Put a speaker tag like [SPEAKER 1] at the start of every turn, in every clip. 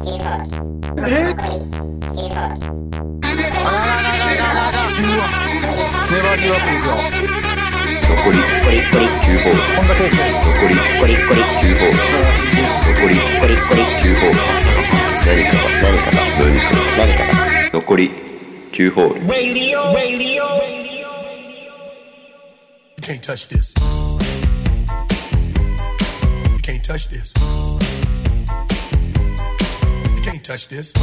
[SPEAKER 1] えあらららららららうわネバーギブアップいくよ
[SPEAKER 2] 残り残り残り9ホール
[SPEAKER 1] こんだけですね
[SPEAKER 2] 残り残り残り9ホール残り残り残り9ホール何かが何かが何かが何かが残り9ホール
[SPEAKER 3] You can't touch this. You can't touch this. You can't touch this. You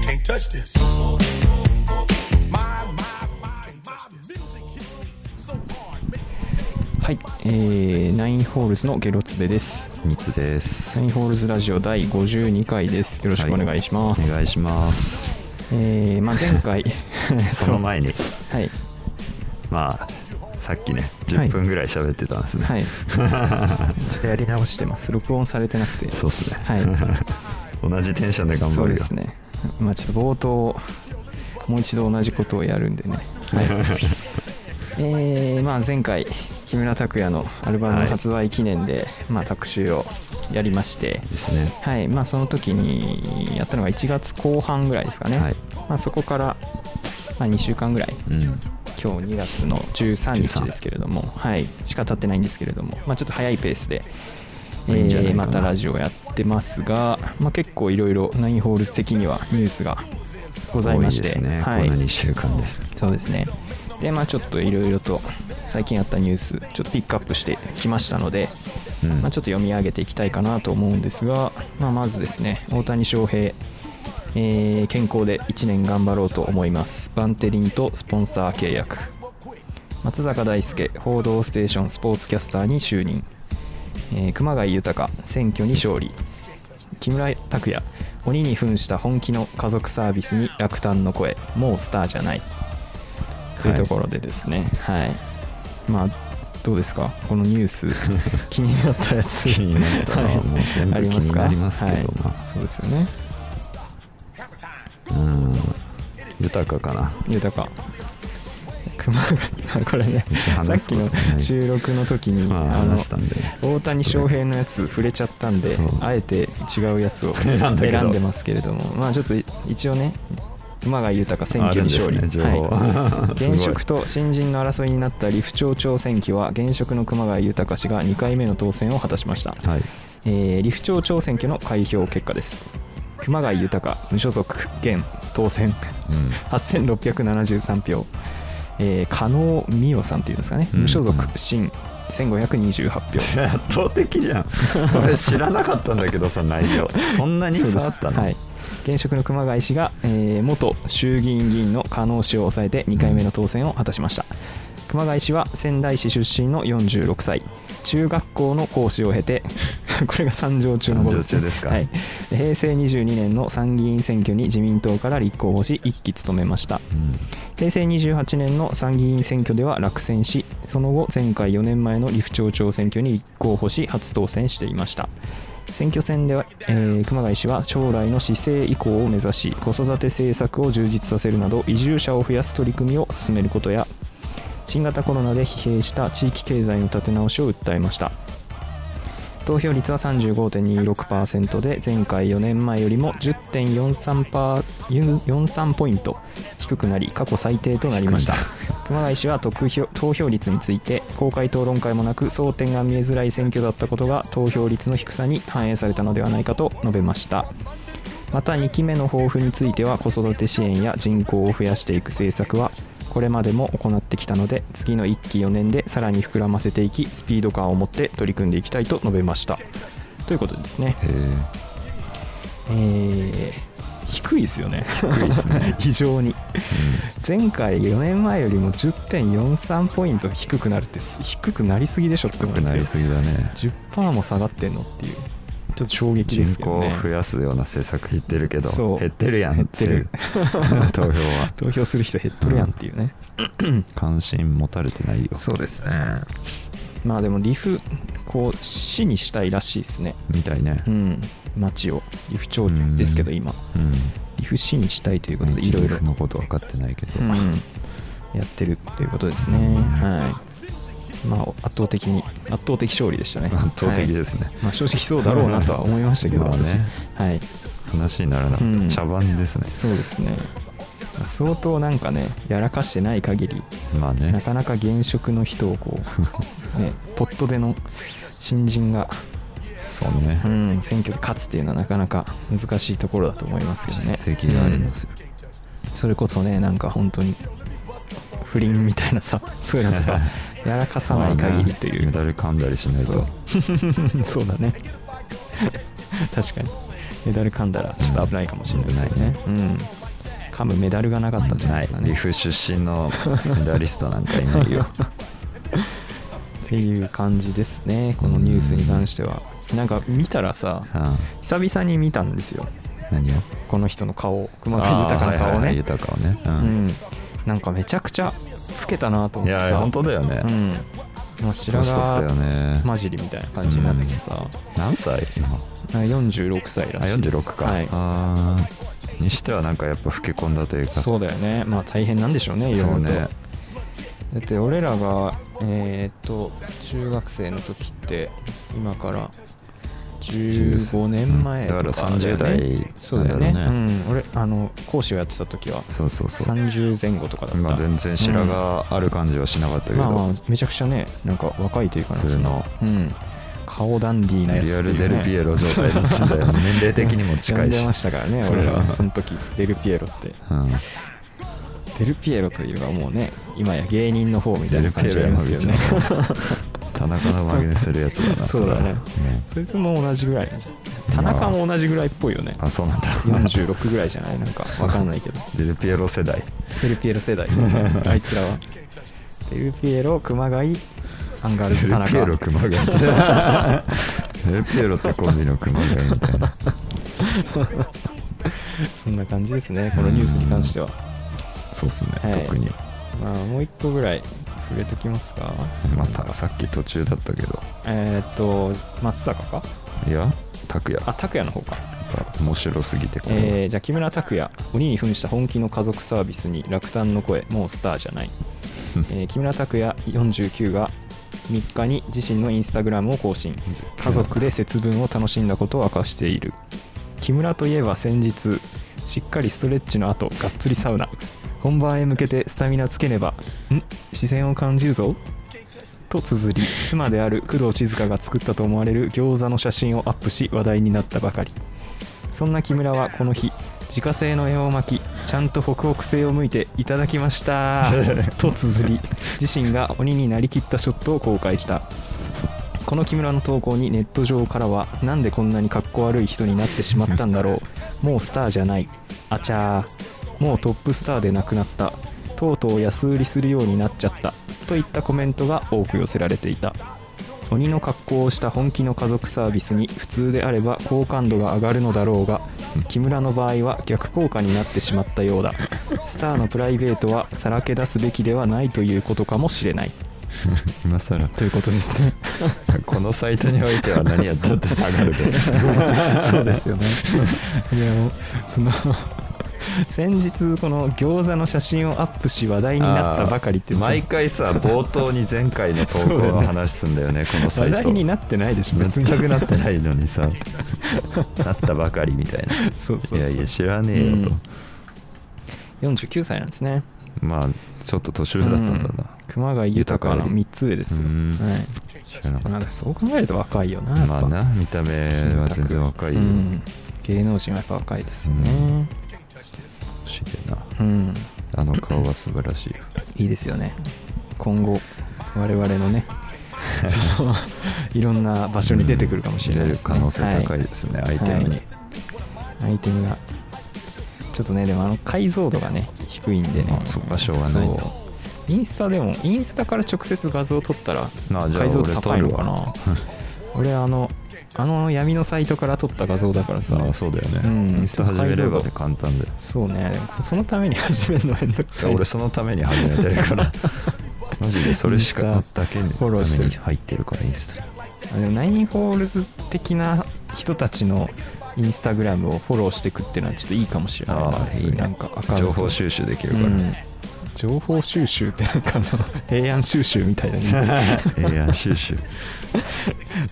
[SPEAKER 3] can't touch this. My, my, my, my music hits me so hard, makes me say.
[SPEAKER 4] はい、えー、ナインホールズのゲロツベです。
[SPEAKER 5] ニツです
[SPEAKER 4] ナインホールズラジオ第52回です。よろしくお願いします。
[SPEAKER 5] お願いします
[SPEAKER 4] えーまあ、前回
[SPEAKER 5] その前に
[SPEAKER 4] はい
[SPEAKER 5] まあさっきね
[SPEAKER 4] はい
[SPEAKER 5] 10分ぐらい喋ってたんですね、
[SPEAKER 4] は いちょっとやり直してます録音されてなくて
[SPEAKER 5] そうっすね
[SPEAKER 4] はい
[SPEAKER 5] 同じテンションで頑
[SPEAKER 4] そ
[SPEAKER 5] 張
[SPEAKER 4] う
[SPEAKER 5] る
[SPEAKER 4] で
[SPEAKER 5] よ
[SPEAKER 4] すねまあちょっと冒頭もう一度同じことをやるんでね はいえーまあ前回木村拓哉のアルバム
[SPEAKER 5] はい
[SPEAKER 4] 発売記念で、まあ特集をやりまして
[SPEAKER 5] ですね
[SPEAKER 4] はいまあその時にやったのが1月後半ぐらいですかね、
[SPEAKER 5] はい
[SPEAKER 4] まあそこから、まあ、2週間ぐらい
[SPEAKER 5] うん
[SPEAKER 4] 今日2月の13日ですけれども、はい、しか経ってないんですけれども、まあ、ちょっと早いペースで、え
[SPEAKER 5] いいんじゃない
[SPEAKER 4] ー
[SPEAKER 5] かな
[SPEAKER 4] またラジオやってますが、まあ、結構いろいろナインホールズ的にはニュースがございまして
[SPEAKER 5] 多いですね、
[SPEAKER 4] はい
[SPEAKER 5] この2週間で
[SPEAKER 4] そうですねでまあちょっといろいろと最近あったニュースちょっとピックアップしてきましたので、
[SPEAKER 5] うん
[SPEAKER 4] まあ、ちょっと読み上げていきたいかなと思うんですが、まあ、まずですね大谷翔平、えー健康で1年頑張ろうと思いますバンテリンとスポンサー契約松坂大輔報道ステーションスポーツキャスターに就任、えー熊谷豊選挙に勝利木村拓哉鬼に扮した本気の家族サービスに落胆の声もうスターじゃないというところでですねはい、まあどうですかこのニュ ース気になったやつ
[SPEAKER 5] 気になったのは
[SPEAKER 4] はい
[SPEAKER 5] もう全部
[SPEAKER 4] あります
[SPEAKER 5] 気
[SPEAKER 4] か
[SPEAKER 5] になりますけどま
[SPEAKER 4] はい
[SPEAKER 5] あ
[SPEAKER 4] そうですよね
[SPEAKER 5] うん豊かかな
[SPEAKER 4] 豊か熊谷これねさっ
[SPEAKER 5] 話す
[SPEAKER 4] き
[SPEAKER 5] ことない
[SPEAKER 4] の収録の時に、
[SPEAKER 5] まあ
[SPEAKER 4] あの
[SPEAKER 5] 話したんで
[SPEAKER 4] 大谷翔平のやつ触れちゃったんで
[SPEAKER 5] そう
[SPEAKER 4] あえて違うやつを
[SPEAKER 5] 選んだけど
[SPEAKER 4] 選んでますけれどもまあちょっと一応ね馬が豊か選挙に勝利、
[SPEAKER 5] あるんですね情報
[SPEAKER 4] は い
[SPEAKER 5] すごい
[SPEAKER 4] 現職と新人の争いになった理府町長選挙は現職の熊谷豊氏が2回目の当選を果たしました、
[SPEAKER 5] はい
[SPEAKER 4] えー、理府町長選挙の開票結果です熊谷豊無所属現当選
[SPEAKER 5] うん
[SPEAKER 4] 8673票、えー、加納美代さんっていうんですかね、
[SPEAKER 5] うん
[SPEAKER 4] 無所属新1528票
[SPEAKER 5] 圧倒的 じゃん俺知らなかったんだけどさ内容そんなに
[SPEAKER 4] そうで
[SPEAKER 5] 差あっ
[SPEAKER 4] す
[SPEAKER 5] たの、
[SPEAKER 4] はい、現職の熊谷氏が、えー元衆議院議員の加納氏を抑えて2回目の当選を果たしました、熊谷氏は仙台市出身の46歳中学校の講師を経て これが三条中のこ
[SPEAKER 5] 三
[SPEAKER 4] と
[SPEAKER 5] 条中ですか
[SPEAKER 4] はい、平成22年の参議院選挙に自民党から立候補し1期務めました
[SPEAKER 5] うん
[SPEAKER 4] 平成28年の参議院選挙では落選しその後前回4年前の理府町長選挙に立候補し初当選していました選挙戦では、えー熊谷氏は将来の市政移行を目指し子育て政策を充実させるなど移住者を増やす取り組みを進めることや新型コロナで疲弊した地域経済の立て直しを訴えました投票率は35.26%で前回4年前よりも10.43パー43ポイント低くなり過去最低となりました熊谷氏は得票投票率について公開討論会もなく争点が見えづらい選挙だったことが投票率の低さに反映されたのではないかと述べましたまた2期目の抱負については子育て支援や人口を増やしていく政策はこれまでも行ってきたので次の1期4年でさらに膨らませていきスピード感を持って取り組んでいきたいと述べましたということですね
[SPEAKER 5] へえ
[SPEAKER 4] えー低いですよね 低
[SPEAKER 5] いですね
[SPEAKER 4] 非常に前回4年前よりも10.43ポイント低くなるってす低くなりすぎでしょって思
[SPEAKER 5] 良
[SPEAKER 4] う
[SPEAKER 5] く
[SPEAKER 4] ん
[SPEAKER 5] な
[SPEAKER 4] で
[SPEAKER 5] り
[SPEAKER 4] す
[SPEAKER 5] す
[SPEAKER 4] よ
[SPEAKER 5] ぎだね
[SPEAKER 4] 10%も下がってんのっていうちょっと衝撃で
[SPEAKER 5] 人
[SPEAKER 4] すけ
[SPEAKER 5] 口
[SPEAKER 4] ど
[SPEAKER 5] を
[SPEAKER 4] ね
[SPEAKER 5] 増やすような政策言ってるけ
[SPEAKER 4] そ
[SPEAKER 5] ど
[SPEAKER 4] う
[SPEAKER 5] 減ってるやん
[SPEAKER 4] 減ってる
[SPEAKER 5] 投票は
[SPEAKER 4] 投票する人減っとるやんっていうね、
[SPEAKER 5] 関心持たれてないよ
[SPEAKER 4] そうですねまあでもリフこう市にしたいらしいですね
[SPEAKER 5] みたいね
[SPEAKER 4] うん町をリフ町ですけど今
[SPEAKER 5] うん
[SPEAKER 4] リフ市にしたいということでい
[SPEAKER 5] い
[SPEAKER 4] ろ
[SPEAKER 5] ろい
[SPEAKER 4] いろ
[SPEAKER 5] ろのこと分かってないけど
[SPEAKER 4] うんやってるということですね。はまあ、圧倒的に圧倒的勝利でしたね
[SPEAKER 5] 圧倒的
[SPEAKER 4] はい
[SPEAKER 5] ですね、
[SPEAKER 4] まあ、正直そうだろうなとは思いましたけど、
[SPEAKER 5] まあね
[SPEAKER 4] 私はい
[SPEAKER 5] 話にならなかった、
[SPEAKER 4] うん
[SPEAKER 5] 茶番ですね
[SPEAKER 4] そうですね相当なんかねやらかしてない限り
[SPEAKER 5] まあ
[SPEAKER 4] な
[SPEAKER 5] ね
[SPEAKER 4] かなか現職の人を こう、ね、ポットでの新人が、
[SPEAKER 5] そうね、
[SPEAKER 4] うん、選挙で勝つっていうのはなかなか難しいところだと思いますけどね
[SPEAKER 5] 実績がありますよ、
[SPEAKER 4] それこそねなんか本当に不倫みたいなさそういうのと かやらかさない限りとい
[SPEAKER 5] ま
[SPEAKER 4] う
[SPEAKER 5] あねメダル噛んだりしないと
[SPEAKER 4] そうだね確かにメダル噛んだらちょっと危ないかもしれないですよね、うん、噛むメダルがなかったんじゃな
[SPEAKER 5] な
[SPEAKER 4] いで
[SPEAKER 5] い
[SPEAKER 4] すか
[SPEAKER 5] リ
[SPEAKER 4] ね
[SPEAKER 5] フ出身のメダリストなんかいない よ
[SPEAKER 4] っていう感じですねこのニュースに関してはなんか見たらさ
[SPEAKER 5] うん
[SPEAKER 4] 久々に見たんですよ
[SPEAKER 5] 何を
[SPEAKER 4] この人の顔を熊
[SPEAKER 5] あ
[SPEAKER 4] 谷
[SPEAKER 5] ー
[SPEAKER 4] 豊の
[SPEAKER 5] はい
[SPEAKER 4] 顔
[SPEAKER 5] はいはい
[SPEAKER 4] ね
[SPEAKER 5] 豊かをね、う
[SPEAKER 4] うんんなんかめちゃくちゃ老けたなと思
[SPEAKER 5] い
[SPEAKER 4] って
[SPEAKER 5] やい
[SPEAKER 4] さ
[SPEAKER 5] や本当だよね、
[SPEAKER 4] うんまあ白
[SPEAKER 5] 年取ったよ
[SPEAKER 4] 髪
[SPEAKER 5] ね
[SPEAKER 4] 混じりみたいな感じになっててさ、
[SPEAKER 5] 何歳今
[SPEAKER 4] 46歳
[SPEAKER 5] あ
[SPEAKER 4] らしいです
[SPEAKER 5] 46か、
[SPEAKER 4] はい、
[SPEAKER 5] あーにしてはなんかやっぱ老け込んだというか
[SPEAKER 4] そうだよねまあ大変なんでしょうねいろいろ
[SPEAKER 5] そう
[SPEAKER 4] と、
[SPEAKER 5] ね
[SPEAKER 4] だって俺らがえーっと中学生の時って今から15年前と
[SPEAKER 5] うんだ
[SPEAKER 4] か
[SPEAKER 5] から
[SPEAKER 4] だ
[SPEAKER 5] 30
[SPEAKER 4] よね
[SPEAKER 5] 代
[SPEAKER 4] そうだよね
[SPEAKER 5] なんだろう
[SPEAKER 4] うん、俺あの講師をやってた時は
[SPEAKER 5] そうそうそう
[SPEAKER 4] 30前後とかだった
[SPEAKER 5] 今全然白がある感じはしなかったけ
[SPEAKER 4] まあまあ
[SPEAKER 5] ど、
[SPEAKER 4] めちゃくちゃねなんか若いというかなんか
[SPEAKER 5] 普通の
[SPEAKER 4] そうん、顔ダンディーなやつって
[SPEAKER 5] リ
[SPEAKER 4] い
[SPEAKER 5] ア
[SPEAKER 4] うね
[SPEAKER 5] ルデルピエロ状態だったんだよね 年齢的にも近
[SPEAKER 4] 呼ん
[SPEAKER 5] い
[SPEAKER 4] で
[SPEAKER 5] し
[SPEAKER 4] ましたからね俺らはその時デルピエロって
[SPEAKER 5] うん
[SPEAKER 4] デルピエロといえばもうね今や芸人の方みたいな感じがありますよ
[SPEAKER 5] デ
[SPEAKER 4] ね
[SPEAKER 5] ルピエロ山口の田中の真似するやつだな
[SPEAKER 4] そうだね
[SPEAKER 5] れは
[SPEAKER 4] そいつも同じぐらいなんじゃん田中も同じぐらいっぽいよね
[SPEAKER 5] あそうなんだ
[SPEAKER 4] 46ぐらいじゃないなんかわかんないけど
[SPEAKER 5] デルピエロ世代
[SPEAKER 4] デルピエロ世代ですねあいつらはデルピエロ熊谷アンガールズ
[SPEAKER 5] デ
[SPEAKER 4] 田
[SPEAKER 5] ルピエロ
[SPEAKER 4] 中
[SPEAKER 5] 熊谷デルピエロってコンビの熊谷みたいな
[SPEAKER 4] そんな感じですねこのニュースに関しては
[SPEAKER 5] そうっすね、
[SPEAKER 4] はい
[SPEAKER 5] 特に
[SPEAKER 4] まあもう一個ぐらい触れときますか
[SPEAKER 5] またさっき途中だったけど
[SPEAKER 4] えーっと松坂か
[SPEAKER 5] いや拓也
[SPEAKER 4] あ拓也の方か
[SPEAKER 5] 面白すぎてこれは、
[SPEAKER 4] えーじゃあ木村拓哉鬼に扮した本気の家族サービスに落胆の声もうスターじゃない、えー木村拓哉49が3日に自身のインスタグラムを更新家族で節分を楽しんだことを明かしている木村といえば先日しっかりストレッチの後がっつりサウナ本番へ向けてスタミナつけねばん視線を感じるぞと綴り妻である工藤静香が作ったと思われる餃子の写真をアップし話題になったばかりそんな木村はこの日自家製の恵方巻きちゃんと北北西を向いていただきましたと綴り自身が鬼になりきったショットを公開したこの木村の投稿にネット上からはなんでこんなにかっこ悪い人になってしまったんだろうもうスターじゃないあちゃーもうトップスターでなくなったとうとう安売りするようになっちゃったといったコメントが多く寄せられていた鬼の格好をした本気の家族サービスに普通であれば好感度が上がるのだろうが木村の場合は逆効果になってしまった ようだスターのプライベートはさらけ出すべきではないということかもしれない
[SPEAKER 5] 今更
[SPEAKER 4] ということです ね
[SPEAKER 5] このサイトにおいては何やったって下 がるで
[SPEAKER 4] そうですよねいやもうその先日この餃子の写真をアップし話題になったばかりって
[SPEAKER 5] あー毎
[SPEAKER 4] 話
[SPEAKER 5] 回さ冒頭に前回の投稿の話すんだよねこのサイ
[SPEAKER 4] 題
[SPEAKER 5] ト
[SPEAKER 4] になってないでしょ別
[SPEAKER 5] 全
[SPEAKER 4] に
[SPEAKER 5] くなってないのに さなったばかりみたいな
[SPEAKER 4] そうそうそう
[SPEAKER 5] いやいや知らねえよと、
[SPEAKER 4] 49歳なんですね
[SPEAKER 5] まあちょっと年上だったんだな、
[SPEAKER 4] うん熊谷豊の3つ上ですよ、
[SPEAKER 5] うん
[SPEAKER 4] はい
[SPEAKER 5] 知らなかっ
[SPEAKER 4] なんかそう考えると若いよな
[SPEAKER 5] た
[SPEAKER 4] やっ
[SPEAKER 5] ま
[SPEAKER 4] ぱ
[SPEAKER 5] あな見た目は全然若いよ、
[SPEAKER 4] うん芸能人はやっぱ若いですよね
[SPEAKER 5] しげえな
[SPEAKER 4] うん、
[SPEAKER 5] あの顔は素晴らしいよ
[SPEAKER 4] いいですよね今後我々 のねそのいろんな場所に出てくるかもしれないです、ね
[SPEAKER 5] 出る可能性高いですね、アイテムに、
[SPEAKER 4] はい、アイテムがちょっとねでもあの解像度がね低いんでね
[SPEAKER 5] あそっかしょうがないんだ
[SPEAKER 4] そうインスタでもインスタから直接画像を撮ったら
[SPEAKER 5] あじゃあ
[SPEAKER 4] 解像度高いのか
[SPEAKER 5] 俺
[SPEAKER 4] な 俺あのあの闇のサイトから撮った画像だからさ
[SPEAKER 5] ああそうだよね、
[SPEAKER 4] うん
[SPEAKER 5] インスタ始めればで簡単で
[SPEAKER 4] そうねでもそのために始めるのめんどくさい
[SPEAKER 5] 俺そのために始めてるから マジでそれしか
[SPEAKER 4] インスタ
[SPEAKER 5] だけに
[SPEAKER 4] フォローしてる
[SPEAKER 5] ために入ってるからインスタ
[SPEAKER 4] あでもナインホールズ的な人たちのインスタグラムをフォローしていくっていうのはちょっといいかもしれないな
[SPEAKER 5] ああ
[SPEAKER 4] そう
[SPEAKER 5] いいね
[SPEAKER 4] なんかアカウント
[SPEAKER 5] 情報収集できる
[SPEAKER 4] う
[SPEAKER 5] から、
[SPEAKER 4] ん情報収集ってなんかあの平安収集みたい な
[SPEAKER 5] いやシュ シュ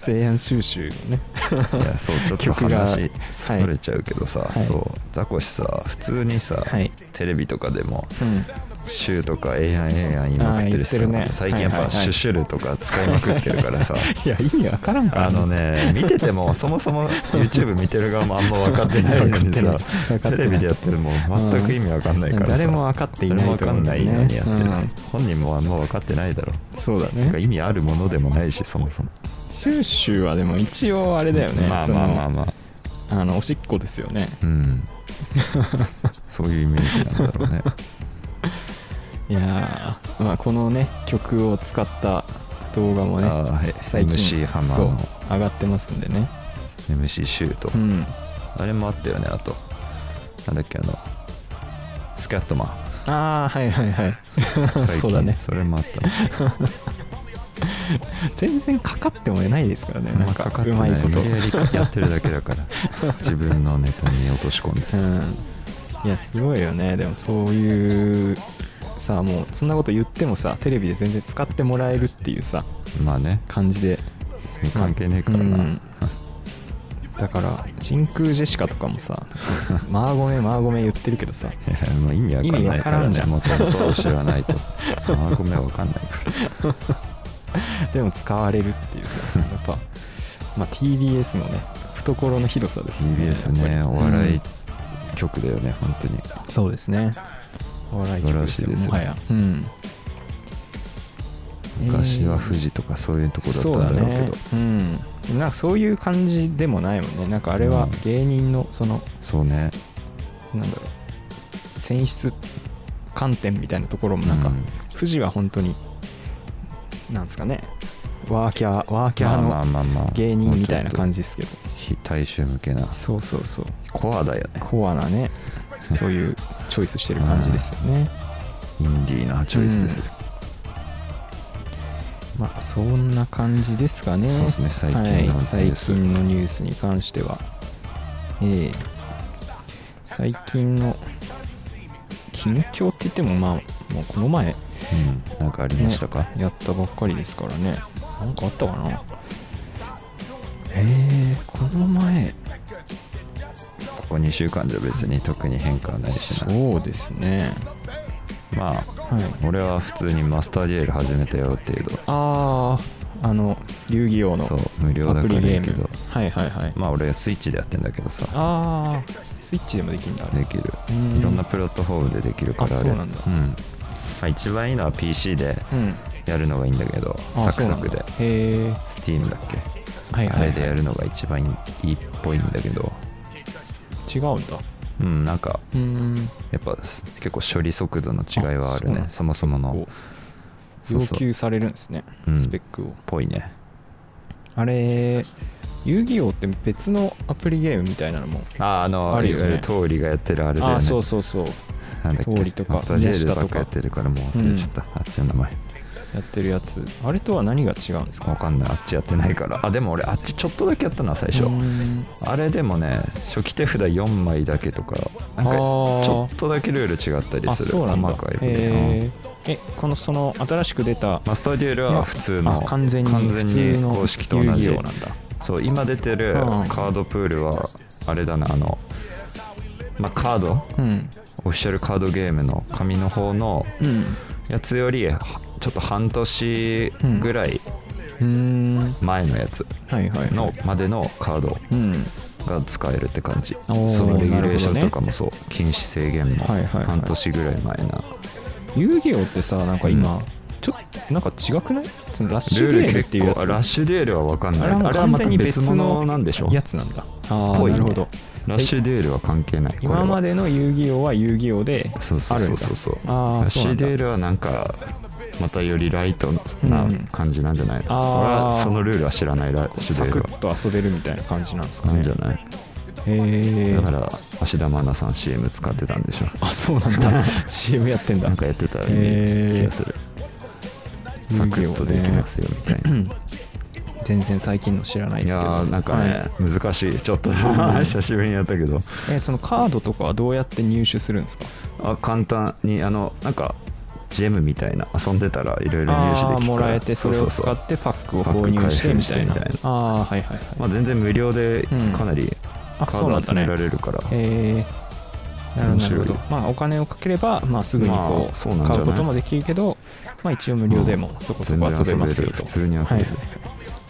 [SPEAKER 4] 平安収集のね
[SPEAKER 5] いやそうちょっと
[SPEAKER 4] 曲が
[SPEAKER 5] 話それちゃうけどさ、
[SPEAKER 4] はい
[SPEAKER 5] そうザコシさ普通にさ、
[SPEAKER 4] はい
[SPEAKER 5] テレビとかでも
[SPEAKER 4] うん
[SPEAKER 5] 「シュ」とか「ええやんええやん」言いまくってるしさ、
[SPEAKER 4] あー言ってるね
[SPEAKER 5] 最近やっぱ
[SPEAKER 4] はい
[SPEAKER 5] 「
[SPEAKER 4] はいはい
[SPEAKER 5] シュシュル」とか使いまくってるから さ
[SPEAKER 4] いや意味わからんから
[SPEAKER 5] あのね見ててもそもそも YouTube 見てる側もあんま分かってないのに
[SPEAKER 4] 分
[SPEAKER 5] さ
[SPEAKER 4] かってない
[SPEAKER 5] テレビでやってるもん全く意味分かんないからさ、
[SPEAKER 4] うん誰も分かっていない
[SPEAKER 5] 誰も分
[SPEAKER 4] と
[SPEAKER 5] か
[SPEAKER 4] 思うん
[SPEAKER 5] ん
[SPEAKER 4] だ
[SPEAKER 5] な
[SPEAKER 4] よ
[SPEAKER 5] い
[SPEAKER 4] ね
[SPEAKER 5] のにやってる、
[SPEAKER 4] うん
[SPEAKER 5] 本人もあんま分かってないだろ
[SPEAKER 4] そうだ
[SPEAKER 5] なんか
[SPEAKER 4] ね
[SPEAKER 5] 意味あるものでもないしそもそも
[SPEAKER 4] 収集はでも一応あれだよね
[SPEAKER 5] まあ
[SPEAKER 4] その
[SPEAKER 5] まあまあまあ
[SPEAKER 4] あのおしっこですよね
[SPEAKER 5] うん そういうイメージなんだろうね
[SPEAKER 4] いやーまあこのね曲を使った動画もね
[SPEAKER 5] ああはい
[SPEAKER 4] 最近
[SPEAKER 5] MC ハマ
[SPEAKER 4] そ
[SPEAKER 5] ー
[SPEAKER 4] う
[SPEAKER 5] の
[SPEAKER 4] 上がってますんでね
[SPEAKER 5] MC シュート、
[SPEAKER 4] うん
[SPEAKER 5] あれもあったよねあとなんだっけあのスキャットマン
[SPEAKER 4] ああはいはいはい
[SPEAKER 5] 最近
[SPEAKER 4] そうだね
[SPEAKER 5] それもあったね
[SPEAKER 4] 全然かかってもないですからね
[SPEAKER 5] あん
[SPEAKER 4] なん
[SPEAKER 5] ま
[SPEAKER 4] か
[SPEAKER 5] かかって
[SPEAKER 4] う
[SPEAKER 5] な
[SPEAKER 4] ま
[SPEAKER 5] い
[SPEAKER 4] いこと
[SPEAKER 5] 無理やりやってるだけだから 自分のネタに落とし込んで
[SPEAKER 4] うんいやすごいよねでもそういうさもうそんなこと言ってもさテレビで全然使ってもらえるっていうさ
[SPEAKER 5] まあね
[SPEAKER 4] 感じで
[SPEAKER 5] 別に関係ねえから
[SPEAKER 4] う
[SPEAKER 5] な、
[SPEAKER 4] んだから真空ジェシカとかも さ「マーゴメマーゴメ」言ってるけどさ
[SPEAKER 5] いやもう意味わかんないから
[SPEAKER 4] 意味わからんじ
[SPEAKER 5] ね
[SPEAKER 4] ゃん
[SPEAKER 5] もともと知ら ないとああごめんわかんないから
[SPEAKER 4] でも使われるっていうさやっぱ、まあ、TBS のね懐の広さですよね
[SPEAKER 5] TBS ねお笑
[SPEAKER 4] う
[SPEAKER 5] い
[SPEAKER 4] ん
[SPEAKER 5] 曲だよね本当に
[SPEAKER 4] そうですねお笑い曲です
[SPEAKER 5] 素晴らしいで
[SPEAKER 4] よ
[SPEAKER 5] すよ
[SPEAKER 4] もはやうん
[SPEAKER 5] 昔は富士とかそういうとこだったんだろうけど
[SPEAKER 4] そうだねうんなんかそういう感じでもないもんねなんかあれは
[SPEAKER 5] うん
[SPEAKER 4] 芸人のその
[SPEAKER 5] そうね
[SPEAKER 4] なんだろう選出観点みたいなところもなんか、
[SPEAKER 5] うん
[SPEAKER 4] 富士は本当になんですかねワーキャーワーキ
[SPEAKER 5] まあ
[SPEAKER 4] ャーの
[SPEAKER 5] まあまあまあ
[SPEAKER 4] 芸人みたいな感
[SPEAKER 5] じ
[SPEAKER 4] じですけど
[SPEAKER 5] 非大衆向けな
[SPEAKER 4] そうそうそう
[SPEAKER 5] コアだよね
[SPEAKER 4] コアなねそういうチョイスしてる感じですよね
[SPEAKER 5] インディーなチョイスですよ、
[SPEAKER 4] まあそんな感じですかね
[SPEAKER 5] そうですね最近のニュ
[SPEAKER 4] はい、最
[SPEAKER 5] ース、
[SPEAKER 4] 近のニュースに関してはええ最近の近況って言ってもまあもうこの前
[SPEAKER 5] うん、なんかありましたか、
[SPEAKER 4] ねやったばっかりですからねなんかあったかなえー、この前
[SPEAKER 5] ここ2週間じゃ別に特に変化はないしな
[SPEAKER 4] そうですね
[SPEAKER 5] まあ
[SPEAKER 4] はい
[SPEAKER 5] 俺は普通にマスターデュエル始めたよ程度
[SPEAKER 4] あああの遊戯王の
[SPEAKER 5] そう無料
[SPEAKER 4] ア
[SPEAKER 5] だ
[SPEAKER 4] プ
[SPEAKER 5] から
[SPEAKER 4] リ
[SPEAKER 5] い
[SPEAKER 4] ゲ
[SPEAKER 5] いけ
[SPEAKER 4] ーム
[SPEAKER 5] ど
[SPEAKER 4] はいはいはい、
[SPEAKER 5] まあ俺スイッチでやってんだけどさ
[SPEAKER 4] ああスイッチでもできるんだあれ
[SPEAKER 5] できる
[SPEAKER 4] うん
[SPEAKER 5] いろんなプラットフォームでできるから
[SPEAKER 4] あ
[SPEAKER 5] あれ
[SPEAKER 4] そうなんだ
[SPEAKER 5] まあ、一番いいのは PC で
[SPEAKER 4] うん
[SPEAKER 5] やるのがいいんだけど
[SPEAKER 4] あ
[SPEAKER 5] サ
[SPEAKER 4] ー
[SPEAKER 5] クサクで
[SPEAKER 4] そうなんだへえ
[SPEAKER 5] Steam だっけ
[SPEAKER 4] はい
[SPEAKER 5] あ
[SPEAKER 4] は
[SPEAKER 5] れ
[SPEAKER 4] い、
[SPEAKER 5] でやるのが一番いいっぽいんだけど
[SPEAKER 4] 違うんだ
[SPEAKER 5] うんなんか
[SPEAKER 4] うーん
[SPEAKER 5] やっぱ結構処理速度の違いはあるね
[SPEAKER 4] あ
[SPEAKER 5] そもそもの
[SPEAKER 4] こう
[SPEAKER 5] そう
[SPEAKER 4] 要
[SPEAKER 5] そう
[SPEAKER 4] 求されるんですね
[SPEAKER 5] うん
[SPEAKER 4] スペックを
[SPEAKER 5] ぽいね
[SPEAKER 4] あれ遊戯王って別のアプリゲームみたいなのも
[SPEAKER 5] ああの
[SPEAKER 4] あるよね
[SPEAKER 5] いわゆる通りがやってるあれだよ
[SPEAKER 4] あ
[SPEAKER 5] ね
[SPEAKER 4] あそうそうそう
[SPEAKER 5] なんだっけ
[SPEAKER 4] 通りとか
[SPEAKER 5] マスタージェール
[SPEAKER 4] 宮下とか
[SPEAKER 5] ばっかやってるからもう忘れちゃった、あっちの名前
[SPEAKER 4] やってるやつあれとは何が違うんですか
[SPEAKER 5] わかんないあっちやってないからあでも俺あっちちょっとだけやったな最初
[SPEAKER 4] うーん
[SPEAKER 5] あれでもね初期手札4枚だけとかなん
[SPEAKER 4] あ
[SPEAKER 5] かち
[SPEAKER 4] ー
[SPEAKER 5] ょっとだけルール違ったり
[SPEAKER 4] あ
[SPEAKER 5] する
[SPEAKER 4] そうなんだ
[SPEAKER 5] 細かいことうん
[SPEAKER 4] へええこのその新しく出た
[SPEAKER 5] マスターデュエルは普通の
[SPEAKER 4] あ完全に
[SPEAKER 5] 完全
[SPEAKER 4] 普通の
[SPEAKER 5] に公式と同じ
[SPEAKER 4] 遊戯王なんだ
[SPEAKER 5] そう今出てる
[SPEAKER 4] うん
[SPEAKER 5] カードプールはあれだなあのまあカード
[SPEAKER 4] うん
[SPEAKER 5] オフィシャルカードゲームの紙の方の
[SPEAKER 4] うん
[SPEAKER 5] やつよりはちょっと半年ぐらい
[SPEAKER 4] うん
[SPEAKER 5] 前のやつ
[SPEAKER 4] はいはい
[SPEAKER 5] のまでのカード
[SPEAKER 4] うん
[SPEAKER 5] が使えるって感じそ
[SPEAKER 4] おー
[SPEAKER 5] のレギュレーショ
[SPEAKER 4] な
[SPEAKER 5] ン
[SPEAKER 4] るほどね
[SPEAKER 5] とかもそう禁止制限も
[SPEAKER 4] はいはいはい
[SPEAKER 5] 半年ぐらい前な
[SPEAKER 4] 遊戯王ってさなんか今、
[SPEAKER 5] うん
[SPEAKER 4] ちょっとなんか違くないそのラッシュ
[SPEAKER 5] ルー
[SPEAKER 4] デ
[SPEAKER 5] ル
[SPEAKER 4] ールっ
[SPEAKER 5] 結
[SPEAKER 4] ていうやつ
[SPEAKER 5] 構ラッシュデュエルは分かん
[SPEAKER 4] あ
[SPEAKER 5] ない
[SPEAKER 4] れはもう完全に別の
[SPEAKER 5] なんでしょ
[SPEAKER 4] やつなんだああ、
[SPEAKER 5] ぽい
[SPEAKER 4] な
[SPEAKER 5] ね
[SPEAKER 4] るほど
[SPEAKER 5] ラッシュデュエルは関係ないこれは
[SPEAKER 4] 今までの遊戯王は遊戯王で
[SPEAKER 5] そうそ
[SPEAKER 4] あ
[SPEAKER 5] う
[SPEAKER 4] る
[SPEAKER 5] そ
[SPEAKER 4] ん
[SPEAKER 5] う
[SPEAKER 4] だ
[SPEAKER 5] そうそう
[SPEAKER 4] あ
[SPEAKER 5] ラ
[SPEAKER 4] あ
[SPEAKER 5] ッ
[SPEAKER 4] そう
[SPEAKER 5] シ
[SPEAKER 4] な
[SPEAKER 5] ュ
[SPEAKER 4] んだ
[SPEAKER 5] デュエルはなんかまたよりライトな感じなんじゃないの、
[SPEAKER 4] あー
[SPEAKER 5] 俺はそのルールは知らないラッシュ
[SPEAKER 4] サ
[SPEAKER 5] デュエ
[SPEAKER 4] ク
[SPEAKER 5] ルは
[SPEAKER 4] ッと遊べるみたいな感じなんですか
[SPEAKER 5] な
[SPEAKER 4] ね
[SPEAKER 5] んじゃない、
[SPEAKER 4] へえ
[SPEAKER 5] だから芦田愛菜さん CM 使ってたんでしょ
[SPEAKER 4] あそうな んだ CM やってんだ
[SPEAKER 5] なんかやってたよう
[SPEAKER 4] へ
[SPEAKER 5] な
[SPEAKER 4] ー
[SPEAKER 5] 気がする
[SPEAKER 4] 遊
[SPEAKER 5] サク
[SPEAKER 4] 戯
[SPEAKER 5] ッ
[SPEAKER 4] 王
[SPEAKER 5] とでき
[SPEAKER 4] ね
[SPEAKER 5] ますよみたいな
[SPEAKER 4] 全然最近の知らない
[SPEAKER 5] い
[SPEAKER 4] です
[SPEAKER 5] や
[SPEAKER 4] けど
[SPEAKER 5] ーなんか
[SPEAKER 4] は
[SPEAKER 5] ね
[SPEAKER 4] い、
[SPEAKER 5] 難しいちょ っと久しぶりにやったけど
[SPEAKER 4] えそのカードとかはどうやって入手するんですか
[SPEAKER 5] あ簡単にあのなんかジェムみたいな遊んでたらいろいろ入手
[SPEAKER 4] あ
[SPEAKER 5] で
[SPEAKER 4] あ
[SPEAKER 5] きる
[SPEAKER 4] も
[SPEAKER 5] から
[SPEAKER 4] らえてそれを使
[SPEAKER 5] う
[SPEAKER 4] っ
[SPEAKER 5] う
[SPEAKER 4] てパックを
[SPEAKER 5] パック
[SPEAKER 4] 購入して
[SPEAKER 5] 回収
[SPEAKER 4] み
[SPEAKER 5] したて
[SPEAKER 4] いな
[SPEAKER 5] みたいな
[SPEAKER 4] ああはいはいはい、
[SPEAKER 5] まあ、全然無料で
[SPEAKER 4] うん
[SPEAKER 5] かなり
[SPEAKER 4] あ
[SPEAKER 5] カ
[SPEAKER 4] そう
[SPEAKER 5] ード
[SPEAKER 4] なんだ
[SPEAKER 5] 集
[SPEAKER 4] ね
[SPEAKER 5] められるから、
[SPEAKER 4] えー、なる
[SPEAKER 5] 面
[SPEAKER 4] ほどなる
[SPEAKER 5] 白
[SPEAKER 4] ほ
[SPEAKER 5] い
[SPEAKER 4] どまあお金をかければ、まあ、すぐにこ
[SPEAKER 5] まあ
[SPEAKER 4] う,、
[SPEAKER 5] そうなんじゃな
[SPEAKER 4] 買
[SPEAKER 5] いう
[SPEAKER 4] こともできるけど、まあ、一応無料でもそこそ
[SPEAKER 5] 全
[SPEAKER 4] こ
[SPEAKER 5] 然
[SPEAKER 4] 遊べます
[SPEAKER 5] 遊べ
[SPEAKER 4] よ
[SPEAKER 5] る
[SPEAKER 4] と、
[SPEAKER 5] 普通に遊べる、
[SPEAKER 4] はい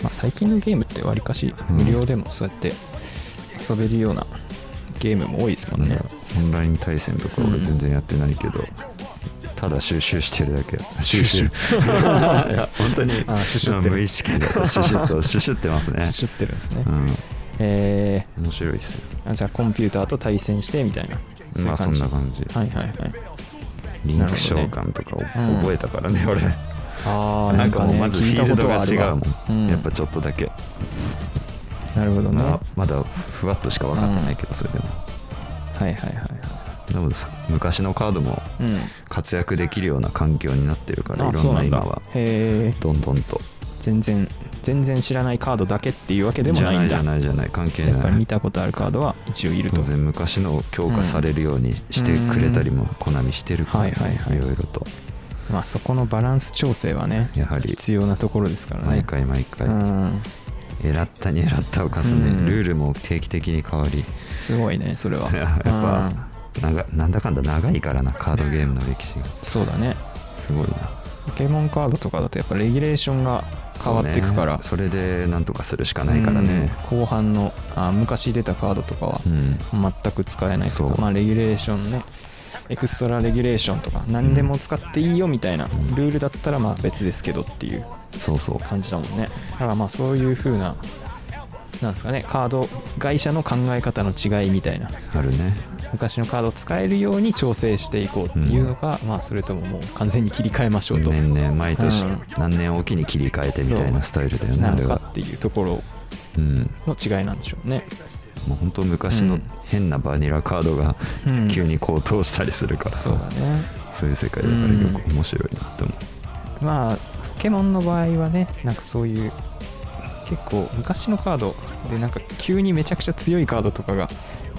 [SPEAKER 4] まあ、最近のゲームってわりかし
[SPEAKER 5] うん
[SPEAKER 4] 無料でもそうやって遊べるようなゲームも多いですもんね、
[SPEAKER 5] オンライン対戦とか俺全然やってないけど、ただ収集してるだけ収集い や本当に
[SPEAKER 4] あ収集ってる
[SPEAKER 5] 無意識だと収集と 収集ってますね
[SPEAKER 4] 知ってるんですね、
[SPEAKER 5] うん
[SPEAKER 4] え
[SPEAKER 5] 面白いですよ
[SPEAKER 4] ーあじゃあコンピューターと対戦してみたいなそうい
[SPEAKER 5] ま
[SPEAKER 4] う
[SPEAKER 5] あそ
[SPEAKER 4] 感
[SPEAKER 5] ん
[SPEAKER 4] じ、
[SPEAKER 5] な感じ、
[SPEAKER 4] はいはいはい
[SPEAKER 5] リンク召喚とかを
[SPEAKER 4] なるほどねうん
[SPEAKER 5] 覚えたからね、俺
[SPEAKER 4] ああ
[SPEAKER 5] なんかもうまずフィールドが違うもん、
[SPEAKER 4] うん、
[SPEAKER 5] やっぱちょっとだけ、
[SPEAKER 4] なるほどね、
[SPEAKER 5] まあ、まだふわっとしか分かってないけどそれでも、
[SPEAKER 4] はいはいはいはい
[SPEAKER 5] でもさ昔のカードも
[SPEAKER 4] うん
[SPEAKER 5] 活躍できるような環境になってるからい
[SPEAKER 4] あ
[SPEAKER 5] ろ
[SPEAKER 4] そうんな
[SPEAKER 5] なん今
[SPEAKER 4] だ
[SPEAKER 5] は
[SPEAKER 4] へえ
[SPEAKER 5] どんどんと
[SPEAKER 4] 全然全然知らないカードだけっていうわけでも
[SPEAKER 5] じゃ
[SPEAKER 4] ない
[SPEAKER 5] なんいじ
[SPEAKER 4] だ
[SPEAKER 5] ゃないじゃない関係
[SPEAKER 4] やっぱ
[SPEAKER 5] な
[SPEAKER 4] り見
[SPEAKER 5] い
[SPEAKER 4] たことあるカードは一応いると
[SPEAKER 5] 当然昔のを強化されるようにしてくれたりもコナミしてるから
[SPEAKER 4] はい
[SPEAKER 5] ね
[SPEAKER 4] はいはい
[SPEAKER 5] いろいろと
[SPEAKER 4] まあそこのバランス調整はね
[SPEAKER 5] やはり
[SPEAKER 4] 必要なところですからね
[SPEAKER 5] 毎回毎回
[SPEAKER 4] うん
[SPEAKER 5] えらったにえらったを重
[SPEAKER 4] うん
[SPEAKER 5] ねルールも定期的に変わり
[SPEAKER 4] すごいねそれは
[SPEAKER 5] やっぱ
[SPEAKER 4] うん
[SPEAKER 5] なんかなんだかんだ長いからなカードゲームの歴史が
[SPEAKER 4] そうだね
[SPEAKER 5] すごいな
[SPEAKER 4] ポケモンカードとかだとやっぱレギュレーションが変わっていくから
[SPEAKER 5] そうねそれでなんとかするしかないからね
[SPEAKER 4] うん後半のあ昔出たカードとかは
[SPEAKER 5] うん
[SPEAKER 4] 全く使えないと
[SPEAKER 5] そ
[SPEAKER 4] か、
[SPEAKER 5] う
[SPEAKER 4] まあ、レギュレーションねエクストラレギュレーションとか何でも使っていいよみたいなルールだったらまあ別ですけどっていう
[SPEAKER 5] そうそう
[SPEAKER 4] 感じだもんねだからまあそういう風ななんですかねカード会社の考え方の違いみたいな
[SPEAKER 5] あるね
[SPEAKER 4] 昔のカードを使えるように調整していこうっていうのか、まあそれとももう完全に切り替えましょうと、
[SPEAKER 5] 年々毎年
[SPEAKER 4] うん
[SPEAKER 5] 何年おきに切り替えてみたいなスタイルだよね
[SPEAKER 4] な
[SPEAKER 5] あれ
[SPEAKER 4] の
[SPEAKER 5] は
[SPEAKER 4] かっていうところ
[SPEAKER 5] うん
[SPEAKER 4] の違いなんでしょうね
[SPEAKER 5] もう本当昔
[SPEAKER 4] う
[SPEAKER 5] の
[SPEAKER 4] ん
[SPEAKER 5] 変なバニラカードが
[SPEAKER 4] うん
[SPEAKER 5] 急に高騰したりするから、
[SPEAKER 4] そうだね
[SPEAKER 5] そういう世界だからよく面白いなって思
[SPEAKER 4] まあポケモンの場合はねなんかそういう結構昔のカードでなんか急にめちゃくちゃ強いカードとかが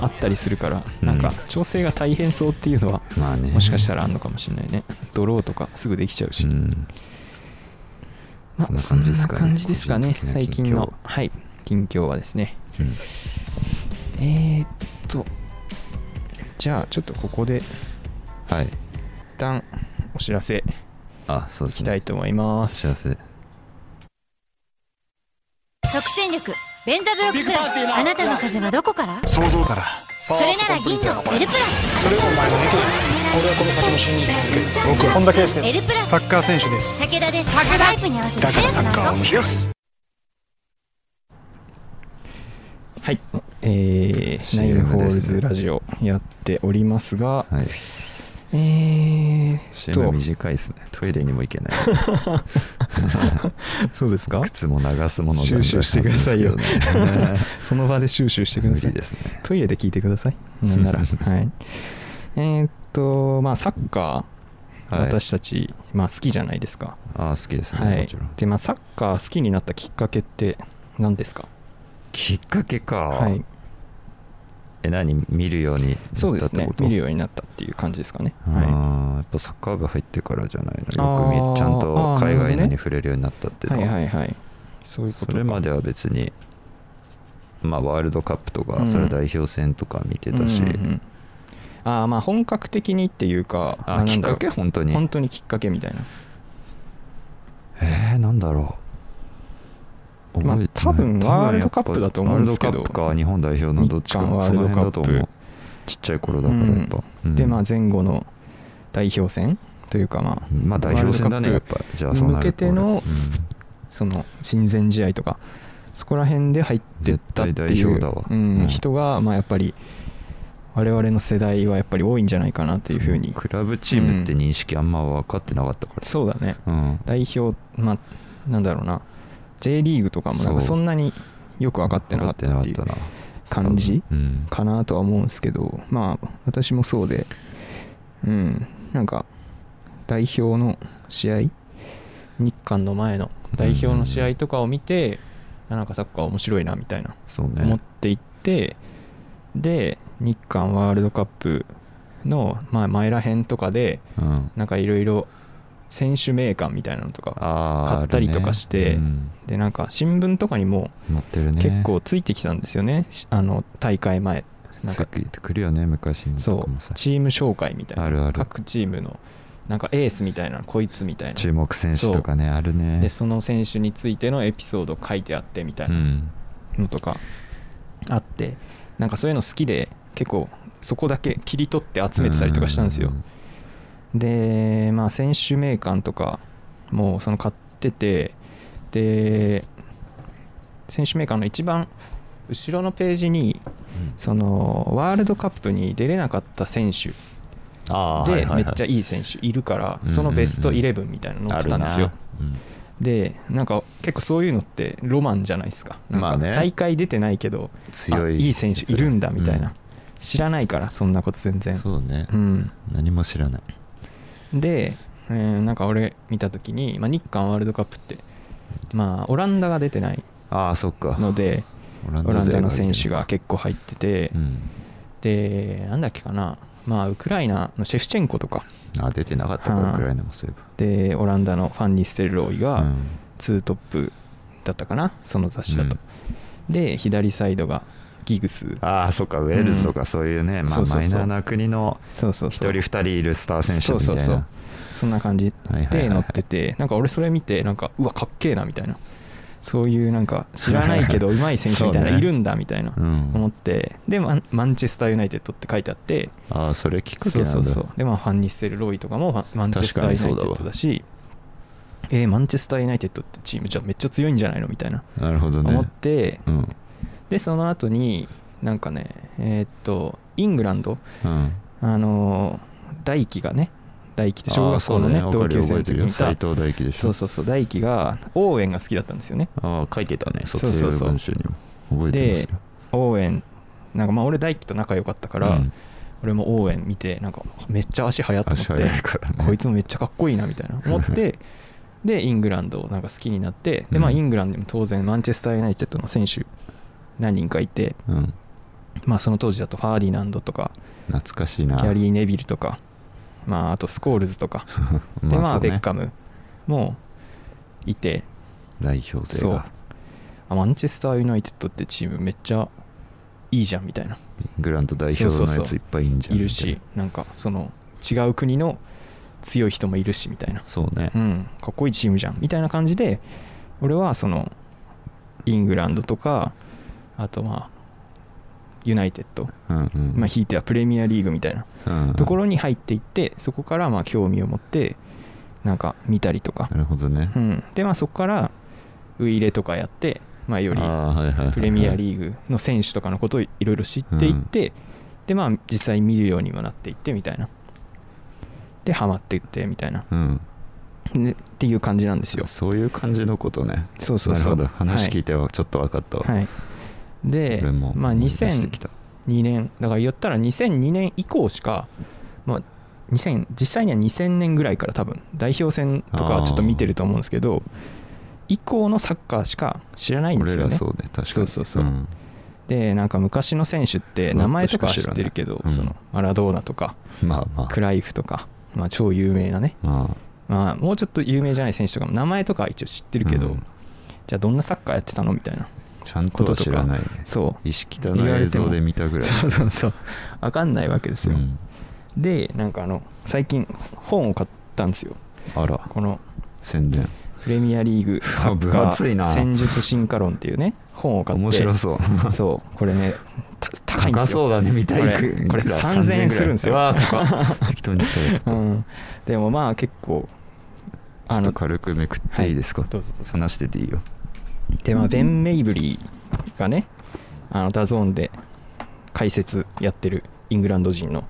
[SPEAKER 4] あったりするから、
[SPEAKER 5] うん
[SPEAKER 4] なんか調整が大変そうっていうのは
[SPEAKER 5] うまあね
[SPEAKER 4] もしかした
[SPEAKER 5] ら
[SPEAKER 4] らあんのかもしれないねドローとかすぐできちゃうし、
[SPEAKER 5] うん
[SPEAKER 4] まあそ
[SPEAKER 5] そん
[SPEAKER 4] んな
[SPEAKER 5] な
[SPEAKER 4] 感
[SPEAKER 5] 感
[SPEAKER 4] じ
[SPEAKER 5] じ
[SPEAKER 4] で
[SPEAKER 5] ですす
[SPEAKER 4] か
[SPEAKER 5] かね
[SPEAKER 4] ね
[SPEAKER 5] 個人的な
[SPEAKER 4] 最
[SPEAKER 5] 近況
[SPEAKER 4] 近のはい近況はですね
[SPEAKER 5] うん
[SPEAKER 4] えー、っとじゃあちょっとここで
[SPEAKER 5] はい
[SPEAKER 4] 一旦お知らせ
[SPEAKER 5] あそう
[SPEAKER 4] い
[SPEAKER 5] です
[SPEAKER 4] きた
[SPEAKER 5] ね
[SPEAKER 4] いと思います
[SPEAKER 5] 幸せ
[SPEAKER 6] 即戦力ベンザブロックプラスあなたの風はどこから
[SPEAKER 3] 想像から
[SPEAKER 6] それなら銀の L プラス
[SPEAKER 7] それがお前の意見だ俺はこの先も信じ続ける僕は本田圭佑
[SPEAKER 6] L プラス
[SPEAKER 7] サッカー選手です
[SPEAKER 6] 武田ですタイプに合わせて
[SPEAKER 7] だからサッカーは
[SPEAKER 6] を
[SPEAKER 7] 面白い
[SPEAKER 4] はいえー、ナイン
[SPEAKER 5] CM
[SPEAKER 4] ホール
[SPEAKER 5] です
[SPEAKER 4] ズ
[SPEAKER 5] ね
[SPEAKER 4] ラジオやっておりますが
[SPEAKER 5] はい
[SPEAKER 4] えーっ
[SPEAKER 5] CM
[SPEAKER 4] と
[SPEAKER 5] 短いですねトイレにも行け ない
[SPEAKER 4] そうですか
[SPEAKER 5] 靴も流すもの
[SPEAKER 4] 収集してくださいよ
[SPEAKER 5] なんですけどね
[SPEAKER 4] その場で 収集してくだ
[SPEAKER 5] 無
[SPEAKER 4] さ
[SPEAKER 5] 理
[SPEAKER 4] い
[SPEAKER 5] ですね
[SPEAKER 4] トイレで聞いてくださいなん ならはいえー、っとまあサッカー、
[SPEAKER 5] はい
[SPEAKER 4] 私たち、まあ、好きじゃないですか
[SPEAKER 5] あ好きですね、
[SPEAKER 4] は
[SPEAKER 5] も
[SPEAKER 4] い
[SPEAKER 5] ちろん、
[SPEAKER 4] でまあサッカー好きになったきっかけって何ですか
[SPEAKER 5] きっかけか、
[SPEAKER 4] はい
[SPEAKER 5] え何見るようになったってこと
[SPEAKER 4] そうですね見るようになったっていう感じですかね
[SPEAKER 5] あ
[SPEAKER 4] はい
[SPEAKER 5] ーやっぱサッカー部入ってからじゃない
[SPEAKER 4] あ
[SPEAKER 5] の
[SPEAKER 4] ー
[SPEAKER 5] よく見ちゃんと海
[SPEAKER 4] あー
[SPEAKER 5] 外
[SPEAKER 4] なるほどね
[SPEAKER 5] のに触れるようになったっていう
[SPEAKER 4] は
[SPEAKER 5] の
[SPEAKER 4] い
[SPEAKER 5] は
[SPEAKER 4] はいはいそういうこ
[SPEAKER 5] そ
[SPEAKER 4] とか
[SPEAKER 5] れまでは別に、まあ、ワールドカップと
[SPEAKER 4] う
[SPEAKER 5] か
[SPEAKER 4] ん
[SPEAKER 5] それは代表戦とか見てたし、
[SPEAKER 4] うんうんうんああまあ本格的にっていうかま
[SPEAKER 5] あき
[SPEAKER 4] な
[SPEAKER 5] っ
[SPEAKER 4] んだろ
[SPEAKER 5] かけ
[SPEAKER 4] う
[SPEAKER 5] 本当に
[SPEAKER 4] 本当にきっかけみたいな
[SPEAKER 5] えー、なんだろう
[SPEAKER 4] まあ
[SPEAKER 5] 覚えてない
[SPEAKER 4] 多分ワールドカップだと思うんですけど
[SPEAKER 5] ワールドカップか日本代表のどっちか
[SPEAKER 4] 日韓ワー
[SPEAKER 5] そ
[SPEAKER 4] ル
[SPEAKER 5] の
[SPEAKER 4] ドカップ
[SPEAKER 5] 辺だと思うちっちゃい頃だからやっぱ、
[SPEAKER 4] うん
[SPEAKER 5] うん
[SPEAKER 4] でまあ前後の代表戦というかまあ
[SPEAKER 5] まあ代表戦だねや
[SPEAKER 4] ワー
[SPEAKER 5] っ
[SPEAKER 4] ルドカ
[SPEAKER 5] ぱ
[SPEAKER 4] ップ
[SPEAKER 5] じゃあそうなると
[SPEAKER 4] に向けての
[SPEAKER 5] 俺うん
[SPEAKER 4] その親善試合とかそこら辺で入ってったって
[SPEAKER 5] 絶対
[SPEAKER 4] い
[SPEAKER 5] 代
[SPEAKER 4] う
[SPEAKER 5] 表だわ
[SPEAKER 4] うん
[SPEAKER 5] うん
[SPEAKER 4] 人がまあやっぱり我々の世代はやっぱり多いんじゃないかなというふうに
[SPEAKER 5] クラブチームって認識あんま分かってなかったから、
[SPEAKER 4] そうだね
[SPEAKER 5] うん
[SPEAKER 4] 代表まあなんだろうな J リーグとかもなんか
[SPEAKER 5] そう
[SPEAKER 4] そんなによく分かってなかったって
[SPEAKER 5] 分
[SPEAKER 4] いう
[SPEAKER 5] かってなかったな
[SPEAKER 4] 感じ
[SPEAKER 5] うん
[SPEAKER 4] かなとは思うんですけどまあ私もそうでうんなんか代表の試合日韓の前の代表の試合とかを見て、あなんかサッカー面白いなみたいな
[SPEAKER 5] そうね
[SPEAKER 4] 思っていって、で日韓ワールドカップの、まあ、前ら辺とかで
[SPEAKER 5] うん
[SPEAKER 4] なんかいろいろ選手名鑑みたいなのとか
[SPEAKER 5] あー
[SPEAKER 4] 買ったりとかして
[SPEAKER 5] あるねうん
[SPEAKER 4] でなんか新聞とかにも
[SPEAKER 5] 載ってるね
[SPEAKER 4] 結構ついてきたんですよねしあの大会前なん
[SPEAKER 5] つ
[SPEAKER 4] か
[SPEAKER 5] いてくるよね昔のと
[SPEAKER 4] そ
[SPEAKER 5] かもさ
[SPEAKER 4] うチーム紹介みたいな
[SPEAKER 5] あるある
[SPEAKER 4] 各チームのなんかエースみたいなこいつみたいな
[SPEAKER 5] 注目選手とかねあるね
[SPEAKER 4] でその選手についてのエピソード書いてあってみたいうなんのとかあってなんかそういうの好きで結構そこだけ切り取って集めてたりとかしたんですよ
[SPEAKER 5] う
[SPEAKER 4] でまあ選手名鑑とかもその買っててで選手名鑑の一番後ろのページにそのワールドカップに出れなかった選手
[SPEAKER 5] あーは
[SPEAKER 4] で
[SPEAKER 5] いは
[SPEAKER 4] め
[SPEAKER 5] い
[SPEAKER 4] っ
[SPEAKER 5] はい
[SPEAKER 4] ちゃいい選手いるから
[SPEAKER 5] うんうん
[SPEAKER 4] そのベストイレブンみたいなの載ってたんですよ
[SPEAKER 5] あるな
[SPEAKER 4] でなんか結構そういうのってロマンじゃないですかなん
[SPEAKER 5] まあ
[SPEAKER 4] か
[SPEAKER 5] ね
[SPEAKER 4] 大会出てないけど
[SPEAKER 5] 強い
[SPEAKER 4] あいい選手いるんだみたいな、
[SPEAKER 5] うん
[SPEAKER 4] 知らないからそんなこと全
[SPEAKER 5] うん
[SPEAKER 4] 然
[SPEAKER 5] そうね
[SPEAKER 4] うん
[SPEAKER 5] 何も知らない
[SPEAKER 4] で、えーなんか俺見た時に、まあ、日韓ワールドカップってまあオランダが出てない
[SPEAKER 5] ああそっか
[SPEAKER 4] ので
[SPEAKER 5] オ
[SPEAKER 4] オランダの選手が結構入ってて、
[SPEAKER 5] うん
[SPEAKER 4] でなんだっけかなまあウクライナのシェフチェンコとか
[SPEAKER 5] あ出てなかったか
[SPEAKER 4] は
[SPEAKER 5] ら
[SPEAKER 4] い
[SPEAKER 5] ウクライナもそういえ
[SPEAKER 4] でオランダのファン・ニステルローイ
[SPEAKER 5] ばう
[SPEAKER 4] が
[SPEAKER 5] ん
[SPEAKER 4] ツートップだったかなその雑誌だと、で左サイドがギグス
[SPEAKER 5] ああそっかウェールズとかそういうねま
[SPEAKER 4] そ
[SPEAKER 5] あ
[SPEAKER 4] うそ
[SPEAKER 5] マ
[SPEAKER 4] う
[SPEAKER 5] イ
[SPEAKER 4] そう
[SPEAKER 5] ナーな国の
[SPEAKER 4] そうそう
[SPEAKER 5] 一
[SPEAKER 4] そう
[SPEAKER 5] 人二人いるスター選手みたいな
[SPEAKER 4] そうそうそうそんな感じ
[SPEAKER 5] はいはいはい
[SPEAKER 4] で
[SPEAKER 5] はい
[SPEAKER 4] 乗っててなんか俺それ見てなんかうわかっけえなみたいなそういうなんか知らな いけどうまい選手みたい
[SPEAKER 5] そう
[SPEAKER 4] な
[SPEAKER 5] ね
[SPEAKER 4] いるんだみたいな
[SPEAKER 5] うん
[SPEAKER 4] 思ってでマンマンチェスター・ユナイテッドって書いてあって
[SPEAKER 5] ああそれきっかけ
[SPEAKER 4] そ
[SPEAKER 5] な
[SPEAKER 4] う
[SPEAKER 5] んだ
[SPEAKER 4] そうそうでまあファン・ニッセル・ロイとかもファンマンチェスター・ユナイテッドだしえーマンチェスター・ユナイテッドってチームじゃめっちゃ強いんじゃないのみたいな
[SPEAKER 5] なるほどね
[SPEAKER 4] 思って
[SPEAKER 5] うん
[SPEAKER 4] でその後になんかねえーっとイングランド
[SPEAKER 5] うん
[SPEAKER 4] あのー大輝がね大輝って小
[SPEAKER 5] ああ
[SPEAKER 4] 学
[SPEAKER 5] そ
[SPEAKER 4] 校
[SPEAKER 5] う
[SPEAKER 4] のね
[SPEAKER 5] わか
[SPEAKER 4] 同
[SPEAKER 5] るよ
[SPEAKER 4] 級生
[SPEAKER 5] 覚え
[SPEAKER 4] の
[SPEAKER 5] てる
[SPEAKER 4] 時に
[SPEAKER 5] よ
[SPEAKER 4] いた
[SPEAKER 5] 斎藤大輝でし
[SPEAKER 4] そ
[SPEAKER 5] ょ
[SPEAKER 4] うそうそう大輝が応援が好きだったんですよね
[SPEAKER 5] ああ書いてたね
[SPEAKER 4] そう
[SPEAKER 5] 卒
[SPEAKER 4] そうそ
[SPEAKER 5] 業
[SPEAKER 4] う
[SPEAKER 5] 文集にも覚えてます
[SPEAKER 4] で
[SPEAKER 5] よ
[SPEAKER 4] 応援なんかまあ俺大輝と仲良かったから、
[SPEAKER 5] うん
[SPEAKER 4] 俺も応援見てなんかめっちゃ足速っと思っ
[SPEAKER 5] 足
[SPEAKER 4] て、
[SPEAKER 5] 速いからね
[SPEAKER 4] こいつもめっちゃかっこいいなみた いな思ってでイングランドをなんか好きになってでまあ
[SPEAKER 5] うん
[SPEAKER 4] イングランドにも当然マンチェスター・ユナイテッドの選手何人かいて
[SPEAKER 5] うん
[SPEAKER 4] まあその当時だとファーディナンドとか
[SPEAKER 5] 懐かしいな
[SPEAKER 4] キ ャリー・ネビルとかまああとスコールズとかでまあ
[SPEAKER 5] そうね
[SPEAKER 4] ベッカムもいて
[SPEAKER 5] 代表勢
[SPEAKER 4] そう
[SPEAKER 5] が
[SPEAKER 4] あマンチェスター・ユナイテッドってチームめっちゃいいじゃんみたいな
[SPEAKER 5] イングランド代表の
[SPEAKER 4] そうそ
[SPEAKER 5] や
[SPEAKER 4] う
[SPEAKER 5] つ
[SPEAKER 4] そう
[SPEAKER 5] いっぱいいんじゃん
[SPEAKER 4] いるしなんかその違う国の強い人もいるしみたいな、
[SPEAKER 5] そうね
[SPEAKER 4] うん、かっこいいチームじゃんみたいな感じで俺はそのイングランドとかあとまあユナイテッド、
[SPEAKER 5] うんうん
[SPEAKER 4] まあ、ひいてはプレミアリーグみたいな
[SPEAKER 5] うん
[SPEAKER 4] ところに入っていってそこからまあ興味を持ってなんか見たりとか
[SPEAKER 5] な、るほどね
[SPEAKER 4] うん、でまあそこからウイイレとかやって、まあ、より
[SPEAKER 5] あーはいはいはい
[SPEAKER 4] プレミアリーグの選手とかのことをいろいろ知っていって、でまあ実際見るようにもなっていってみたいなでハマっていってみたいな、
[SPEAKER 5] うん
[SPEAKER 4] ねっていう感じなんですよ
[SPEAKER 5] そういう感じのことね
[SPEAKER 4] そうそうそう
[SPEAKER 5] なるほど話
[SPEAKER 4] はい
[SPEAKER 5] 聞いてはちょっと分かったわ
[SPEAKER 4] はいで
[SPEAKER 5] 自分も
[SPEAKER 4] まあ
[SPEAKER 5] 思い出して
[SPEAKER 4] 2002
[SPEAKER 5] きた
[SPEAKER 4] 年だから言ったら2002年以降しか、まあ、2000実際には2000年ぐらいから多分代表戦とかはちょっと見てると思うんですけど以降のサッカーしか知らないんで
[SPEAKER 5] 俺
[SPEAKER 4] すよ
[SPEAKER 5] ら
[SPEAKER 4] ね
[SPEAKER 5] そうね確かに
[SPEAKER 4] そうそうそうんでなんか昔の選手って名前とかは知ってるけど、
[SPEAKER 5] うん
[SPEAKER 4] そのマラドーナとか
[SPEAKER 5] まあまあ
[SPEAKER 4] クライフとか、まあ、超有名なね、
[SPEAKER 5] まあ
[SPEAKER 4] まあ、もうちょっと有名じゃない選手とかも名前とかは一応知ってるけど、
[SPEAKER 5] うん
[SPEAKER 4] じゃあどんなサッカーやってたのみたいな
[SPEAKER 5] ちゃん
[SPEAKER 4] ことと
[SPEAKER 5] は
[SPEAKER 4] と
[SPEAKER 5] 知
[SPEAKER 4] から
[SPEAKER 5] ないね
[SPEAKER 4] そう
[SPEAKER 5] 意識高い映像で見たぐらい
[SPEAKER 4] そうそうそう分かんないわけですよ、
[SPEAKER 5] うん
[SPEAKER 4] でなんかあの最近本を買ったんですよ
[SPEAKER 5] あら
[SPEAKER 4] この
[SPEAKER 5] 宣伝
[SPEAKER 4] プレミアリーグサッ
[SPEAKER 5] 分
[SPEAKER 4] カ
[SPEAKER 5] 厚いな
[SPEAKER 4] ー戦術進化論っていうね本を買って
[SPEAKER 5] 面白そう
[SPEAKER 4] そうこれねた高いんです
[SPEAKER 5] 高そ
[SPEAKER 4] よ
[SPEAKER 5] うだね見たい
[SPEAKER 4] これこれ3000円するんですよ
[SPEAKER 5] わあ高っ 適当に言った
[SPEAKER 4] う
[SPEAKER 5] ら
[SPEAKER 4] ん、でもまあ結構
[SPEAKER 5] ちょ
[SPEAKER 4] あ
[SPEAKER 5] っと
[SPEAKER 4] の
[SPEAKER 5] 軽くめくっていいですか、
[SPEAKER 4] はいどうぞどうぞ
[SPEAKER 5] 話してていいよ
[SPEAKER 4] でまあベン・メイブリーがねあのダゾーンで解説やってるイングランド人の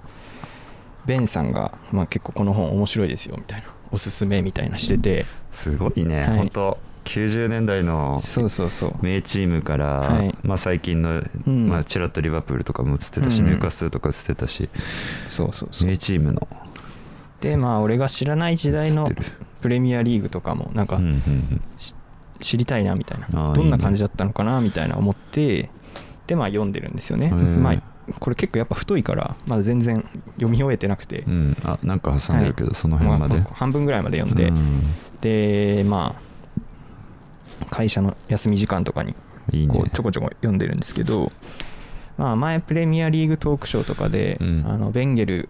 [SPEAKER 4] ベンさんが、まあ、結構この本面白いですよみたいなおすすめみたいなしてて
[SPEAKER 5] すごいね、
[SPEAKER 4] はい
[SPEAKER 5] 本当90年代の
[SPEAKER 4] そうそうそう
[SPEAKER 5] 名チームから、
[SPEAKER 4] はい
[SPEAKER 5] まあ、最近の、
[SPEAKER 4] うん
[SPEAKER 5] まあ、ちらっとリバプールとかも映ってたし、
[SPEAKER 4] うん
[SPEAKER 5] ニューカッスルとか映ってたし
[SPEAKER 4] そうそうそう
[SPEAKER 5] 名チームの
[SPEAKER 4] でまあ俺が知らない時代の
[SPEAKER 5] 映ってる
[SPEAKER 4] プレミアリーグとかもなんか、
[SPEAKER 5] うんうんうん
[SPEAKER 4] し知りたいなみたい
[SPEAKER 5] あ
[SPEAKER 4] な
[SPEAKER 5] ー
[SPEAKER 4] どん
[SPEAKER 5] いい
[SPEAKER 4] な
[SPEAKER 5] ね
[SPEAKER 4] 感じだったのかなみたいな思ってでまあ読んでるんですよね、
[SPEAKER 5] へー
[SPEAKER 4] まあ、これ結構やっぱ太いからまだ全然読み終えてなくて、
[SPEAKER 5] うん、あなんか挟んでるけど、
[SPEAKER 4] はい
[SPEAKER 5] その辺まで、
[SPEAKER 4] ああ半分ぐらいまで読んで、
[SPEAKER 5] うん
[SPEAKER 4] でまあ会社の休み時間とかに
[SPEAKER 5] いいね
[SPEAKER 4] こうちょこちょこ読んでるんですけどまあ、前プレミアリーグトークショーとかで、
[SPEAKER 5] うん
[SPEAKER 4] あのベンゲル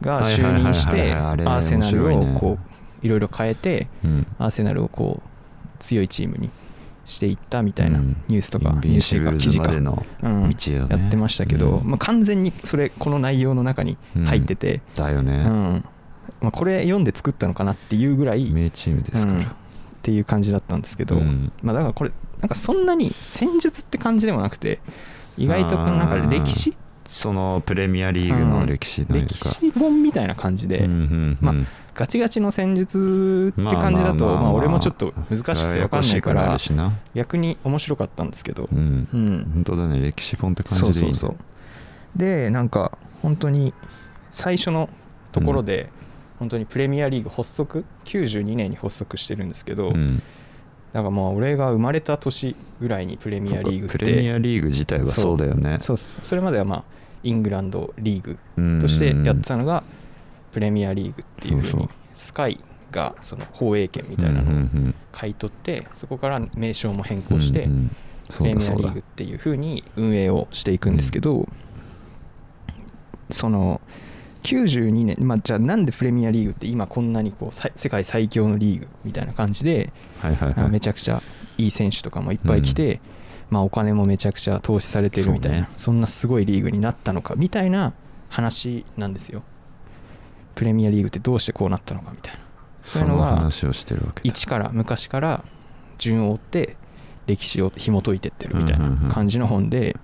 [SPEAKER 4] が
[SPEAKER 5] はい
[SPEAKER 4] 就
[SPEAKER 5] はいはいはいは
[SPEAKER 4] 任
[SPEAKER 5] い
[SPEAKER 4] してア
[SPEAKER 5] あれ
[SPEAKER 4] ーセナル
[SPEAKER 5] 面白い
[SPEAKER 4] を
[SPEAKER 5] ね
[SPEAKER 4] こういろいろ変えて
[SPEAKER 5] うん
[SPEAKER 4] アーセナルをこう強いチームにしていったみたいな
[SPEAKER 5] うん
[SPEAKER 4] ニュースとか、
[SPEAKER 5] インビ
[SPEAKER 4] ニュ
[SPEAKER 5] ン
[SPEAKER 4] ースと
[SPEAKER 5] シ
[SPEAKER 4] いう
[SPEAKER 5] ブ
[SPEAKER 4] か
[SPEAKER 5] ル
[SPEAKER 4] 記
[SPEAKER 5] ズ
[SPEAKER 4] 事
[SPEAKER 5] ま
[SPEAKER 4] か
[SPEAKER 5] での
[SPEAKER 4] うん
[SPEAKER 5] 道よね、
[SPEAKER 4] やってましたけど、
[SPEAKER 5] うん
[SPEAKER 4] まあ、完全にそれこの内容の中に入ってて、
[SPEAKER 5] だよ
[SPEAKER 4] うん
[SPEAKER 5] ね、
[SPEAKER 4] まあ、これ読んで作ったのかなっていうぐらい、
[SPEAKER 5] 名チームですか
[SPEAKER 4] うんっ
[SPEAKER 5] ら、
[SPEAKER 4] ていう感じだったんですけど、
[SPEAKER 5] うん
[SPEAKER 4] まあ、だからこれなんかそんなに戦術って感じでもなくて意外とこのなんか歴史
[SPEAKER 5] そのプレミアリーグの歴史の
[SPEAKER 4] 歴史本みたいな感じで、
[SPEAKER 5] うんうんう
[SPEAKER 4] まあ
[SPEAKER 5] ん、
[SPEAKER 4] ガチガチの戦術って感じだと、
[SPEAKER 5] まあまあまあまあ
[SPEAKER 4] まあ、俺もちょっと難しくて分かんないか
[SPEAKER 5] ややこしくな
[SPEAKER 4] ら
[SPEAKER 5] るしな
[SPEAKER 4] 逆に面白かったんですけど
[SPEAKER 5] う、ん、
[SPEAKER 4] うん
[SPEAKER 5] 本当だね歴史本って
[SPEAKER 4] そ
[SPEAKER 5] 感
[SPEAKER 4] う
[SPEAKER 5] じで
[SPEAKER 4] そ
[SPEAKER 5] いいうね
[SPEAKER 4] そうでなんか本当に最初のところで、本当にプレミアリーグ発足92年に発足してるんですけど、
[SPEAKER 5] うん
[SPEAKER 4] だからまあ俺が生まれた年ぐらいにプレミアリーグって
[SPEAKER 5] プレミアリーグ自体はそうだよね
[SPEAKER 4] そうそうそれまではまあイングランドリーグ
[SPEAKER 5] うん
[SPEAKER 4] としてやってたのがプレミアリーグっていうふう
[SPEAKER 5] そうそ
[SPEAKER 4] に
[SPEAKER 5] う
[SPEAKER 4] スカイがその放映権みたいな
[SPEAKER 5] うんう
[SPEAKER 4] のを
[SPEAKER 5] んうん
[SPEAKER 4] 買い取ってそこから名称も変更して
[SPEAKER 5] うんうん
[SPEAKER 4] プ
[SPEAKER 5] そう
[SPEAKER 4] レ
[SPEAKER 5] だ
[SPEAKER 4] ミア
[SPEAKER 5] そ
[SPEAKER 4] リ
[SPEAKER 5] う
[SPEAKER 4] ー
[SPEAKER 5] だ
[SPEAKER 4] グっていうふうに運営をしていくんですけどその92年まあじゃあなんでプレミアリーグって今こんなにこうさい世界最強のリーグみたいな感じで
[SPEAKER 5] はいはい
[SPEAKER 4] あ
[SPEAKER 5] はい
[SPEAKER 4] めちゃくちゃいい選手とかもいっぱい来て、まあ、お金もめちゃくちゃ投資されてるみたいなそ,、
[SPEAKER 5] そうね
[SPEAKER 4] んなすごいリーグになったのかみたいな話なんですよプレミアリーグってどうしてこうなったのかみたいなそういうの
[SPEAKER 5] その
[SPEAKER 4] が
[SPEAKER 5] 話をしてるわけだ
[SPEAKER 4] 一から昔から順を追って歴史を紐解いてってるみたい
[SPEAKER 5] うんうんう
[SPEAKER 4] なん感じの本で、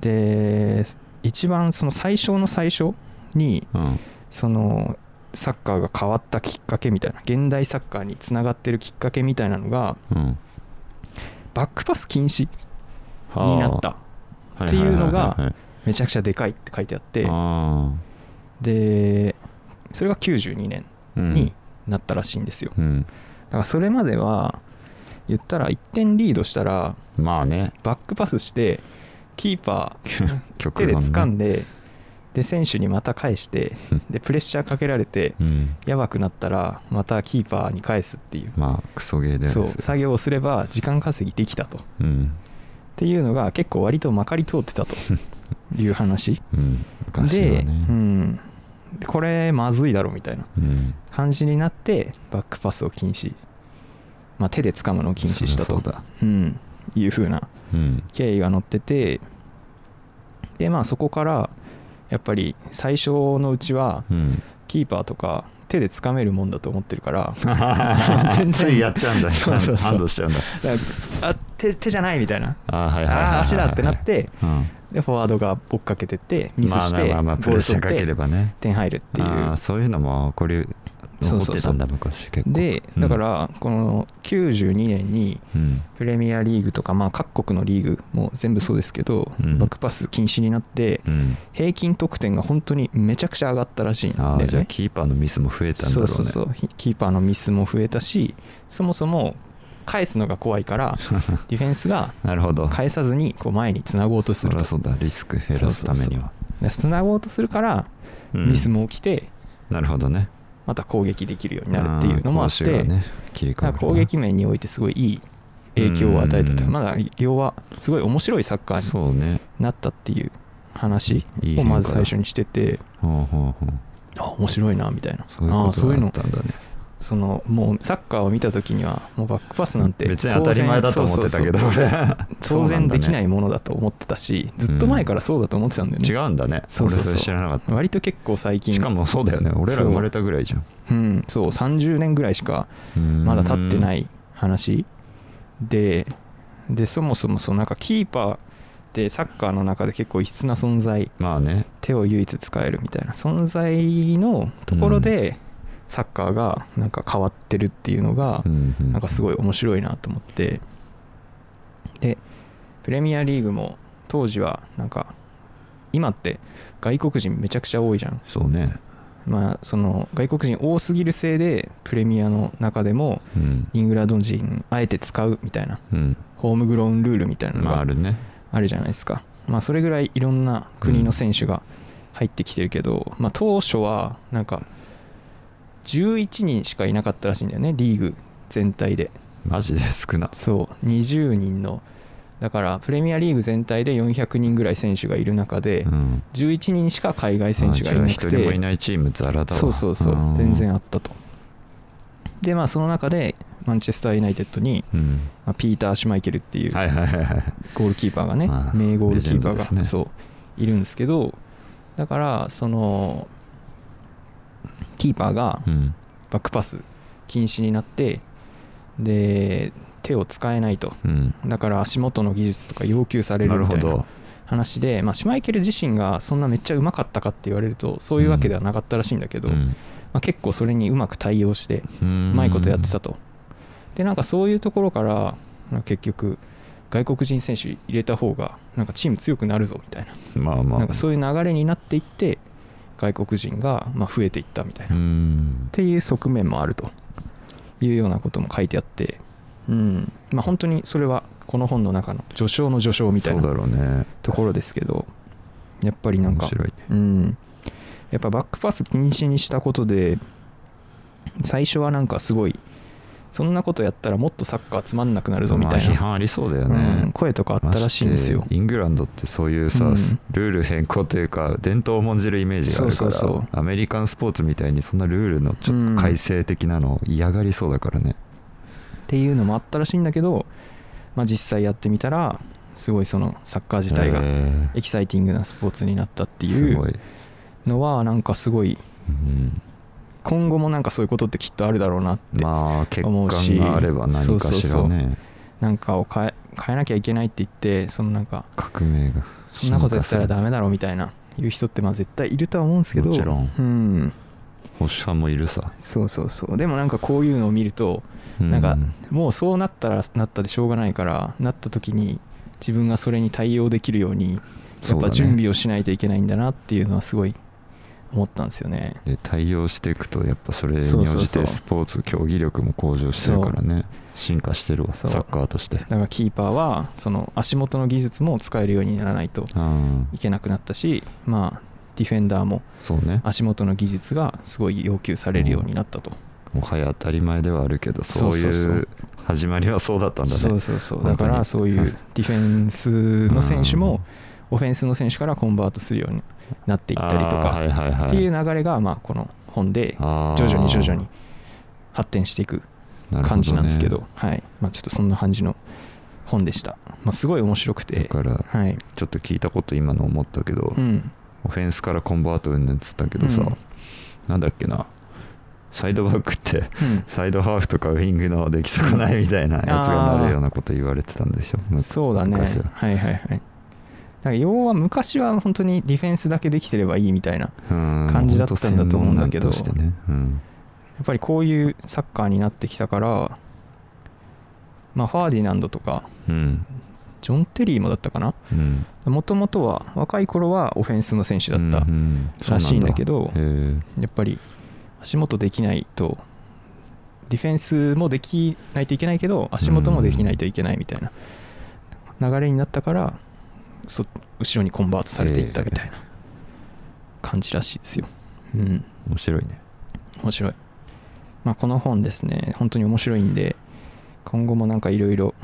[SPEAKER 4] で一番その最初の最初に
[SPEAKER 5] うん
[SPEAKER 4] そのサッカーが変わったきっかけみたいな現代サッカーにつながってるきっかけみたいなのが
[SPEAKER 5] うん
[SPEAKER 4] バックパス禁止
[SPEAKER 5] はあ
[SPEAKER 4] になったっていうの
[SPEAKER 5] ははは
[SPEAKER 4] が
[SPEAKER 5] い
[SPEAKER 4] めちゃくちゃでかいって書いてあって
[SPEAKER 5] あ
[SPEAKER 4] でそれが92年
[SPEAKER 5] ーうん
[SPEAKER 4] になったらしいんですよ
[SPEAKER 5] うん
[SPEAKER 4] だからそれまでは言ったら1点リードしたら
[SPEAKER 5] まあ ね
[SPEAKER 4] バックパスしてキーパー
[SPEAKER 5] 曲
[SPEAKER 4] 手で掴んでで選手にまた返してでプレッシャーかけられて
[SPEAKER 5] うん
[SPEAKER 4] やばくなったらまたキーパーに返すっていう
[SPEAKER 5] まあクソゲーで
[SPEAKER 4] そう作業をすれば時間稼ぎできたとっ
[SPEAKER 5] うん
[SPEAKER 4] ていうのが結構割とまかり通ってた という話
[SPEAKER 5] うん昔は
[SPEAKER 4] で、う
[SPEAKER 5] ね
[SPEAKER 4] ん、これまずいだろみたいな
[SPEAKER 5] うん
[SPEAKER 4] 感じになってバックパスを禁止、まあ、手で掴むのを禁止した
[SPEAKER 5] そ
[SPEAKER 4] と
[SPEAKER 5] うだ
[SPEAKER 4] うん、いうふうな
[SPEAKER 5] うん
[SPEAKER 4] 経緯が載っててでまあそこからやっぱり最初のうちは
[SPEAKER 5] うん
[SPEAKER 4] キーパーとか手で掴めるもんだと思ってるから
[SPEAKER 5] 全然やっちゃうんだ
[SPEAKER 4] そうそうそ
[SPEAKER 5] ハ
[SPEAKER 4] う
[SPEAKER 5] ンドしちゃうんだ
[SPEAKER 4] だからあ手手じゃないみたいな
[SPEAKER 5] あーはいはいはいはい
[SPEAKER 4] あー足だってなって
[SPEAKER 5] うん
[SPEAKER 4] でフォワードが追っかけてってミスして
[SPEAKER 5] ま
[SPEAKER 4] ボ
[SPEAKER 5] あまあまあ
[SPEAKER 4] ー
[SPEAKER 5] プレッ
[SPEAKER 4] ル
[SPEAKER 5] シャ
[SPEAKER 4] 取
[SPEAKER 5] ーかけれ
[SPEAKER 4] って
[SPEAKER 5] ばね
[SPEAKER 4] 点入るってい
[SPEAKER 5] あ
[SPEAKER 4] う
[SPEAKER 5] ーそういうのも起こり起
[SPEAKER 4] そ
[SPEAKER 5] こ
[SPEAKER 4] う
[SPEAKER 5] っ
[SPEAKER 4] そう
[SPEAKER 5] て
[SPEAKER 4] そ
[SPEAKER 5] た
[SPEAKER 4] うん
[SPEAKER 5] だ昔結構
[SPEAKER 4] で
[SPEAKER 5] うん
[SPEAKER 4] だからこの92年に
[SPEAKER 5] うん
[SPEAKER 4] プレミアリーグとかまあ各国のリーグも全部そうですけど、
[SPEAKER 5] うん
[SPEAKER 4] バックパス禁止になって
[SPEAKER 5] うん
[SPEAKER 4] 平均得点が本当にめちゃくちゃ上がったらしいんだ
[SPEAKER 5] あ
[SPEAKER 4] よ
[SPEAKER 5] あじゃあ
[SPEAKER 4] ね。
[SPEAKER 5] キーパーのミスも増えたんだ
[SPEAKER 4] そ
[SPEAKER 5] ろう
[SPEAKER 4] う
[SPEAKER 5] ね
[SPEAKER 4] そうそうひキーパーのミスも増えたしそもそも返すのが怖いからディフェンスが
[SPEAKER 5] なるほど
[SPEAKER 4] 返さずにこう前につなごうとす
[SPEAKER 5] そり
[SPEAKER 4] る
[SPEAKER 5] ゃ
[SPEAKER 4] と
[SPEAKER 5] そうだリスク減らすためには
[SPEAKER 4] でつなごうとするから
[SPEAKER 5] うん
[SPEAKER 4] ミスも起きて
[SPEAKER 5] なるほどね
[SPEAKER 4] また攻撃できるようになるっていうのもあって、
[SPEAKER 5] 攻守がね切り替わ
[SPEAKER 4] なん
[SPEAKER 5] る
[SPEAKER 4] か
[SPEAKER 5] な
[SPEAKER 4] 攻撃面においてすごいいい影響を与えたと
[SPEAKER 5] うん
[SPEAKER 4] まだ要はすごい面白いサッカーに
[SPEAKER 5] そうね
[SPEAKER 4] なったっていう話
[SPEAKER 5] いい変化
[SPEAKER 4] を
[SPEAKER 5] だ
[SPEAKER 4] まず最初にしてて
[SPEAKER 5] ほうほうほう
[SPEAKER 4] あ面白いなみたいな
[SPEAKER 5] そういう
[SPEAKER 4] あ
[SPEAKER 5] こ
[SPEAKER 4] あそういう
[SPEAKER 5] とだっ
[SPEAKER 4] の
[SPEAKER 5] たんだね
[SPEAKER 4] そのもうサッカーを見た時にはもうバックパスなんて
[SPEAKER 5] 別に当たり前だと思ってたけど
[SPEAKER 4] そうそうそう
[SPEAKER 5] 俺
[SPEAKER 4] 当然できないいものだと思ってたしずっと前からそうだと思ってたん だよね、
[SPEAKER 5] 違うんだね
[SPEAKER 4] そうそうそ
[SPEAKER 5] 俺
[SPEAKER 4] う
[SPEAKER 5] それ知らなかった
[SPEAKER 4] 割と結構最近
[SPEAKER 5] しかもそうだよね俺ら生まれたぐらいじゃん
[SPEAKER 4] うん、そう30年ぐらいしかまだ経ってない話ででそもそもそのなんかキーパーってサッカーの中で結構異質な存在
[SPEAKER 5] まあね
[SPEAKER 4] 手を唯一使えるみたいな存在のところでサッカーがなんか変わってるっていうのが
[SPEAKER 5] な
[SPEAKER 4] なんかすごい面白いなと思ってでプレミアリーグも当時はなんか今って外国人めちゃくちゃ多いじゃん
[SPEAKER 5] そうね
[SPEAKER 4] まあ、その外国人多すぎるせいでプレミアの中でも
[SPEAKER 5] うん
[SPEAKER 4] イングランド人あえて使うみたいな
[SPEAKER 5] うん
[SPEAKER 4] ホームグローンルールみたいなの
[SPEAKER 5] まああ
[SPEAKER 4] が
[SPEAKER 5] るね
[SPEAKER 4] あるじゃないですか、まあ、それぐらいいろんな国の選手が入ってきてるけど、まあ、当初はなんか11人しかいなかったらしいんだよねリーグ全体で
[SPEAKER 5] マジで少な
[SPEAKER 4] そう20人のだからプレミアリーグ全体で400人ぐらい選手がいる中で、
[SPEAKER 5] うん
[SPEAKER 4] 11人しか海外選手がいなく
[SPEAKER 5] あじゃあ一人も
[SPEAKER 4] て
[SPEAKER 5] いないチームザラだわ
[SPEAKER 4] そうそうそう
[SPEAKER 5] うん
[SPEAKER 4] 全然あったとでまあその中でマンチェスター・ユナイテッドに、
[SPEAKER 5] うん
[SPEAKER 4] まあ、ピーター・シュマイケルっていう
[SPEAKER 5] はいはいはいはい
[SPEAKER 4] ゴールキーパーがね
[SPEAKER 5] まあ
[SPEAKER 4] 名ゴールキ
[SPEAKER 5] レジェ
[SPEAKER 4] ーパー
[SPEAKER 5] ンドで
[SPEAKER 4] が、
[SPEAKER 5] すね
[SPEAKER 4] そういるんですけどだからそのキーパーが
[SPEAKER 5] うん
[SPEAKER 4] バックパス禁止になってで手を使えないと
[SPEAKER 5] うん
[SPEAKER 4] だから足元の技術とか要求され
[SPEAKER 5] な
[SPEAKER 4] る
[SPEAKER 5] る
[SPEAKER 4] み
[SPEAKER 5] ほ
[SPEAKER 4] たいな
[SPEAKER 5] ど
[SPEAKER 4] 話で、まあ、シュマイケル自身がそんなめっちゃうまかったかって言われるとそういうわけではなかったらしいんだけど、
[SPEAKER 5] うん
[SPEAKER 4] まあ、結構それにうまく対応して
[SPEAKER 5] う
[SPEAKER 4] うんまいことやってたとでなんかそういうところからまあ結局外国人選手入れた方がなんかチーム強くなるぞみたいな,、
[SPEAKER 5] まあまあ
[SPEAKER 4] なんかそういう流れになっていって外国人がまあ増えていったみたいな、
[SPEAKER 5] う
[SPEAKER 4] っ
[SPEAKER 5] ん
[SPEAKER 4] ていう側面もあるというようなことも書いてあってうんまあ本当にそれはこの本の中の序章の序章みたい
[SPEAKER 5] そう
[SPEAKER 4] な
[SPEAKER 5] だろうね
[SPEAKER 4] ところですけどやっぱりなんか
[SPEAKER 5] 面白いね
[SPEAKER 4] うん、やっぱバックパス禁止にしたことで最初はなんかすごいそんなことやったらもっとサッカーつまんなくなるぞみたい
[SPEAKER 5] まあ批
[SPEAKER 4] な、
[SPEAKER 5] 判ありそうだよ
[SPEAKER 4] うん
[SPEAKER 5] ね
[SPEAKER 4] 声とかあったらしいんですよ
[SPEAKER 5] ましてイングランドってそういうさ、
[SPEAKER 4] うん
[SPEAKER 5] ルール変更というか伝統を重んじるイメージがあるから
[SPEAKER 4] そうそうそう
[SPEAKER 5] アメリカンスポーツみたいにそんなルールのちょ
[SPEAKER 4] う
[SPEAKER 5] っ
[SPEAKER 4] ん
[SPEAKER 5] と改正的なの嫌がりそうだからね、
[SPEAKER 4] っていうのもあったらしいんだけど、まあ、実際やってみたらすごいそのサッカー自体が
[SPEAKER 5] えー
[SPEAKER 4] エキサイティングなスポーツになったってい
[SPEAKER 5] すご
[SPEAKER 4] う
[SPEAKER 5] い、
[SPEAKER 4] のはなんかすごい
[SPEAKER 5] うん
[SPEAKER 4] 今後もなんかそういうことってきっとあるだろうなって
[SPEAKER 5] まあ欠
[SPEAKER 4] 思うし
[SPEAKER 5] 陥があれば何かしら
[SPEAKER 4] そうそう
[SPEAKER 5] ね
[SPEAKER 4] なんかを変え変えなきゃいけないって言ってそのなんか
[SPEAKER 5] 革命が
[SPEAKER 4] そんなことやったら
[SPEAKER 5] 進
[SPEAKER 4] ダメだろみたいないう人ってまあ絶対いるとは思うんですけど
[SPEAKER 5] もちろん
[SPEAKER 4] う
[SPEAKER 5] 化
[SPEAKER 4] ん、
[SPEAKER 5] する保守派もいるさ、
[SPEAKER 4] そうそうそうでもなんかこういうのを見ると、
[SPEAKER 5] う
[SPEAKER 4] なんかもうそうなったらなったでしょうがないからなった時に自分がそれに対応できるようにや
[SPEAKER 5] そ
[SPEAKER 4] っ
[SPEAKER 5] うだ
[SPEAKER 4] ぱ
[SPEAKER 5] ね
[SPEAKER 4] 準備をしないといけないんだなっていうのはすごい思ったんですよね
[SPEAKER 5] で対応していくとやっぱそれに
[SPEAKER 4] そ
[SPEAKER 5] 応
[SPEAKER 4] うそう
[SPEAKER 5] じ
[SPEAKER 4] そう
[SPEAKER 5] てスポーツ競技力も向上してるからね進化してるわ
[SPEAKER 4] そ
[SPEAKER 5] サ
[SPEAKER 4] う
[SPEAKER 5] ッカーとして
[SPEAKER 4] だからキーパーはその足元の技術も使えるようにならないと
[SPEAKER 5] うん
[SPEAKER 4] いけなくなったしまあディフェンダーも
[SPEAKER 5] そうね
[SPEAKER 4] 足元の技術がすごい要求されるようになったと、
[SPEAKER 5] もはや当たり前ではあるけど
[SPEAKER 4] そ
[SPEAKER 5] そうう
[SPEAKER 4] そうそう
[SPEAKER 5] いう始まりはそうだったんだね
[SPEAKER 4] そうそうそうだ
[SPEAKER 5] 本当
[SPEAKER 4] か
[SPEAKER 5] に
[SPEAKER 4] らそういうディフェンスの選手
[SPEAKER 5] う
[SPEAKER 4] も
[SPEAKER 5] ん
[SPEAKER 4] オフェンスの選手からコンバートするようになっていったりと
[SPEAKER 5] あーはい
[SPEAKER 4] か
[SPEAKER 5] はいはい
[SPEAKER 4] っていう流れがまあこの本で
[SPEAKER 5] あー
[SPEAKER 4] 徐々に徐々に発展していく感じなんですけど
[SPEAKER 5] るほ
[SPEAKER 4] はいまあ、ちょっとそんな感じの本でした、まあ、すごい面白く
[SPEAKER 5] ね
[SPEAKER 4] て
[SPEAKER 5] だから
[SPEAKER 4] はい
[SPEAKER 5] ちょっと聞いたこと今の思ったけど、
[SPEAKER 4] うん
[SPEAKER 5] オフェンスからコンバートうんぬんっつったけどさ、
[SPEAKER 4] うん
[SPEAKER 5] なんだっけなサイドバックって
[SPEAKER 4] うん
[SPEAKER 5] サイドハーフとかウイングの出来損ないみたいなやつがなるようなこと言われてたんでしょむ
[SPEAKER 4] そうだねはい
[SPEAKER 5] 昔は
[SPEAKER 4] はいはいだから要は昔は本当にディフェンスだけできてればいいみたいな
[SPEAKER 5] うん
[SPEAKER 4] 感じだったんだと思うんだけ
[SPEAKER 5] 本
[SPEAKER 4] ど
[SPEAKER 5] 当専門なんとしてね
[SPEAKER 4] やっぱりこういうサッカーになってきたから、まあ、ファーディナンドとか
[SPEAKER 5] うんうん
[SPEAKER 4] ジョン・テリーもだったかな
[SPEAKER 5] うん
[SPEAKER 4] もともとは若い頃はオフェンスの選手だった、らしいんだけど
[SPEAKER 5] うんうん
[SPEAKER 4] やっぱり足元できないとディフェンスもできないといけないけど足元もできないといけないみたいな流れになったからそ後ろにコンバートされていったみたいな感じらしいですよ、うん、
[SPEAKER 5] そうなんだへー面白いね
[SPEAKER 4] 面白い、まあ、この本ですね本当に面白いんで今後もなんかいろいろ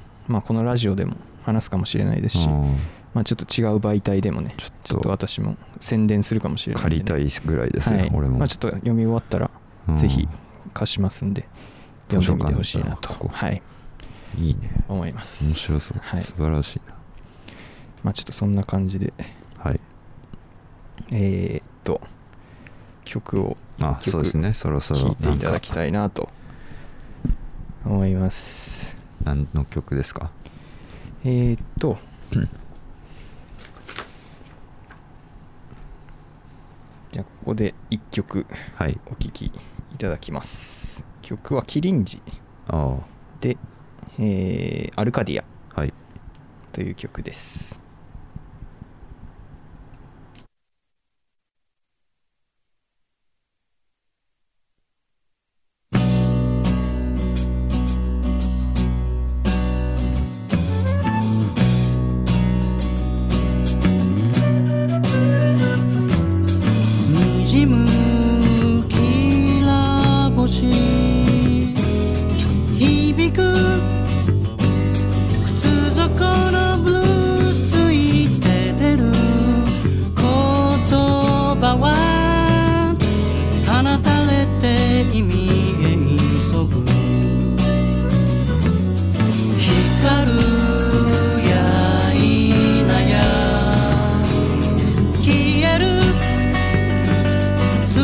[SPEAKER 4] このラジオでも話すかもしれないですし、
[SPEAKER 5] うん
[SPEAKER 4] まあ、ちょっと違う媒体でもね
[SPEAKER 5] ちょっ
[SPEAKER 4] ち
[SPEAKER 5] と
[SPEAKER 4] ょっと私も宣伝するかもしれないんで
[SPEAKER 5] 借
[SPEAKER 4] ね、
[SPEAKER 5] りたいぐらいですね、
[SPEAKER 4] はい
[SPEAKER 5] 俺も、
[SPEAKER 4] まあ、ちょっと読み終わったら
[SPEAKER 5] うん
[SPEAKER 4] ぜひ貸しますんで、
[SPEAKER 5] 図
[SPEAKER 4] 読
[SPEAKER 5] 書
[SPEAKER 4] んでみ
[SPEAKER 5] 館
[SPEAKER 4] てほしいなと
[SPEAKER 5] ここ
[SPEAKER 4] はい
[SPEAKER 5] いいね
[SPEAKER 4] 思います
[SPEAKER 5] 面白そう、
[SPEAKER 4] はい
[SPEAKER 5] 素晴らしいな
[SPEAKER 4] まあ、ちょっとそんな感じで
[SPEAKER 5] はい
[SPEAKER 4] えーっと曲を
[SPEAKER 5] あ
[SPEAKER 4] 一
[SPEAKER 5] そう
[SPEAKER 4] 曲
[SPEAKER 5] ですねそろそろ
[SPEAKER 4] 聴いていただき
[SPEAKER 5] い
[SPEAKER 4] たいなと思います
[SPEAKER 5] 何の曲ですか
[SPEAKER 4] えーっと、じゃあここで1曲
[SPEAKER 5] はい
[SPEAKER 4] お聴きいただきます曲は「キリンジ
[SPEAKER 5] あ」
[SPEAKER 4] で、えーアルカディア」
[SPEAKER 5] あはい
[SPEAKER 4] という曲です
[SPEAKER 8] 「
[SPEAKER 9] きむきら星響く靴底のブルースいて出る言葉は放たれて意味へ急ぐ光るやいなや消える空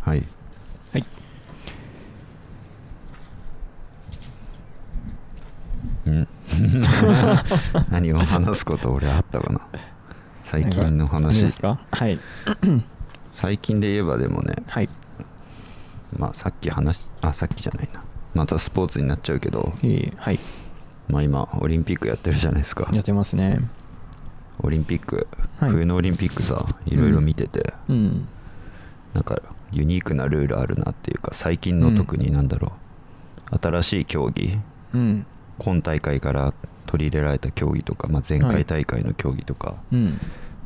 [SPEAKER 5] はい
[SPEAKER 4] はい
[SPEAKER 5] うん 何を話すこと俺あったかな最近の
[SPEAKER 4] いい
[SPEAKER 5] 話
[SPEAKER 4] ですかはい
[SPEAKER 5] 最近で言えばでもね
[SPEAKER 4] はい
[SPEAKER 5] まあさっき話しあさっきじゃないなまたスポーツになっちゃうけど
[SPEAKER 4] いいはい
[SPEAKER 5] まあ今オリンピックやってるじゃないですか
[SPEAKER 4] やってますね
[SPEAKER 5] オリンピック、
[SPEAKER 4] はい
[SPEAKER 5] 冬のオリンピックさいろいろ見てて、
[SPEAKER 4] うん
[SPEAKER 5] なんかユニークなルールあるなっていうか最近の特になんだろう、新しい競技
[SPEAKER 4] うん
[SPEAKER 5] 今大会から取り入れられた競技とか、まあ、前回大会の競技とか、
[SPEAKER 4] うん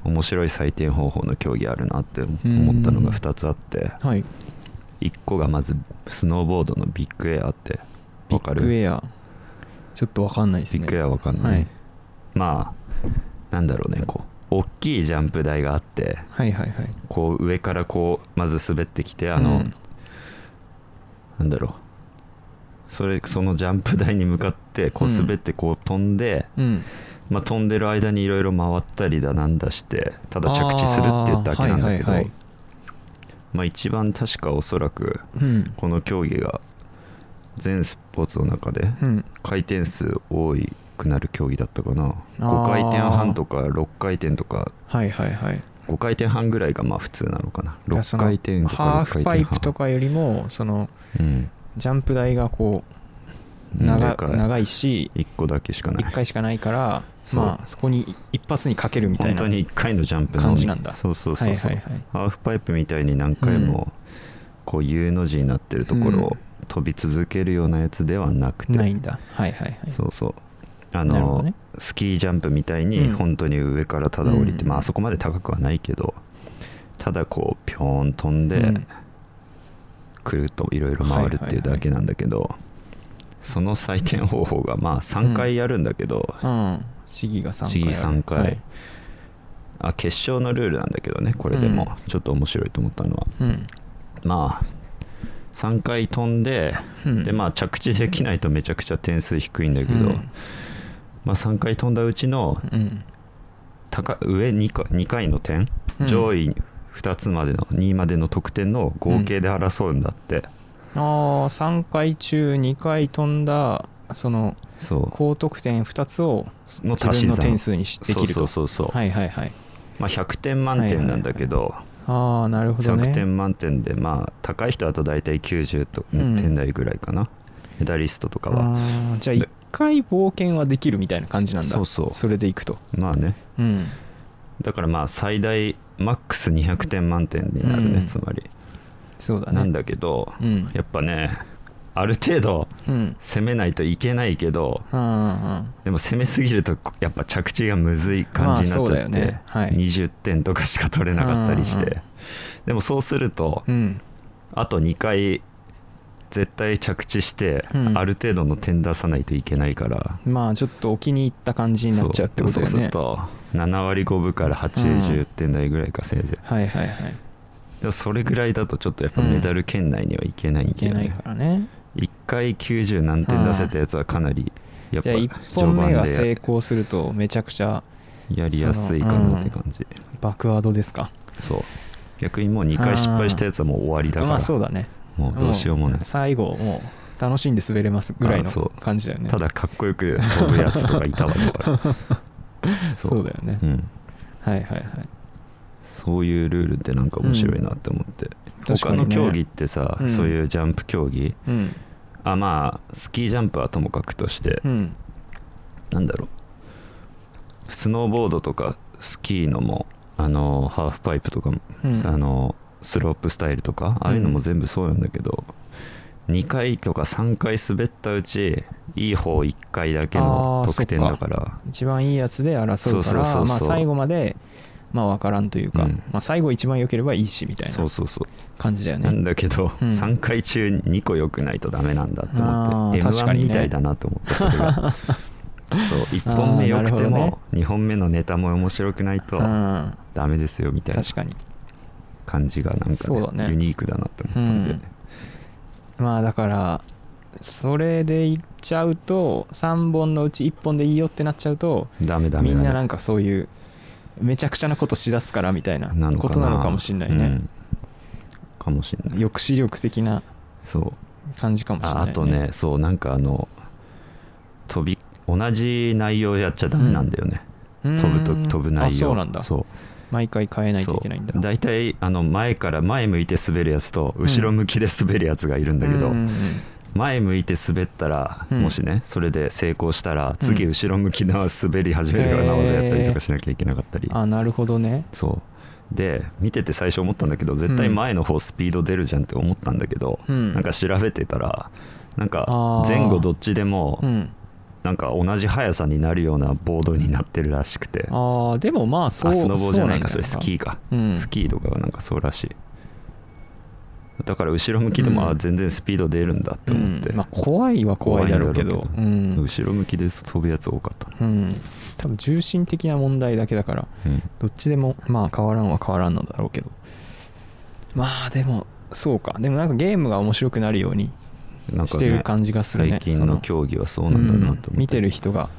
[SPEAKER 5] 面白い採点方法の競技あるなって思
[SPEAKER 4] うん
[SPEAKER 5] 思ったのが2つあって
[SPEAKER 4] はい
[SPEAKER 5] 1個がまずスノーボードのビッグエアって
[SPEAKER 4] ビ
[SPEAKER 5] わか
[SPEAKER 4] ッ
[SPEAKER 5] る
[SPEAKER 4] グエアちょっとわかんないです
[SPEAKER 5] ビ
[SPEAKER 4] ね
[SPEAKER 5] ッグエアわかんない、
[SPEAKER 4] はい
[SPEAKER 5] まあなんだろうねこう大きいジャンプ台があって
[SPEAKER 4] はいはいはい
[SPEAKER 5] こう上からこうまず滑ってきてあの、
[SPEAKER 4] うん
[SPEAKER 5] なんだろうそれそのジャンプ台に向かってこう
[SPEAKER 4] うん
[SPEAKER 5] 滑ってこう飛んで、
[SPEAKER 4] うん
[SPEAKER 5] まあ、飛んでる間にいろいろ回ったりだなんだしてただ着地するって言ったわけなんだけど
[SPEAKER 4] あーはいはいはい
[SPEAKER 5] まあ、一番確かおそらく
[SPEAKER 4] うん
[SPEAKER 5] この競技が全スポーツの中で
[SPEAKER 4] うん
[SPEAKER 5] 回転数多くなる競技だったかな
[SPEAKER 4] あー
[SPEAKER 5] 5回転半とか6回転とか
[SPEAKER 4] はいはいはい
[SPEAKER 5] 5回転半ぐらいがまあ普通なのかない
[SPEAKER 4] やそ
[SPEAKER 5] 6
[SPEAKER 4] の
[SPEAKER 5] 回転と
[SPEAKER 4] ハー
[SPEAKER 5] か
[SPEAKER 4] フ
[SPEAKER 5] 6回転半
[SPEAKER 4] パイプとかよりもその
[SPEAKER 5] うん
[SPEAKER 4] ジャンプ台がこう
[SPEAKER 5] な
[SPEAKER 4] 長
[SPEAKER 5] んか
[SPEAKER 4] 長いし
[SPEAKER 5] 1個だけしかない
[SPEAKER 4] 1回しかないから
[SPEAKER 5] そう
[SPEAKER 4] まあそこに一発にかけるみたい
[SPEAKER 5] 本
[SPEAKER 4] な
[SPEAKER 5] 当に1回のジャンプのみ
[SPEAKER 4] 感じなんだ
[SPEAKER 5] そうそうそうそう、
[SPEAKER 4] はいはいはい
[SPEAKER 5] ハーフパイプみたいに何回もこう U の字になってるところを飛び続けるようなやつではなくて、
[SPEAKER 4] ないんだはいはいはい
[SPEAKER 5] そうそうあ
[SPEAKER 4] なるほ
[SPEAKER 5] の、
[SPEAKER 4] どね
[SPEAKER 5] スキージャンプみたいうに
[SPEAKER 4] ん
[SPEAKER 5] 本当に上からただ降りて、
[SPEAKER 4] うん
[SPEAKER 5] まああそこまで高くはないけどただこうピョーン飛んで、
[SPEAKER 4] うん
[SPEAKER 5] くるっといろいろ回るっていうだけなんだけど、その採点方法がまあ3回やるんだけど、
[SPEAKER 4] うん市議が3回
[SPEAKER 5] 次3回、
[SPEAKER 4] はい
[SPEAKER 5] あ決勝のルールなんだけどねこれでも、ちょっと面白いと思ったのは
[SPEAKER 4] うん
[SPEAKER 5] まあ3回飛んで、
[SPEAKER 4] うん
[SPEAKER 5] でまあ着地できないとめちゃくちゃ点数低いんだけど、
[SPEAKER 4] うん
[SPEAKER 5] まあ、3回飛んだうちの
[SPEAKER 4] うん
[SPEAKER 5] 高上 2, 回2回の点、
[SPEAKER 4] うん
[SPEAKER 5] 上位2つまでの2位までの得点の合計で争うんだって、
[SPEAKER 4] あー3回中2回飛んだその
[SPEAKER 5] そ
[SPEAKER 4] 高得点2つを
[SPEAKER 5] うの
[SPEAKER 4] 自
[SPEAKER 5] 足し
[SPEAKER 4] 分の
[SPEAKER 5] 算
[SPEAKER 4] 点数にしできると
[SPEAKER 5] そうそうそうそう、
[SPEAKER 4] はいはいはい
[SPEAKER 5] まあ、100点満点なんだけど、
[SPEAKER 4] ああなるほど
[SPEAKER 5] 100
[SPEAKER 4] ね
[SPEAKER 5] 点満点でまあ高い人だと大体90と
[SPEAKER 4] うん
[SPEAKER 5] 点台ぐらいかな、メダリストとかは
[SPEAKER 4] あーじゃあ1回冒険はできるみたいな感じなんだ
[SPEAKER 5] そうそう
[SPEAKER 4] それでいくと
[SPEAKER 5] まあね
[SPEAKER 4] うん
[SPEAKER 5] だからまあ最大マックス200点満点になるね、
[SPEAKER 4] うん
[SPEAKER 5] つまり
[SPEAKER 4] そうだね
[SPEAKER 5] なんだけど、
[SPEAKER 4] うん
[SPEAKER 5] やっぱねある程度
[SPEAKER 4] うん
[SPEAKER 5] 攻めないといけないけど
[SPEAKER 4] うんうん
[SPEAKER 5] でも攻めすぎるとやっぱ着地がむずい感じになっち
[SPEAKER 4] まあそうだ
[SPEAKER 5] ゃ
[SPEAKER 4] よ
[SPEAKER 5] って、
[SPEAKER 4] ねはい
[SPEAKER 5] 20点とかしか取れなかったりし
[SPEAKER 4] うんうんう
[SPEAKER 5] てでもそうすると
[SPEAKER 4] うん
[SPEAKER 5] あと2回絶対着地して、
[SPEAKER 4] うん
[SPEAKER 5] ある程度の点出さないといけないから
[SPEAKER 4] うんまあちょっとお気に入った感じになっちゃうってことだよ
[SPEAKER 5] そうそうす
[SPEAKER 4] ね
[SPEAKER 5] ると7割5分から
[SPEAKER 4] うん
[SPEAKER 5] 80点台ぐらいかせいぜい、
[SPEAKER 4] はいはいはい
[SPEAKER 5] でもそれぐらいだとちょっとやっぱメダル圏内にはいけないん
[SPEAKER 4] い
[SPEAKER 5] で、
[SPEAKER 4] けないからね
[SPEAKER 5] 1回90何点出せたやつはかなりやっ
[SPEAKER 4] じ
[SPEAKER 5] ぱ
[SPEAKER 4] ゃあ
[SPEAKER 5] 序
[SPEAKER 4] 1本目
[SPEAKER 5] 盤
[SPEAKER 4] が成
[SPEAKER 5] で
[SPEAKER 4] 功するとめちゃくちゃ
[SPEAKER 5] やりやすいかなって感じ
[SPEAKER 4] 爆アドですか
[SPEAKER 5] そう逆にもう2回失敗したやつはもう終わりだから
[SPEAKER 4] まあそうだね
[SPEAKER 5] もうどうしようもない
[SPEAKER 4] 最後もう楽しんで滑れますぐらいの
[SPEAKER 5] あそう
[SPEAKER 4] 感じだよね
[SPEAKER 5] ただかっこよく飛ぶやつとかいたわだ から
[SPEAKER 4] そうだよね
[SPEAKER 5] うん
[SPEAKER 4] はいはいはい
[SPEAKER 5] そういうルールってなんか面白いなって思って、
[SPEAKER 4] 確
[SPEAKER 5] 他
[SPEAKER 4] かにね
[SPEAKER 5] の競技ってさ、
[SPEAKER 4] うん
[SPEAKER 5] そういうジャンプ競技
[SPEAKER 4] うん
[SPEAKER 5] あまあスキージャンプはともかくとして、
[SPEAKER 4] うん
[SPEAKER 5] なんだろうスノーボードとかスキーのもあのハーフパイプとかも、
[SPEAKER 4] うん
[SPEAKER 5] あのスロープスタイルとかああいうのも全部そうなんだけど、2回とか3回滑ったうちいい方1回だけの
[SPEAKER 4] あー
[SPEAKER 5] 得点だから
[SPEAKER 4] 一番いいやつで争うか
[SPEAKER 5] そうそうそうそ
[SPEAKER 4] ら
[SPEAKER 5] う
[SPEAKER 4] まあ最後までまあ分からんというか、
[SPEAKER 5] うん
[SPEAKER 4] まあ、最後一番良ければいいしみたい
[SPEAKER 5] そ
[SPEAKER 4] な
[SPEAKER 5] うそうそう
[SPEAKER 4] 感じだよ
[SPEAKER 5] なん
[SPEAKER 4] ね
[SPEAKER 5] だけど、
[SPEAKER 4] うん
[SPEAKER 5] 3回中2個良くないとダメなんだと思って
[SPEAKER 4] あー
[SPEAKER 5] m
[SPEAKER 4] 確かに
[SPEAKER 5] 1
[SPEAKER 4] ね
[SPEAKER 5] みたいだなと思ってそれ がそう1本目良く
[SPEAKER 4] あーな
[SPEAKER 5] て
[SPEAKER 4] るほどね
[SPEAKER 5] も2本目のネタも面白くないと
[SPEAKER 4] うん
[SPEAKER 5] ダメですよみたいな
[SPEAKER 4] 確かに
[SPEAKER 5] 感じがなんか、ね
[SPEAKER 4] そうだね
[SPEAKER 5] ユニークだなって思ったんで、
[SPEAKER 4] うんまあだからそれでいっちゃうと3本のうち1本でいいよってなっちゃうと
[SPEAKER 5] ダメダメ
[SPEAKER 4] み
[SPEAKER 5] ダメ
[SPEAKER 4] んななんかそういうめちゃくちゃなことしだすからみたいな
[SPEAKER 5] なのかな
[SPEAKER 4] ことなのかもしれないね、
[SPEAKER 5] うんかもしれない
[SPEAKER 4] 抑止力的な
[SPEAKER 5] そう
[SPEAKER 4] 感じかもしれな
[SPEAKER 5] あ
[SPEAKER 4] い、
[SPEAKER 5] あ
[SPEAKER 4] ね、
[SPEAKER 5] とねそうなんかあの飛び同じ内容やっちゃダメなんだよね、
[SPEAKER 4] うん
[SPEAKER 5] 飛ぶと飛ぶ内容
[SPEAKER 4] あそうなんだ
[SPEAKER 5] そう
[SPEAKER 4] 毎回変えないといけないんだ
[SPEAKER 5] そう大体あの前から前向いて滑るやつと後ろ向きで滑るやつがいるんだけど、
[SPEAKER 4] うんうんうん
[SPEAKER 5] 前向いて滑ったら、
[SPEAKER 4] うん
[SPEAKER 5] もしねそれで成功したら次
[SPEAKER 4] うん
[SPEAKER 5] 後ろ向きの滑り始めるような技やったりとかしなきゃいけなかったり、
[SPEAKER 4] あなるほどね
[SPEAKER 5] そうで見てて最初思ったんだけど絶対前の方スピード出るじゃんって思ったんだけど、
[SPEAKER 4] うん
[SPEAKER 5] なんか調べてたらなんか
[SPEAKER 4] あー
[SPEAKER 5] 前後どっちでも
[SPEAKER 4] うん
[SPEAKER 5] なんか同じ速さになるようなボードになってるらしくて
[SPEAKER 4] ああでもまあそう
[SPEAKER 5] あスノボじゃないか
[SPEAKER 4] そ
[SPEAKER 5] そうれ
[SPEAKER 4] ん
[SPEAKER 5] ス
[SPEAKER 4] だ
[SPEAKER 5] キーか、
[SPEAKER 4] うん
[SPEAKER 5] スキーとかがなんかそうらしいだから後ろ向きでも、
[SPEAKER 4] うん
[SPEAKER 5] あ全然スピード出るんだって思って、
[SPEAKER 4] うんまあ、怖いは怖いだろうけど
[SPEAKER 5] 怖いんだ
[SPEAKER 4] う
[SPEAKER 5] ろうけど
[SPEAKER 4] ん、
[SPEAKER 5] 後ろ向きで飛ぶやつ多かったな
[SPEAKER 4] うん、多分重心的な問題だけだから
[SPEAKER 5] うん
[SPEAKER 4] どっちでもまあ変わらんは変わらんのだろうけどまあでもそうかでもなんかゲームが面白くなるように
[SPEAKER 5] なんかね
[SPEAKER 4] してる感じがするね
[SPEAKER 5] 最近
[SPEAKER 4] そ
[SPEAKER 5] の
[SPEAKER 4] の
[SPEAKER 5] 競技はそうなんだなと思って、
[SPEAKER 4] うん見てる人が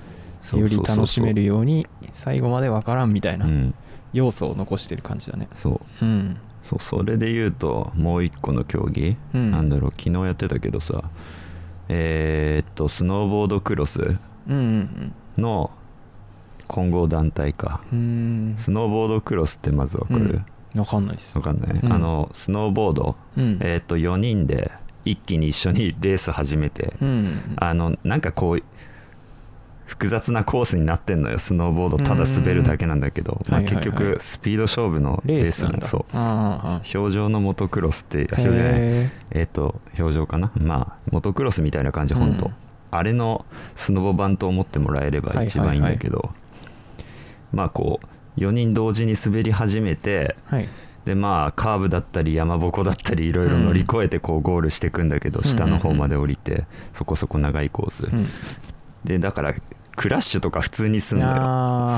[SPEAKER 5] そう
[SPEAKER 4] よ
[SPEAKER 5] そう
[SPEAKER 4] り
[SPEAKER 5] そうそう
[SPEAKER 4] 楽しめるように最後まで分からんみたいな
[SPEAKER 5] うん
[SPEAKER 4] 要素を残してる感じだね
[SPEAKER 5] そう
[SPEAKER 4] うん
[SPEAKER 5] そうそれで言うともう一個の競技、
[SPEAKER 4] うん
[SPEAKER 5] なんだろう昨日やってたけどさえーっとスノーボードクロス
[SPEAKER 4] うんうん
[SPEAKER 5] の混合団体か、
[SPEAKER 4] うんう
[SPEAKER 5] スノーボードクロスってまずわかる、
[SPEAKER 4] ん分かんないです
[SPEAKER 5] わかんない、
[SPEAKER 4] うん
[SPEAKER 5] あのスノーボード、
[SPEAKER 4] うん
[SPEAKER 5] えーっと4人で一気に一緒にレース始めて、
[SPEAKER 4] うん
[SPEAKER 5] あのなんかこう複雑なコースになってんのよスノーボードただ滑るだけなんだけど、
[SPEAKER 4] うん
[SPEAKER 5] まあ、
[SPEAKER 4] はいはいは
[SPEAKER 5] 結
[SPEAKER 4] い
[SPEAKER 5] 局スピード勝負の
[SPEAKER 4] レ
[SPEAKER 5] レ
[SPEAKER 4] ー
[SPEAKER 5] ー
[SPEAKER 4] ス
[SPEAKER 5] ス
[SPEAKER 4] な
[SPEAKER 5] なんん
[SPEAKER 4] だ
[SPEAKER 5] そう
[SPEAKER 4] あー
[SPEAKER 5] 表情のモトクロスって表情じゃない
[SPEAKER 4] へ
[SPEAKER 5] えっ、と表情かなまあモトクロスみたいな感じ
[SPEAKER 4] うん
[SPEAKER 5] 本当、あれのスノボ版と思ってもらえれば一番いいんだけど、まあこう4人同時に滑り始めて
[SPEAKER 4] ーはい
[SPEAKER 5] でまあカーブだったり山ぼこだったりいろいろ乗り越えてこうゴールしていくんだけど、
[SPEAKER 4] ん
[SPEAKER 5] 下の方まで降りてそこそこ長いコース、
[SPEAKER 4] うん
[SPEAKER 5] でだからクラッシュとか普通にすんの
[SPEAKER 4] あ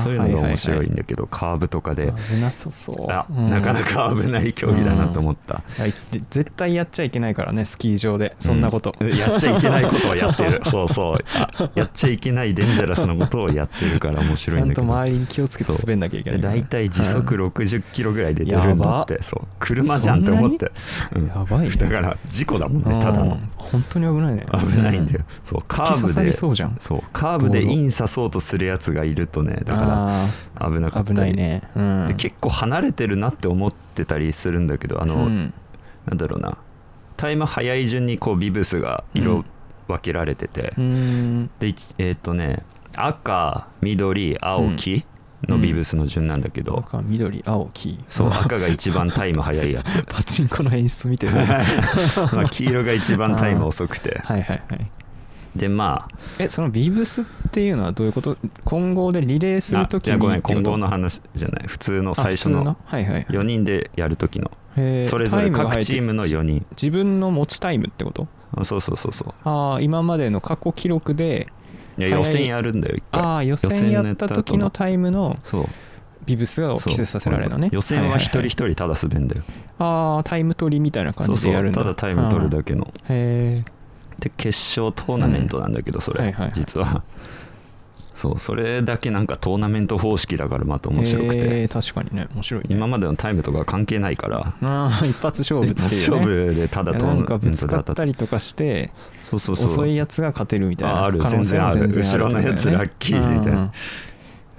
[SPEAKER 5] よ
[SPEAKER 4] ー
[SPEAKER 5] そういうの
[SPEAKER 4] はいはい
[SPEAKER 5] が
[SPEAKER 4] はい
[SPEAKER 5] 面白いんだけど、カーブとかで
[SPEAKER 4] 危なさそう
[SPEAKER 5] あ、
[SPEAKER 4] うん
[SPEAKER 5] なかなか危ない競技だなと思った、
[SPEAKER 4] はいで絶対やっちゃいけないからねスキー場でそんなこと、
[SPEAKER 5] うんやっちゃいけないことをやって るそうそうあやっちゃいけないデンジャラスなことをやってるから面
[SPEAKER 4] ち
[SPEAKER 5] 白い
[SPEAKER 4] ゃ
[SPEAKER 5] ん
[SPEAKER 4] ん
[SPEAKER 5] だけ
[SPEAKER 4] と
[SPEAKER 5] ど
[SPEAKER 4] 周りに気をつけて滑んなきゃいけない
[SPEAKER 5] だいたい時速60キロぐらいで出て
[SPEAKER 4] や
[SPEAKER 5] るんだ
[SPEAKER 4] ば
[SPEAKER 5] ってそう車じゃんって思って、うん
[SPEAKER 4] やばいね
[SPEAKER 5] だから事故だもんねただ
[SPEAKER 4] う
[SPEAKER 5] の
[SPEAKER 4] ん本当に危ないね
[SPEAKER 5] 危ないんだよそうカー
[SPEAKER 4] 突き刺
[SPEAKER 5] ブ
[SPEAKER 4] さ
[SPEAKER 5] で
[SPEAKER 4] りそうじゃん
[SPEAKER 5] そうカーブで
[SPEAKER 4] ボード
[SPEAKER 5] イン刺そうとするやつがいるとねだから危なかったり
[SPEAKER 4] 危ないね、うん、
[SPEAKER 5] で結構離れてるなって思ってたりするんだけどあの、
[SPEAKER 4] うん
[SPEAKER 5] なんだろうなタイム早い順にこうビブスが色分けられてて、
[SPEAKER 4] うん
[SPEAKER 5] でいちえっ、とね赤緑青黄
[SPEAKER 4] う
[SPEAKER 5] の
[SPEAKER 4] ん
[SPEAKER 5] ビブスの順なんだけど、
[SPEAKER 4] 赤緑青黄
[SPEAKER 5] そう
[SPEAKER 4] あ
[SPEAKER 5] 赤が一番タイム早いやつ
[SPEAKER 4] パチンコの演出見てる はい
[SPEAKER 5] まあ黄色が一番タイム遅くて
[SPEAKER 4] はいはい
[SPEAKER 5] でまあ
[SPEAKER 4] えそのビブスっていうのはどういうこと混合でリレーするとき
[SPEAKER 5] あいや
[SPEAKER 4] に
[SPEAKER 5] ごめん
[SPEAKER 4] ってこ
[SPEAKER 5] 混
[SPEAKER 4] と
[SPEAKER 5] 合の話じゃない普通の
[SPEAKER 4] あ
[SPEAKER 5] 最初
[SPEAKER 4] 普通
[SPEAKER 5] の
[SPEAKER 4] はいはい
[SPEAKER 5] 4人でやる時の
[SPEAKER 4] へー
[SPEAKER 5] それぞ
[SPEAKER 4] タイ
[SPEAKER 5] れ
[SPEAKER 4] ムが入っ
[SPEAKER 5] 各
[SPEAKER 4] て
[SPEAKER 5] チームの4人
[SPEAKER 4] 自分の持ちタイムってこと
[SPEAKER 5] あそうそうそうそう
[SPEAKER 4] ああ今までの過去記録で
[SPEAKER 5] いや
[SPEAKER 4] 早い
[SPEAKER 5] 予選やるんだよ一回
[SPEAKER 4] ああ予選やった時の
[SPEAKER 5] イ
[SPEAKER 4] タイムの
[SPEAKER 5] そう
[SPEAKER 4] ビブスが着せさせられるの
[SPEAKER 5] そ
[SPEAKER 4] ね
[SPEAKER 5] う予選は一人
[SPEAKER 4] い
[SPEAKER 5] 一
[SPEAKER 4] い
[SPEAKER 5] 人
[SPEAKER 4] い
[SPEAKER 5] ただ滑んだよ、
[SPEAKER 4] ああタイム取りみたいな感
[SPEAKER 5] そう
[SPEAKER 4] じで
[SPEAKER 5] そ
[SPEAKER 4] やる
[SPEAKER 5] うん
[SPEAKER 4] だ
[SPEAKER 5] ただタイム取るだけの
[SPEAKER 4] けへえ
[SPEAKER 5] で決勝トーナメントなんだけどそれ、
[SPEAKER 4] はいはいはい
[SPEAKER 5] 実はそうそれだけなんかトーナメント方式だからまた面白く
[SPEAKER 4] へ
[SPEAKER 5] て
[SPEAKER 4] ー確かにね面白いね
[SPEAKER 5] 今までのタイムとか関係ないから
[SPEAKER 4] ああ一発勝負っていう、ね、
[SPEAKER 5] 一発勝負でただ
[SPEAKER 4] いや
[SPEAKER 5] ト
[SPEAKER 4] な
[SPEAKER 5] ー
[SPEAKER 4] ん
[SPEAKER 5] ナ
[SPEAKER 4] か
[SPEAKER 5] メ
[SPEAKER 4] ぶ
[SPEAKER 5] ン
[SPEAKER 4] つ
[SPEAKER 5] ト
[SPEAKER 4] か
[SPEAKER 5] で
[SPEAKER 4] った
[SPEAKER 5] 当たっ
[SPEAKER 4] りとかして
[SPEAKER 5] そうそうそう
[SPEAKER 4] 遅いやつが勝てるみたい
[SPEAKER 5] あ
[SPEAKER 4] な
[SPEAKER 5] ある
[SPEAKER 4] 可能性
[SPEAKER 5] 全然あ
[SPEAKER 4] も
[SPEAKER 5] る
[SPEAKER 4] 全然ある
[SPEAKER 5] 後ろのやつラッキーみたいな
[SPEAKER 4] うんうん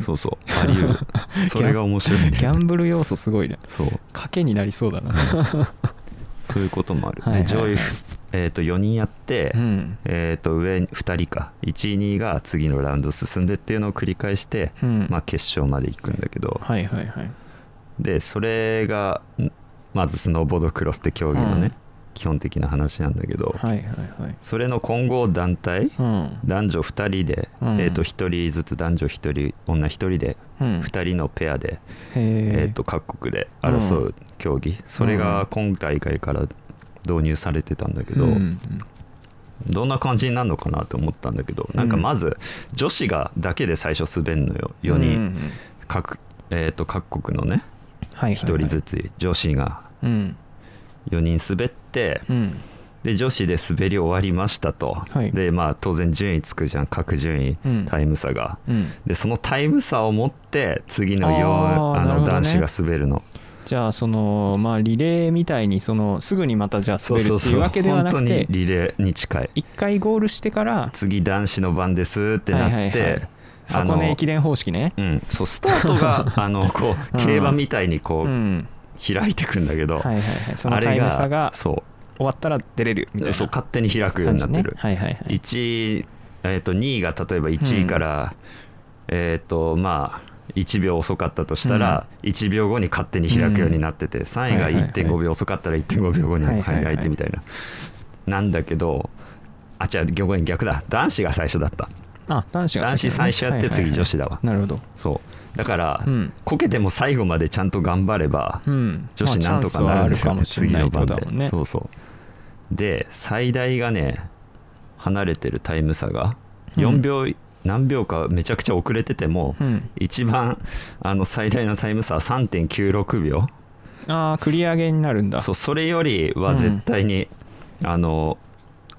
[SPEAKER 5] そうそうあり得 るそれが面白いん
[SPEAKER 4] ギ
[SPEAKER 5] だよ
[SPEAKER 4] ャンブル要素すごいね
[SPEAKER 5] そう
[SPEAKER 4] 賭けになりそうだな
[SPEAKER 5] そういうこともある、
[SPEAKER 4] はいはい
[SPEAKER 5] で上位、えー、と4人やって、
[SPEAKER 4] うん
[SPEAKER 5] えー、と上2人か1位2位が次のラウンド進んでっていうのを繰り返して、
[SPEAKER 4] うん
[SPEAKER 5] まあ、決勝まで行くんだけど、
[SPEAKER 4] はいはいはい
[SPEAKER 5] でそれがんまずスノーボードクロスって競技のね、
[SPEAKER 4] うん
[SPEAKER 5] 基本的な話なんだけど、
[SPEAKER 4] はいはいはい
[SPEAKER 5] それの混合団体、
[SPEAKER 4] うん
[SPEAKER 5] 男女2人で、
[SPEAKER 4] うん
[SPEAKER 5] えー、と1人ずつ男女1人女1人で
[SPEAKER 4] うん
[SPEAKER 5] 2人のペアで、え
[SPEAKER 4] へ
[SPEAKER 5] ー、と各国で争う競技、それが今大会から導入されてたんだけど、
[SPEAKER 4] うんうん
[SPEAKER 5] どんな感じになるのかなと思ったんだけど
[SPEAKER 4] ん
[SPEAKER 5] なんかまず女子がだけで最初滑るのよ4
[SPEAKER 4] うんうんう
[SPEAKER 5] 人
[SPEAKER 4] ん
[SPEAKER 5] 各,、えー、と各国のね
[SPEAKER 4] はいはい
[SPEAKER 5] 1
[SPEAKER 4] はい
[SPEAKER 5] 人ずつ女子が
[SPEAKER 4] うん
[SPEAKER 5] 4人滑って
[SPEAKER 4] うん
[SPEAKER 5] で女子で滑り終わりましたと、
[SPEAKER 4] はい
[SPEAKER 5] でまあ当然順位つくじゃん各順位、
[SPEAKER 4] うん
[SPEAKER 5] タイム差が、
[SPEAKER 4] うん
[SPEAKER 5] でそのタイム差を持って次の
[SPEAKER 4] あー
[SPEAKER 5] 4あ
[SPEAKER 4] な
[SPEAKER 5] の
[SPEAKER 4] るほどね
[SPEAKER 5] 男子が滑るの
[SPEAKER 4] じゃあそのまあリレーみたいにそのすぐにまたじゃあ滑るっていうわけではなく
[SPEAKER 5] 本当に
[SPEAKER 4] て
[SPEAKER 5] リレーに近い
[SPEAKER 4] 一回ゴールしてから
[SPEAKER 5] 次男子の番ですってなって、
[SPEAKER 4] はいはいはい
[SPEAKER 5] あの
[SPEAKER 4] 箱根駅伝方式ね
[SPEAKER 5] うん、そうスタート があのこう
[SPEAKER 4] うん
[SPEAKER 5] 競馬みたいにこう、
[SPEAKER 4] うん
[SPEAKER 5] 開いてくんだけど、
[SPEAKER 4] はいはいはいそ
[SPEAKER 5] あ
[SPEAKER 4] のタ
[SPEAKER 5] れ
[SPEAKER 4] イム差が
[SPEAKER 5] そ
[SPEAKER 4] 終わったら出れるみたいうな
[SPEAKER 5] そう
[SPEAKER 4] 感
[SPEAKER 5] 勝手に開くようにな
[SPEAKER 4] じ
[SPEAKER 5] って
[SPEAKER 4] ね
[SPEAKER 5] る、
[SPEAKER 4] はいはいはい
[SPEAKER 5] 一位えー、と2位が例えば1位から、えっ、とまあ1秒遅かったとしたら、1秒後に勝手に開くようになってて、3位が
[SPEAKER 4] はいはいはい
[SPEAKER 5] 1.5秒遅かったら1.5秒後に
[SPEAKER 4] は
[SPEAKER 5] はいい
[SPEAKER 4] はいはい
[SPEAKER 5] 開いてみたいな、なんだけどあ違う逆に逆だ男子が最初だった
[SPEAKER 4] あ男子が
[SPEAKER 5] 男子最初やって次女子だわ
[SPEAKER 4] なるほど
[SPEAKER 5] そうだから、
[SPEAKER 4] うん
[SPEAKER 5] こけても最後までちゃんと頑張れば、
[SPEAKER 4] うん
[SPEAKER 5] 女子なんとかなるんだよね
[SPEAKER 4] まあチャンスはあるかもしれない
[SPEAKER 5] 次の番
[SPEAKER 4] ってことだもんね
[SPEAKER 5] そうそうで最大がね離れてるタイム差が
[SPEAKER 4] うん
[SPEAKER 5] 4秒、何秒かめちゃくちゃ遅れてても、
[SPEAKER 4] うん
[SPEAKER 5] 一番あの最大のタイム差は3.96秒
[SPEAKER 4] ああ繰り上げになるんだ
[SPEAKER 5] そうそれよりは絶対に、あの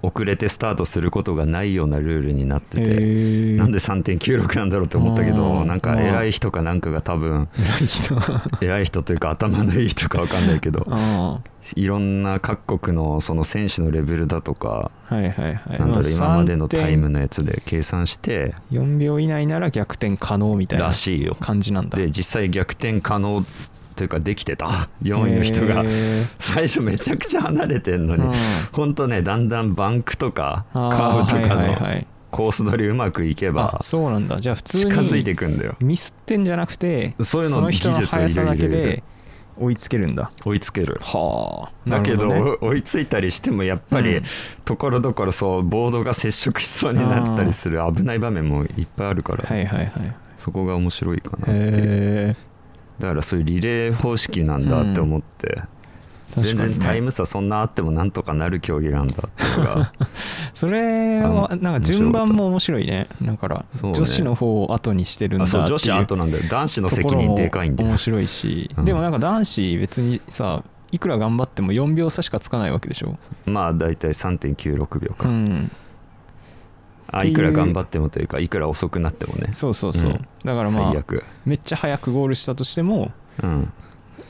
[SPEAKER 5] 遅れてスタートすることがないようなルールになって
[SPEAKER 4] へ
[SPEAKER 5] て。
[SPEAKER 4] ー
[SPEAKER 5] なんで3.96なんだろうって思ったけ
[SPEAKER 4] あ
[SPEAKER 5] ど
[SPEAKER 4] ー
[SPEAKER 5] なんか偉い人かなんかが多 分
[SPEAKER 4] 偉い人
[SPEAKER 5] 偉い人というか頭のいい人か分かんないけど
[SPEAKER 4] ああ
[SPEAKER 5] いろんな各国のその選手のレベルだとか、
[SPEAKER 4] はいはいはい
[SPEAKER 5] なんだろう今までの
[SPEAKER 4] 3.4
[SPEAKER 5] タイムのやつで計算して
[SPEAKER 4] 秒以内なら逆転可能みたいな
[SPEAKER 5] らしいよ。
[SPEAKER 4] 感じなんだ
[SPEAKER 5] で実際逆転可能というかできてた4位の 人が
[SPEAKER 4] へー
[SPEAKER 5] 最初めちゃくちゃ離れてんのに
[SPEAKER 4] うん
[SPEAKER 5] 本当ねだんだんバンクとかカー
[SPEAKER 4] あー
[SPEAKER 5] ブとか
[SPEAKER 4] はい
[SPEAKER 5] の
[SPEAKER 4] はいはい
[SPEAKER 5] コース取りうまくいけば
[SPEAKER 4] あそうなんだじゃあ普通
[SPEAKER 5] 近
[SPEAKER 4] に
[SPEAKER 5] づいてくんだよ
[SPEAKER 4] ミスってんじゃなくて
[SPEAKER 5] そういうの
[SPEAKER 4] の人の
[SPEAKER 5] 技術を入れる
[SPEAKER 4] 速さだけ
[SPEAKER 5] 入れ
[SPEAKER 4] で
[SPEAKER 5] る
[SPEAKER 4] 追いつけるんだ
[SPEAKER 5] 追いつける
[SPEAKER 4] はあ
[SPEAKER 5] だけど
[SPEAKER 4] なるほね
[SPEAKER 5] 追いついたりしてもやっぱ
[SPEAKER 4] う
[SPEAKER 5] り
[SPEAKER 4] ん
[SPEAKER 5] ところどころそうボードが接触しそうになったりする危ない場面もいっぱいあるから、
[SPEAKER 4] はいはいはい
[SPEAKER 5] そこが面白いかなっていう
[SPEAKER 4] へえ
[SPEAKER 5] だからそういうリレー方式なんだって思って、全然タイム差そんなあってもなんとかなる競技なんだっていうのが
[SPEAKER 4] それは
[SPEAKER 5] あの
[SPEAKER 4] なんか順番も面白いねだから
[SPEAKER 5] そうね
[SPEAKER 4] 女子の方を後にしてる
[SPEAKER 5] あ
[SPEAKER 4] んだって
[SPEAKER 5] そ
[SPEAKER 4] い
[SPEAKER 5] う
[SPEAKER 4] う
[SPEAKER 5] 女子は後なんだよ男子の
[SPEAKER 4] とこ
[SPEAKER 5] 責
[SPEAKER 4] ろ
[SPEAKER 5] 任
[SPEAKER 4] も
[SPEAKER 5] でかいんだよ
[SPEAKER 4] 面白いし、
[SPEAKER 5] うん
[SPEAKER 4] でもなんか男子別にさいくら頑張っても4秒差しかつかないわけでしょ、
[SPEAKER 5] まあ大体3.96秒
[SPEAKER 4] う
[SPEAKER 5] か、
[SPEAKER 4] ん、っ
[SPEAKER 5] あ
[SPEAKER 4] ていう
[SPEAKER 5] いくら頑張ってもというかいくら遅くなってもね
[SPEAKER 4] そうそうそう、
[SPEAKER 5] うん
[SPEAKER 4] だからま
[SPEAKER 5] 最
[SPEAKER 4] あ
[SPEAKER 5] 悪、
[SPEAKER 4] めっちゃ早くゴールしたとしても
[SPEAKER 5] うん、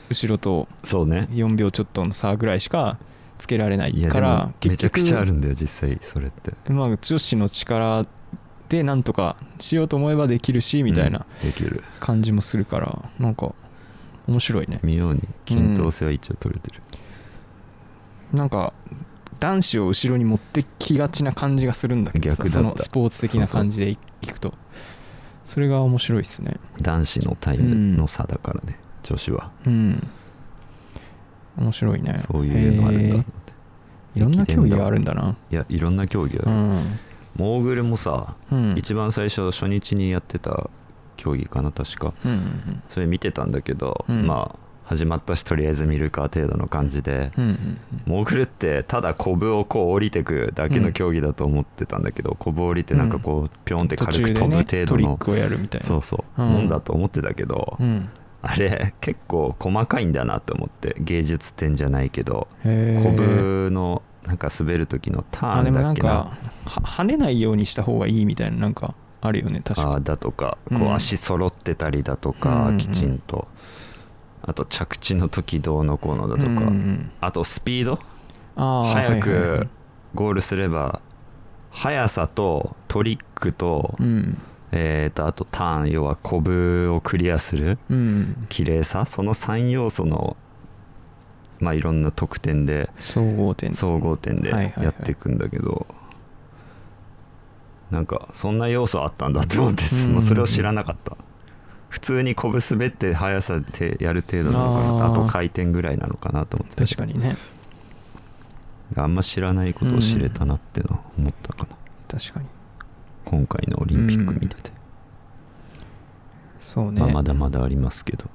[SPEAKER 4] 後ろと
[SPEAKER 5] そうね
[SPEAKER 4] 4秒ちょっとの差ぐらいしかつけられない
[SPEAKER 5] いや
[SPEAKER 4] か
[SPEAKER 5] で
[SPEAKER 4] ら
[SPEAKER 5] もめちゃくちゃある
[SPEAKER 4] 結
[SPEAKER 5] んだよ実際それって
[SPEAKER 4] 局まあ女子の力でなんとかしようと思えばできるしみたいな
[SPEAKER 5] うんできる
[SPEAKER 4] 感じもするから、なんか面白いね
[SPEAKER 5] 妙に均等性は一応取れてる、
[SPEAKER 4] なんか男子を後ろに持ってきがちな感じがするんだけどさ
[SPEAKER 5] 逆だった
[SPEAKER 4] そのスポーツ的な感じでいくとそれが面白いですね
[SPEAKER 5] 男子のタイムの差だからね、女子は
[SPEAKER 4] うん面白いね
[SPEAKER 5] そういうのあるんだ
[SPEAKER 4] へ
[SPEAKER 5] な
[SPEAKER 4] え
[SPEAKER 5] って
[SPEAKER 4] いろんな競技があるんだない
[SPEAKER 5] やいろんな競技あ
[SPEAKER 4] う
[SPEAKER 5] る、
[SPEAKER 4] ん、
[SPEAKER 5] モーグルもさ、
[SPEAKER 4] うん、
[SPEAKER 5] 一番最初初日にやってた競技かな確か
[SPEAKER 4] うんうん
[SPEAKER 5] それ見てたんだけど、
[SPEAKER 4] うん
[SPEAKER 5] まあ始まったしとりあえず見るか程度の感じで、
[SPEAKER 4] うんうんうん
[SPEAKER 5] モーグルってただコブをこう降りてくだけの競技だと思ってたんだけど、コブ降りてなんかこうピョンって
[SPEAKER 4] 途
[SPEAKER 5] 軽
[SPEAKER 4] 中
[SPEAKER 5] く
[SPEAKER 4] で
[SPEAKER 5] 飛ぶ
[SPEAKER 4] ね
[SPEAKER 5] 程
[SPEAKER 4] ト
[SPEAKER 5] 度
[SPEAKER 4] リッ
[SPEAKER 5] の、
[SPEAKER 4] クをやるみたいな
[SPEAKER 5] そうそう、
[SPEAKER 4] うん
[SPEAKER 5] もんだと思ってたけど、
[SPEAKER 4] ん、
[SPEAKER 5] あれ結構細かいんだなと思って芸術点じゃないけど
[SPEAKER 4] へー
[SPEAKER 5] コブのなんか滑る時のタ
[SPEAKER 4] あで
[SPEAKER 5] ーン
[SPEAKER 4] も
[SPEAKER 5] だ
[SPEAKER 4] な
[SPEAKER 5] っ
[SPEAKER 4] ん
[SPEAKER 5] けな
[SPEAKER 4] かは跳ねないようにした方がいいみたいななんかあるよね確
[SPEAKER 5] あ
[SPEAKER 4] か
[SPEAKER 5] ーだとか
[SPEAKER 4] うん
[SPEAKER 5] こう足揃ってたりだとか、
[SPEAKER 4] うんうんうん
[SPEAKER 5] きちんとあと着地の時どうのこうのだとか、
[SPEAKER 4] うんうん
[SPEAKER 5] あとスピード
[SPEAKER 4] あー
[SPEAKER 5] 早
[SPEAKER 4] はいはいはい
[SPEAKER 5] くゴールすれば速さとトリックと,、
[SPEAKER 4] うん
[SPEAKER 5] えー、とあとターン要はコブをクリアする
[SPEAKER 4] うん
[SPEAKER 5] 綺麗さその3要素のまあいろんな得点で
[SPEAKER 4] 総合点
[SPEAKER 5] 総合点で
[SPEAKER 4] はいはいはい
[SPEAKER 5] やっていくんだけど、なんかそんな要素あったんだって思って
[SPEAKER 4] うん
[SPEAKER 5] もうそれを知らなかった普通にこぶ滑って速さでやる程度なのかな
[SPEAKER 4] あ
[SPEAKER 5] あ
[SPEAKER 4] ー
[SPEAKER 5] と回転ぐらいなのかなと思ってたけ
[SPEAKER 4] 確
[SPEAKER 5] ど
[SPEAKER 4] かにね
[SPEAKER 5] あんま知らないことを知れたなってのは思ったかな、
[SPEAKER 4] 確かに
[SPEAKER 5] 今回のオリンピック見てて、
[SPEAKER 4] そうね、
[SPEAKER 5] まあ、まだまだありますけど、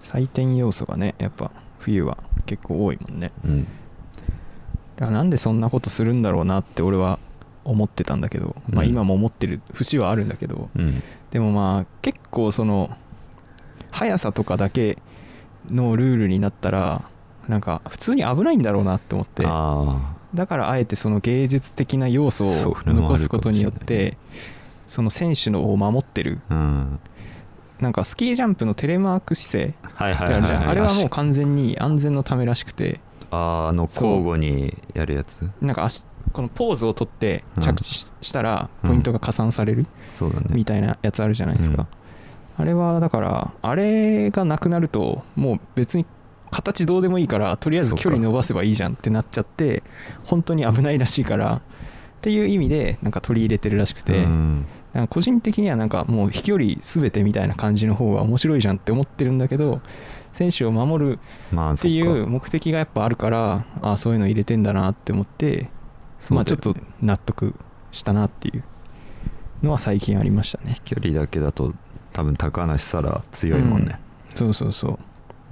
[SPEAKER 4] 採点要素がねやっぱ冬は結構多いもんね
[SPEAKER 5] うん
[SPEAKER 4] だからなんでそんなことするんだろうなって俺は思ってたんだけど、まあ
[SPEAKER 5] うん
[SPEAKER 4] 今も思ってる節はあるんだけど
[SPEAKER 5] うん、
[SPEAKER 4] でもまあ結構その速さとかだけのルールになったらなんか普通に危ないんだろうなって思って
[SPEAKER 5] あ
[SPEAKER 4] だからあえてその芸術的な要素
[SPEAKER 5] そう
[SPEAKER 4] を
[SPEAKER 5] それもあるかもしれない
[SPEAKER 4] 残すことによってその選手のを守ってる
[SPEAKER 5] あうん
[SPEAKER 4] なんかスキージャンプのテレマーク姿勢って
[SPEAKER 5] はいはい
[SPEAKER 4] あ
[SPEAKER 5] はい
[SPEAKER 4] るじゃん、
[SPEAKER 5] はい
[SPEAKER 4] あれはもう完全に安全のためらしくて
[SPEAKER 5] あーあの
[SPEAKER 4] そう
[SPEAKER 5] 交互にやるやつ
[SPEAKER 4] なんか足このポーズを取って
[SPEAKER 5] うん
[SPEAKER 4] 着地ししたら
[SPEAKER 5] うん
[SPEAKER 4] ポイントが加算される
[SPEAKER 5] そうだね
[SPEAKER 4] みたいなやつあるじゃないですか、あれはだからあれがなくなるともう別に形どうでもいいからとりあえず距離伸ばせばいいじゃんってなっちゃって本当に危ないらしいからっていう意味でなんか取り入れてるらしくて、
[SPEAKER 5] うん
[SPEAKER 4] なんか個人的にはなんかもう飛距離全てみたいな感じの方が面白いじゃんって思ってるんだけど選手を守る
[SPEAKER 5] まあ
[SPEAKER 4] ってい
[SPEAKER 5] そっ
[SPEAKER 4] う
[SPEAKER 5] か
[SPEAKER 4] 目的がやっぱあるからあそういうの入れてんだなって思って、
[SPEAKER 5] そうだよね
[SPEAKER 4] まあちょっと納得したなっていうのは最近ありましたね
[SPEAKER 5] 距離だけだと多分高梨沙羅強いもんね、
[SPEAKER 4] うんそうそうそ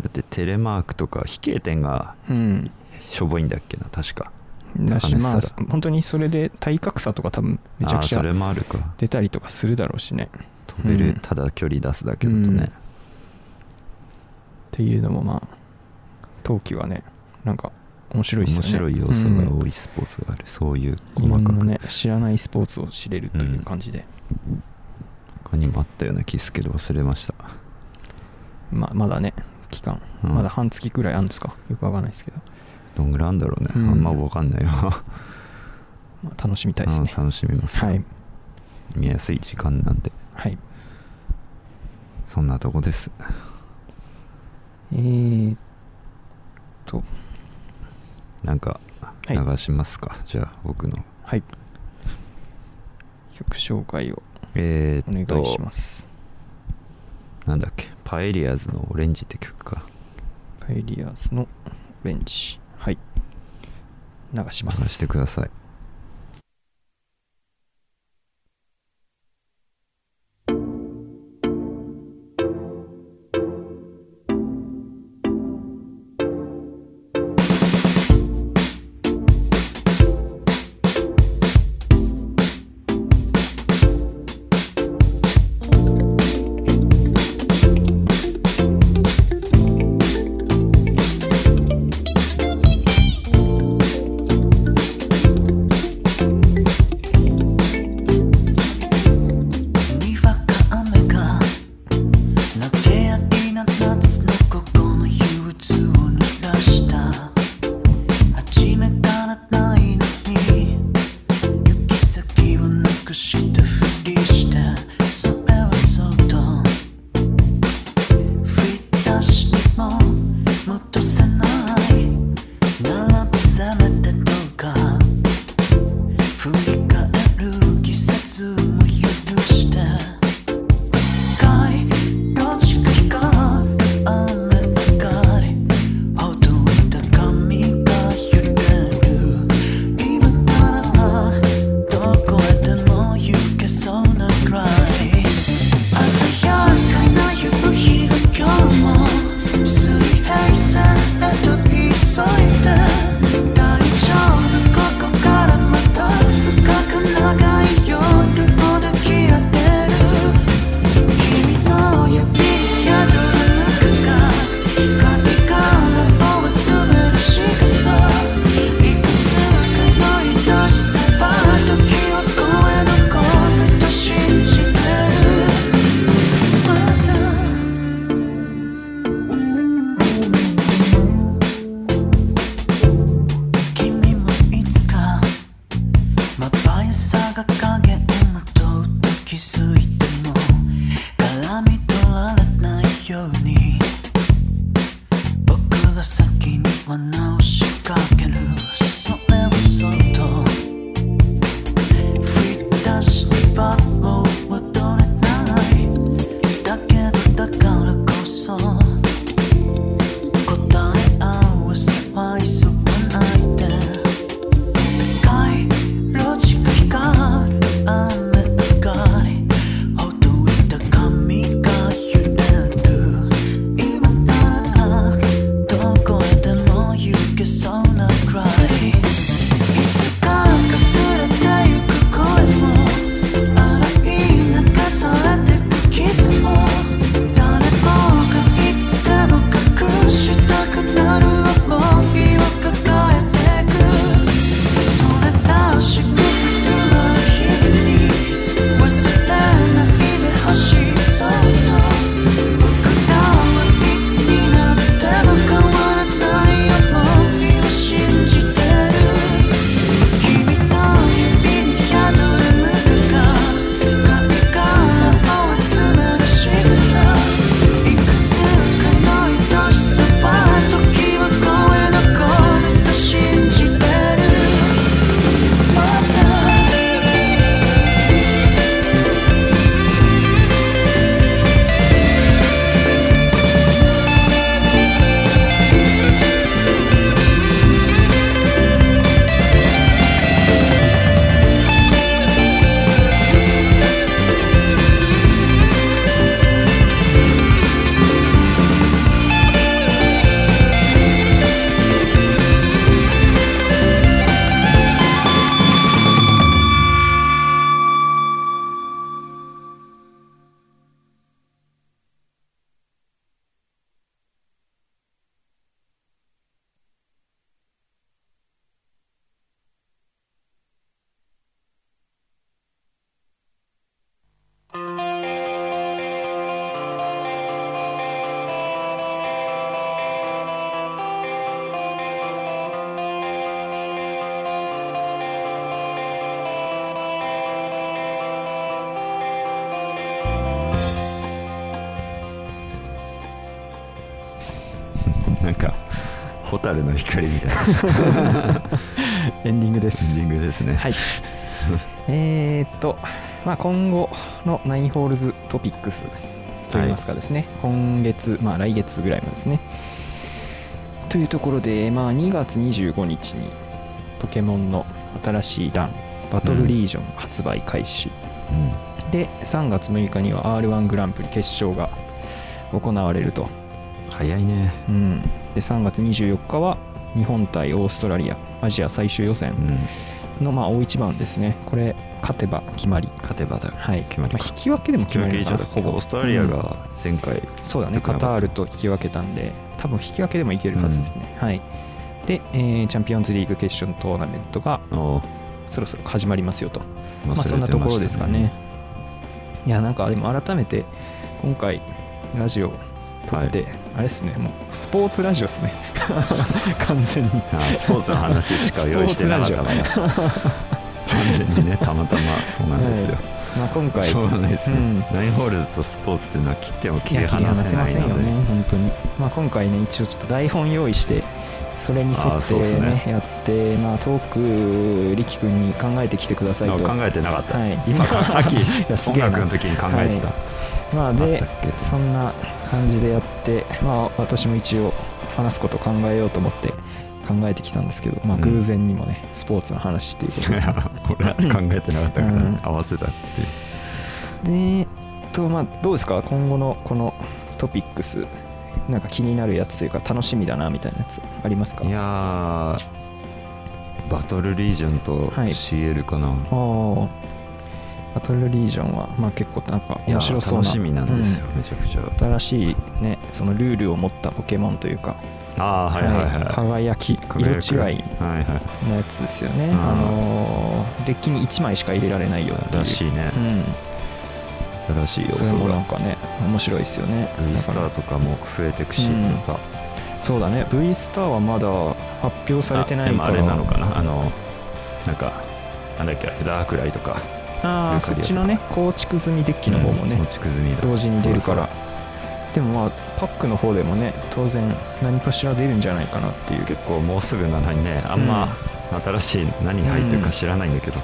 [SPEAKER 5] だってテレマークとか飛型点が
[SPEAKER 4] ううん
[SPEAKER 5] しょぼいんだっけな確か
[SPEAKER 4] だしまあ
[SPEAKER 5] 高梨沙羅
[SPEAKER 4] 本当にそれで体格差とか多分めちゃくち
[SPEAKER 5] あー
[SPEAKER 4] ゃ
[SPEAKER 5] それもあるか
[SPEAKER 4] 出たりとかするだろうしねっ
[SPEAKER 5] 飛べる、
[SPEAKER 4] うん
[SPEAKER 5] ただ距離出すだけだとね、
[SPEAKER 4] ていうのもまあ冬季はねなんか面白いですよ
[SPEAKER 5] 面
[SPEAKER 4] ね
[SPEAKER 5] 白い要素が多いスポーツがある、そういう細
[SPEAKER 4] いろ
[SPEAKER 5] か
[SPEAKER 4] んな
[SPEAKER 5] く、
[SPEAKER 4] ね知らないスポーツを知れるという感じで、
[SPEAKER 5] 他にもあったような気すけど忘れました
[SPEAKER 4] まあまだね期間、
[SPEAKER 5] うん
[SPEAKER 4] まだ半月くらいあるんですかよくわかんないですけど、
[SPEAKER 5] どんぐらいあんだろうね、
[SPEAKER 4] うん
[SPEAKER 5] あんま分かんないよ
[SPEAKER 4] まあ、楽しみたいですね
[SPEAKER 5] うん楽しみます、
[SPEAKER 4] はい
[SPEAKER 5] 見やすい時間なんで
[SPEAKER 4] はい
[SPEAKER 5] そんなとこです
[SPEAKER 4] えー、っと
[SPEAKER 5] なんか
[SPEAKER 4] はい
[SPEAKER 5] 流しますか、じゃあ僕の
[SPEAKER 4] はい曲紹介を
[SPEAKER 5] え
[SPEAKER 4] お
[SPEAKER 5] ー、
[SPEAKER 4] 願
[SPEAKER 5] っと
[SPEAKER 4] いします
[SPEAKER 5] なんだっけパエリアーズのオレンジって曲か
[SPEAKER 4] パエリアーズのベンチはい流し
[SPEAKER 5] 流
[SPEAKER 4] ます
[SPEAKER 5] してください
[SPEAKER 9] にわか雨が投げやりな夏のここの憂鬱を濡らした初めからないのに行き先をなくしたふりしてそれはそうと振り出しにも戻せない並び覚めてどうか振り返る季節も許して街路地が光る雨上がりほどいた髪が揺れる今ならどこへでも行けそうなくらい鮮やかな夕日が今日も水平線へと急いで大丈夫ここからまた深く長い夜を抱き合ってる「君の指に宿るぬくが」「髪からをつぶるしかさ」「いくつかの愛しさは時を越え残ると信じてる」「また」「君もいつか」まばゆさが影をまとうと気づいても絡み取られないように僕が先に罠を仕掛けるそれはそうと振り出しにはもう戻れないだけどだからこそ答え合わせは急がないで街路地が光る雨上がりほどいた髪が揺れる今ならどこへでも行
[SPEAKER 5] なんか蛍の光みたいな
[SPEAKER 4] エンディングで
[SPEAKER 5] エン
[SPEAKER 4] す
[SPEAKER 5] ディングですね
[SPEAKER 4] はいえーっと、まあ、今後のナインホールズトピックスといいますかですね、今月、まあ、来月ぐらいまでですねというところで、まあ、2月25日にポケモンの新しい弾バトルリージョン発売開始、
[SPEAKER 5] うん
[SPEAKER 4] で3月6日には r 1グランプリ決勝が行われると、
[SPEAKER 5] 早いね
[SPEAKER 4] うん、で3月24日は日本対オーストラリアアジア最終予
[SPEAKER 5] う
[SPEAKER 4] 選
[SPEAKER 5] ん
[SPEAKER 4] の、まあ、大一番ですねこれ勝てば決まり
[SPEAKER 5] 勝てばだ
[SPEAKER 4] はい、
[SPEAKER 5] 決まり
[SPEAKER 4] まあ、引き分けでも決まり
[SPEAKER 5] 以上
[SPEAKER 4] の
[SPEAKER 5] だ
[SPEAKER 4] かなほぼ
[SPEAKER 5] オーストラリア
[SPEAKER 4] うん
[SPEAKER 5] が前回
[SPEAKER 4] そうだね
[SPEAKER 5] よくなか
[SPEAKER 4] カ
[SPEAKER 5] った
[SPEAKER 4] タールと引き分けたんで多分引き分けでもいけるはずですね、はいで、えーチャンピオンズリーグ決勝のトーナメントが
[SPEAKER 5] の
[SPEAKER 4] そろそろ始まりますよと
[SPEAKER 5] 忘れてま
[SPEAKER 4] ま
[SPEAKER 5] した
[SPEAKER 4] あ、
[SPEAKER 5] ね
[SPEAKER 4] そんなところですかね。いや、なんかでも改めて、今回、ラジオ撮って、あれですね、もうスポーツラジオですね、 完全に。
[SPEAKER 5] あースポーツの話しか用意してなかったから
[SPEAKER 4] スポーツラジ
[SPEAKER 5] 単純にねたまたまそうなんですよ、
[SPEAKER 4] オまあ今回、
[SPEAKER 5] しょうがないですね、
[SPEAKER 4] うん
[SPEAKER 5] ナインホールズとスポーツっていうのは切っても
[SPEAKER 4] い
[SPEAKER 5] 切り
[SPEAKER 4] や切り
[SPEAKER 5] 離せ
[SPEAKER 4] 離せ
[SPEAKER 5] な
[SPEAKER 4] ま
[SPEAKER 5] い
[SPEAKER 4] せんよ
[SPEAKER 5] ので
[SPEAKER 4] ね、本当に。まあ、今回ね、一応ちょっと台本用意して、それに沿
[SPEAKER 5] あー
[SPEAKER 4] っ
[SPEAKER 5] そう
[SPEAKER 4] て
[SPEAKER 5] っす
[SPEAKER 4] ね、
[SPEAKER 5] ね
[SPEAKER 4] やって、まあ、トーク、力君に考えてきてください
[SPEAKER 5] あ
[SPEAKER 4] と。
[SPEAKER 5] 考えてなかった、
[SPEAKER 4] はい
[SPEAKER 5] 今からさっき
[SPEAKER 4] いやす
[SPEAKER 5] 音
[SPEAKER 4] げえな
[SPEAKER 5] 楽の時に考えてた、
[SPEAKER 4] はまあ
[SPEAKER 5] あっ
[SPEAKER 4] で
[SPEAKER 5] たっけ
[SPEAKER 4] そんな感じでやって、まあ、私も一応話すこと考えようと思って考えてきたんですけど、まあ、
[SPEAKER 5] うん
[SPEAKER 4] 偶然にもね、スポーツの話っていうこ と
[SPEAKER 5] いや 俺は考えてなかったから、
[SPEAKER 4] うん
[SPEAKER 5] 合わせたっていう
[SPEAKER 4] でえっとまあどうですか今後のこのトピックスなんか気になるやつというか楽しみだなみたいなやつありますか
[SPEAKER 5] いやーバトルリージョンと
[SPEAKER 4] はい
[SPEAKER 5] CL かな、
[SPEAKER 4] あーバトルリージョンは、まあ、結構なんか
[SPEAKER 5] いや
[SPEAKER 4] 面白そうな
[SPEAKER 5] 楽しみなんですよ、
[SPEAKER 4] うん
[SPEAKER 5] めちゃくちゃ
[SPEAKER 4] 新しいねそのルールを持ったポケモンというか、
[SPEAKER 5] ああはいはいはい、
[SPEAKER 4] はい輝き色違い
[SPEAKER 5] はいはい
[SPEAKER 4] のやつですよね、
[SPEAKER 5] ん
[SPEAKER 4] あのーデッキに1枚しか入れられないよっていう
[SPEAKER 5] らしいね
[SPEAKER 4] う
[SPEAKER 5] 新しい
[SPEAKER 4] ん、
[SPEAKER 5] 要
[SPEAKER 4] それ
[SPEAKER 5] 素
[SPEAKER 4] もな
[SPEAKER 5] が
[SPEAKER 4] んかね面白いですよね
[SPEAKER 5] V スタ
[SPEAKER 4] だ
[SPEAKER 5] ーと
[SPEAKER 4] か
[SPEAKER 5] かも増えてくし、
[SPEAKER 4] うん
[SPEAKER 5] また
[SPEAKER 4] らそうだね V スターはまだ発表されてな
[SPEAKER 5] あ
[SPEAKER 4] い
[SPEAKER 5] でも
[SPEAKER 4] か
[SPEAKER 5] あ
[SPEAKER 4] ら
[SPEAKER 5] れなのかなあのなんかなんだっけあれダークライとか
[SPEAKER 4] あー
[SPEAKER 5] ルカ
[SPEAKER 4] そ
[SPEAKER 5] リアと
[SPEAKER 4] っ
[SPEAKER 5] か
[SPEAKER 4] ちのね構築済みデッキの方もね、
[SPEAKER 5] うん落ちくずみだ
[SPEAKER 4] 同時に出るからでもまあパックの方でもね当然何かしら出るんじゃないかなっていう
[SPEAKER 5] 結構もうすぐなのにねあんま新しい何入ってるか知らないんだけど、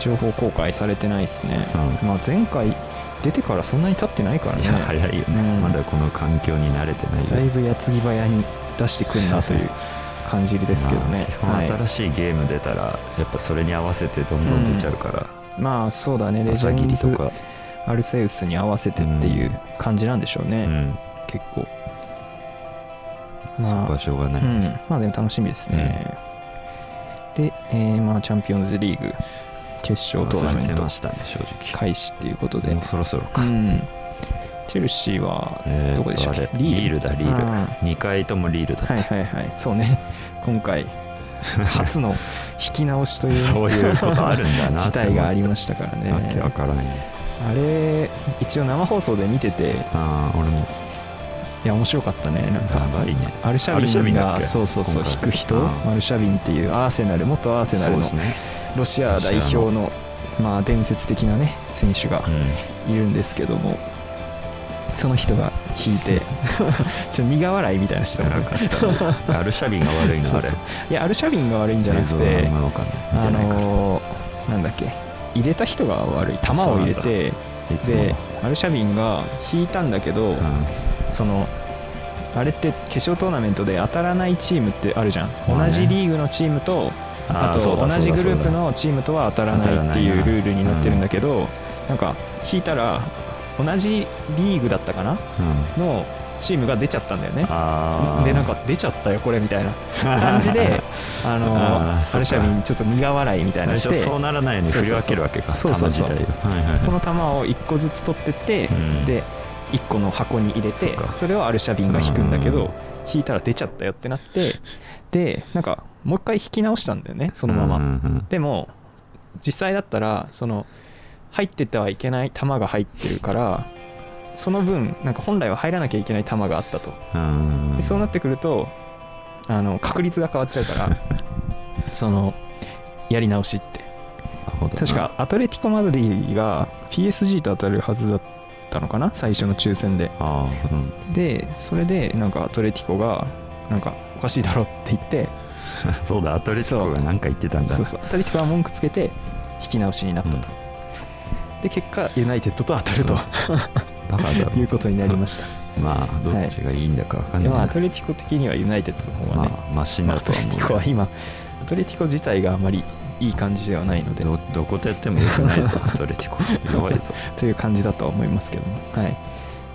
[SPEAKER 4] 情報公開されてないですね、
[SPEAKER 5] うん
[SPEAKER 4] まあ前回出てからそんなに経ってないからね
[SPEAKER 5] いや早いよね、
[SPEAKER 4] うん
[SPEAKER 5] まだこの環境に慣れてないよ、
[SPEAKER 4] だいぶ矢継ぎ早に出してくんなという感じですけどね
[SPEAKER 5] まあ
[SPEAKER 4] は
[SPEAKER 5] 基
[SPEAKER 4] い
[SPEAKER 5] 本、新しいゲーム出たら、やっぱそれに合わせてどんどん出ちゃうから、
[SPEAKER 4] まあそうだねレジ
[SPEAKER 5] 朝
[SPEAKER 4] ェン
[SPEAKER 5] 霧と
[SPEAKER 4] ズ
[SPEAKER 5] か、
[SPEAKER 4] アルセウスに合わせてっていう感じなんでしょうね、
[SPEAKER 5] うん、
[SPEAKER 4] 結構
[SPEAKER 5] そ
[SPEAKER 4] ま
[SPEAKER 5] こは
[SPEAKER 4] あ、
[SPEAKER 5] しょうがない、
[SPEAKER 4] うん、まあでも楽しみですね、で、えーまあチャンピオンズリーグ決勝トーナ
[SPEAKER 5] 忘れ
[SPEAKER 4] メ
[SPEAKER 5] て
[SPEAKER 4] ント
[SPEAKER 5] ましたね正直
[SPEAKER 4] 開始っていうことで
[SPEAKER 5] もうそろそろ
[SPEAKER 4] う
[SPEAKER 5] か、
[SPEAKER 4] んチェルシーは
[SPEAKER 5] えー
[SPEAKER 4] どこでしたっけ
[SPEAKER 5] とあれリールだリール
[SPEAKER 4] あ
[SPEAKER 5] 2回ともリールだった、
[SPEAKER 4] はいはいはいそうね 今回初の引き直しという
[SPEAKER 5] そういうことあるんだな
[SPEAKER 4] 事態があり
[SPEAKER 5] ま
[SPEAKER 4] ましたからね
[SPEAKER 5] わけわからないね
[SPEAKER 4] あれ一応生放送で見てて
[SPEAKER 5] ああ俺も
[SPEAKER 4] いや面白かったねなん
[SPEAKER 5] や
[SPEAKER 4] か
[SPEAKER 5] ばいね
[SPEAKER 4] アルシャビ
[SPEAKER 5] アルシャビ
[SPEAKER 4] ン
[SPEAKER 5] ンだっ
[SPEAKER 4] が
[SPEAKER 5] け
[SPEAKER 4] そうそうそ
[SPEAKER 5] 今
[SPEAKER 4] う
[SPEAKER 5] 回
[SPEAKER 4] 引く人
[SPEAKER 5] あー
[SPEAKER 4] アルシャビンっていうアーセナル元アーセナルの
[SPEAKER 5] そうですね
[SPEAKER 4] ロシア代表のまあ伝説的なね選手がいるんですけどもその人が引い てちょっと苦笑いみたいな人
[SPEAKER 5] うん
[SPEAKER 4] も
[SPEAKER 5] なん
[SPEAKER 4] ね
[SPEAKER 5] かしたねアルシャビンが悪い
[SPEAKER 4] そ
[SPEAKER 5] のあ
[SPEAKER 4] う
[SPEAKER 5] れ
[SPEAKER 4] そういやアルシャビンが悪いんじゃなく
[SPEAKER 5] 映像が
[SPEAKER 4] て
[SPEAKER 5] あんまわかんない見
[SPEAKER 4] あ
[SPEAKER 5] てないから
[SPEAKER 4] のーなんだっけ入れた人が悪い球を入れて
[SPEAKER 5] いつも
[SPEAKER 4] でアルシャビンが引いたんだけど、
[SPEAKER 5] うん
[SPEAKER 4] そのあれって決勝トーナメントで当たらないチームってあるじゃん、
[SPEAKER 5] あね
[SPEAKER 4] 同じリーグのチームと
[SPEAKER 5] あー
[SPEAKER 4] あと
[SPEAKER 5] そうだ
[SPEAKER 4] 同じ
[SPEAKER 5] そうだ
[SPEAKER 4] グループのチームとは当たらないっていう
[SPEAKER 5] 当たらないな
[SPEAKER 4] ルールになってるんだけど、なんか引いたら同じリーグだったかな
[SPEAKER 5] うん
[SPEAKER 4] のチームが出ちゃったんだよね
[SPEAKER 5] あー
[SPEAKER 4] でなんか出ちゃったよこれみたいな感じ であの
[SPEAKER 5] あーそっか
[SPEAKER 4] アルシャビンちょっと苦笑いみたいな
[SPEAKER 5] 最
[SPEAKER 4] し
[SPEAKER 5] 初
[SPEAKER 4] て
[SPEAKER 5] そうならないように振り分けるわけか
[SPEAKER 4] そうそうそう
[SPEAKER 5] 球自体をはいはい
[SPEAKER 4] その球を1個ずつ取ってって、
[SPEAKER 5] うん
[SPEAKER 4] で1個の箱に入れて
[SPEAKER 5] そっか
[SPEAKER 4] それをアルシャビンが引くんだけ
[SPEAKER 5] うん
[SPEAKER 4] ど引いたら出ちゃったよってなってでなんかもう一回引き直したんだよねそのま
[SPEAKER 5] うんう
[SPEAKER 4] ま
[SPEAKER 5] ん
[SPEAKER 4] でも実際だったらその入っててはいけない球が入ってるからその分なんか本来は入らなきゃいけない球があったと
[SPEAKER 5] うんうん
[SPEAKER 4] でそうなってくるとあの確率が変わっちゃうから そのやり直しって
[SPEAKER 5] なるほどな
[SPEAKER 4] 確かアトレティコ・マドリーが PSG と当たるはずだったのかな最初の抽選で
[SPEAKER 5] ああうん
[SPEAKER 4] でそれでなんかアトレティコがなんかおかしいだろって言って
[SPEAKER 5] そうだアトレティコが何か言ってたんだ
[SPEAKER 4] そうそうアトレティコは文句つけて引き直しになったと、で結果ユナイテッドと当たると
[SPEAKER 5] バカだろ
[SPEAKER 4] いうことになりました
[SPEAKER 5] ま あどっちがいいんだか分かんない
[SPEAKER 4] で
[SPEAKER 5] な、
[SPEAKER 4] まあアトレティコ的にはユナイテッドの方が
[SPEAKER 5] ま
[SPEAKER 4] ね、
[SPEAKER 5] あマシ
[SPEAKER 4] まあ
[SPEAKER 5] だ
[SPEAKER 4] ア
[SPEAKER 5] と
[SPEAKER 4] トレ
[SPEAKER 5] は
[SPEAKER 4] テ
[SPEAKER 5] 思う
[SPEAKER 4] ィコは今アトレティコ自体があまりいい感じではないので
[SPEAKER 5] どどことやってもよくないぞアトレティコ弱い ぞ
[SPEAKER 4] という感じだとは思いますけどもはい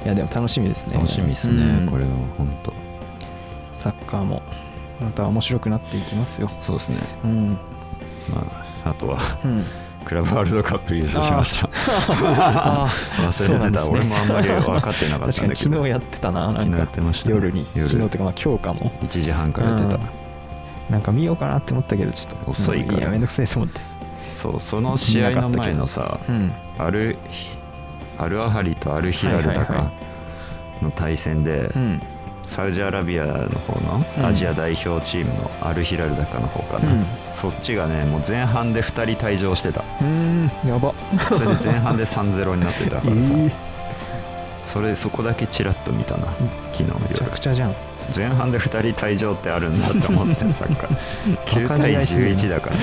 [SPEAKER 4] いやでも楽しみですね
[SPEAKER 5] 楽しみですね、これは本当
[SPEAKER 4] サッカーもまた面白くなっていきますよ
[SPEAKER 5] そうですね
[SPEAKER 4] うん、
[SPEAKER 5] まああとは
[SPEAKER 4] うん、
[SPEAKER 5] クラブワールドカップ優勝しました
[SPEAKER 4] あ
[SPEAKER 5] 忘れてた、俺もあんまり分かって なかったんだけ
[SPEAKER 4] 確かに昨
[SPEAKER 5] ど
[SPEAKER 4] 日やってたななんか
[SPEAKER 5] 昨日やってましたね
[SPEAKER 4] 夜に
[SPEAKER 5] 夜
[SPEAKER 4] 昨日とかまあ今日かも
[SPEAKER 5] 1時半からやってた、
[SPEAKER 4] うんなんか見ようかなって思ったけどちょっと
[SPEAKER 5] 遅いから
[SPEAKER 4] うんやめんどくせえと思って
[SPEAKER 5] そうその試合の前のさ
[SPEAKER 4] うん
[SPEAKER 5] アルヒアルアハリとアルヒラルだ
[SPEAKER 4] はいはい
[SPEAKER 5] か
[SPEAKER 4] は
[SPEAKER 5] の対戦で
[SPEAKER 4] うん
[SPEAKER 5] サウジアラビアの方
[SPEAKER 4] うん
[SPEAKER 5] のアジア代表チームのアルヒラルだかの方かな、
[SPEAKER 4] うん
[SPEAKER 5] そっちがねもう前半で2人退場してた
[SPEAKER 4] うんやば
[SPEAKER 5] それで前半で3-0になってた から
[SPEAKER 4] え
[SPEAKER 5] さ、
[SPEAKER 4] ー、
[SPEAKER 5] それそこだけチラッと見たな昨日の
[SPEAKER 4] めちゃ
[SPEAKER 5] 夜
[SPEAKER 4] くちゃじゃん
[SPEAKER 5] 前半で2人退場ってあるんだって思ってサッカー 9
[SPEAKER 4] バカ試
[SPEAKER 5] 対
[SPEAKER 4] 合するな
[SPEAKER 5] 11だから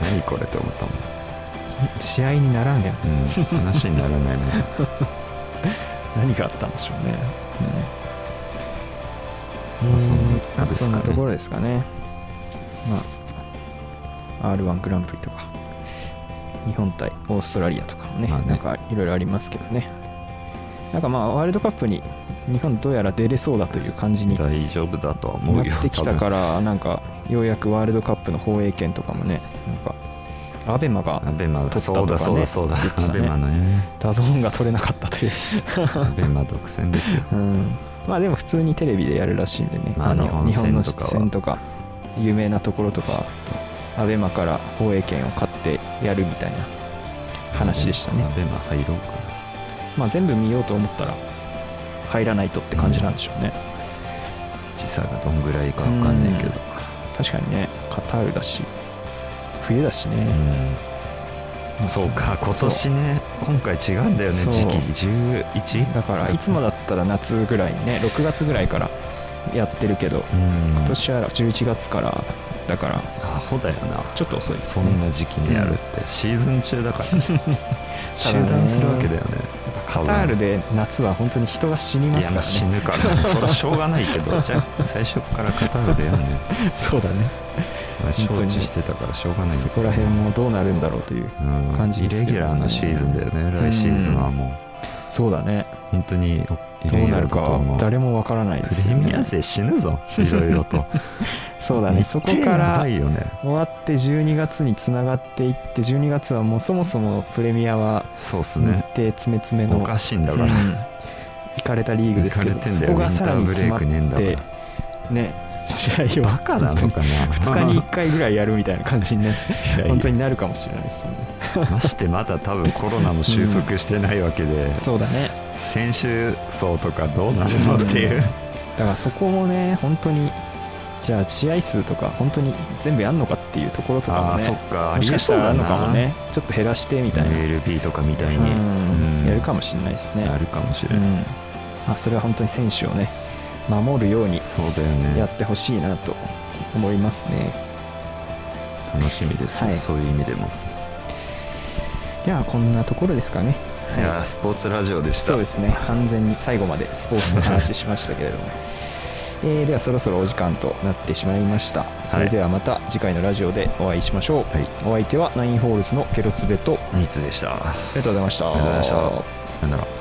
[SPEAKER 5] 何これって思ったもん
[SPEAKER 4] 試合にならんやん
[SPEAKER 5] うん、話にならないもん
[SPEAKER 4] 何があったんでしょうね、
[SPEAKER 5] まあそんな
[SPEAKER 4] うん
[SPEAKER 5] とこですかね
[SPEAKER 4] そんなところですかねまあ r 1グランプリとか日本対オーストラリアとかもね,、
[SPEAKER 5] まあね
[SPEAKER 4] なんかいろいろありますけどねなんかまあワールドカップに日本どうやら出れそうだという感じにな
[SPEAKER 5] 大丈夫だとは思うよ
[SPEAKER 4] ってきた
[SPEAKER 5] 多
[SPEAKER 4] からなんかようやくワールドカップの放映権とかもねなんかアベマが
[SPEAKER 5] 分アベマ
[SPEAKER 4] 取った
[SPEAKER 5] そう
[SPEAKER 4] と
[SPEAKER 5] だ
[SPEAKER 4] か
[SPEAKER 5] そうだ
[SPEAKER 4] ね
[SPEAKER 5] そうだ、
[SPEAKER 4] 言って
[SPEAKER 5] ア
[SPEAKER 4] た
[SPEAKER 5] ベマね
[SPEAKER 4] ダゾーンが取れなかったという
[SPEAKER 5] アベマ独占ですよ
[SPEAKER 4] うん、まあでも普通にテレビでやるらしいんでね、
[SPEAKER 5] まあ
[SPEAKER 4] あの日
[SPEAKER 5] 日
[SPEAKER 4] 本
[SPEAKER 5] 本
[SPEAKER 4] の
[SPEAKER 5] の
[SPEAKER 4] 出
[SPEAKER 5] 出
[SPEAKER 4] 演
[SPEAKER 5] 演
[SPEAKER 4] とか有名なところとかアベマから放映権を買ってやるみたいな話でしたね
[SPEAKER 5] ア、ベマ入ろうか
[SPEAKER 4] まあ、全部見ようと思ったら入らないとって感じなんでしょうね、
[SPEAKER 5] な時差がどんぐらいか分かんないけど
[SPEAKER 4] 確かにねカタールだし冬だし
[SPEAKER 5] う
[SPEAKER 4] ね、
[SPEAKER 5] ん
[SPEAKER 4] まあ
[SPEAKER 5] そうか今
[SPEAKER 4] そ
[SPEAKER 5] 年ね今回違うんだよね
[SPEAKER 4] そう
[SPEAKER 5] 時期 11?
[SPEAKER 4] うだからいつもだったら夏ぐらいにね6月ぐらいからやってるけど
[SPEAKER 5] うん
[SPEAKER 4] 今年は11月からだから
[SPEAKER 5] アホだよな
[SPEAKER 4] ちょっと遅いです
[SPEAKER 5] そ
[SPEAKER 4] ね
[SPEAKER 5] んな時期にやるって、シーズン中だから
[SPEAKER 4] た
[SPEAKER 5] 中
[SPEAKER 4] だね
[SPEAKER 5] 断するわけだよねカ
[SPEAKER 4] カタールで夏は本当に人が死にま
[SPEAKER 5] い
[SPEAKER 4] す
[SPEAKER 5] や
[SPEAKER 4] か
[SPEAKER 5] ま
[SPEAKER 4] ら
[SPEAKER 5] あ死
[SPEAKER 4] ね
[SPEAKER 5] ぬから それはしょうがないけどじゃあ最初からカタールでやんね
[SPEAKER 4] そうだね
[SPEAKER 5] まあ
[SPEAKER 4] 本
[SPEAKER 5] 承
[SPEAKER 4] 当に
[SPEAKER 5] 知してたからしょうがないんだ
[SPEAKER 4] そ
[SPEAKER 5] け
[SPEAKER 4] こ
[SPEAKER 5] ど
[SPEAKER 4] ら辺もどうなるんだろうという
[SPEAKER 5] うん
[SPEAKER 4] 感じですけ
[SPEAKER 5] イレ
[SPEAKER 4] どね
[SPEAKER 5] ギュラーなシーズンだよね来シーズンはも
[SPEAKER 4] そうだね
[SPEAKER 5] う本当に
[SPEAKER 4] ど
[SPEAKER 5] イレギ
[SPEAKER 4] うなるか
[SPEAKER 5] ュラーだと思
[SPEAKER 4] は
[SPEAKER 5] う
[SPEAKER 4] 誰もわからないで
[SPEAKER 5] プ
[SPEAKER 4] す
[SPEAKER 5] レ
[SPEAKER 4] よ
[SPEAKER 5] ミア
[SPEAKER 4] ね
[SPEAKER 5] 勢死ぬぞいろいろと
[SPEAKER 4] そうだねそこか
[SPEAKER 5] や
[SPEAKER 4] ら
[SPEAKER 5] ばいよね
[SPEAKER 4] 終わって12月につながっていって12月はもうそもそもプレミアは
[SPEAKER 5] そうっす
[SPEAKER 4] 日程
[SPEAKER 5] ね
[SPEAKER 4] 詰め詰め
[SPEAKER 5] お
[SPEAKER 4] の
[SPEAKER 5] かしいんだから
[SPEAKER 4] うん行かれたリーグですけ
[SPEAKER 5] 行
[SPEAKER 4] ど
[SPEAKER 5] かれてん
[SPEAKER 4] そ
[SPEAKER 5] だよ
[SPEAKER 4] こがさらに
[SPEAKER 5] ウィンタ
[SPEAKER 4] 詰
[SPEAKER 5] ー
[SPEAKER 4] ま
[SPEAKER 5] ブレイクねえん
[SPEAKER 4] っ
[SPEAKER 5] だから
[SPEAKER 4] てね試合を
[SPEAKER 5] バカなのかな
[SPEAKER 4] 2日に1回ぐらいやるみたいな感じにね
[SPEAKER 5] いや
[SPEAKER 4] 本当になるかもしれないですよね
[SPEAKER 5] ましてまだ多分コロナも収束してないわけで、
[SPEAKER 4] そうだね
[SPEAKER 5] 選手層とかどうなるのっていう、
[SPEAKER 4] だからそこもね本当にじゃあ試合数とか本当に全部やんのかっていうところとかも
[SPEAKER 5] ああ
[SPEAKER 4] ね
[SPEAKER 5] そっかあ
[SPEAKER 4] も
[SPEAKER 5] り
[SPEAKER 4] しか
[SPEAKER 5] え
[SPEAKER 4] した
[SPEAKER 5] そう
[SPEAKER 4] らあ
[SPEAKER 5] だ
[SPEAKER 4] るの
[SPEAKER 5] な
[SPEAKER 4] かもねちょっと減らしてみたいな、
[SPEAKER 5] LP とかみたいに、
[SPEAKER 4] うん
[SPEAKER 5] うん
[SPEAKER 4] やるかもしれないですね
[SPEAKER 5] やるかもし
[SPEAKER 4] う
[SPEAKER 5] れない、
[SPEAKER 4] んまあ、それは本当に選手をね守るように
[SPEAKER 5] そうだよね
[SPEAKER 4] やってほしいなと思いますね
[SPEAKER 5] 楽しみです、
[SPEAKER 4] はい
[SPEAKER 5] そういう意味でも、
[SPEAKER 4] じゃあこんなところですかね
[SPEAKER 5] い、やースポーツラジオでした
[SPEAKER 4] そうですね完全に最後までスポーツの話しましたけれども えーではそろそろお時間となってしまいましたそれではまた次回のラジオでお会いしましょう、
[SPEAKER 5] はい
[SPEAKER 4] お相手はナインホールズのケロツベと
[SPEAKER 5] ニーツでしたあ
[SPEAKER 4] ありがとうございました。
[SPEAKER 5] りがとうございましたさよなら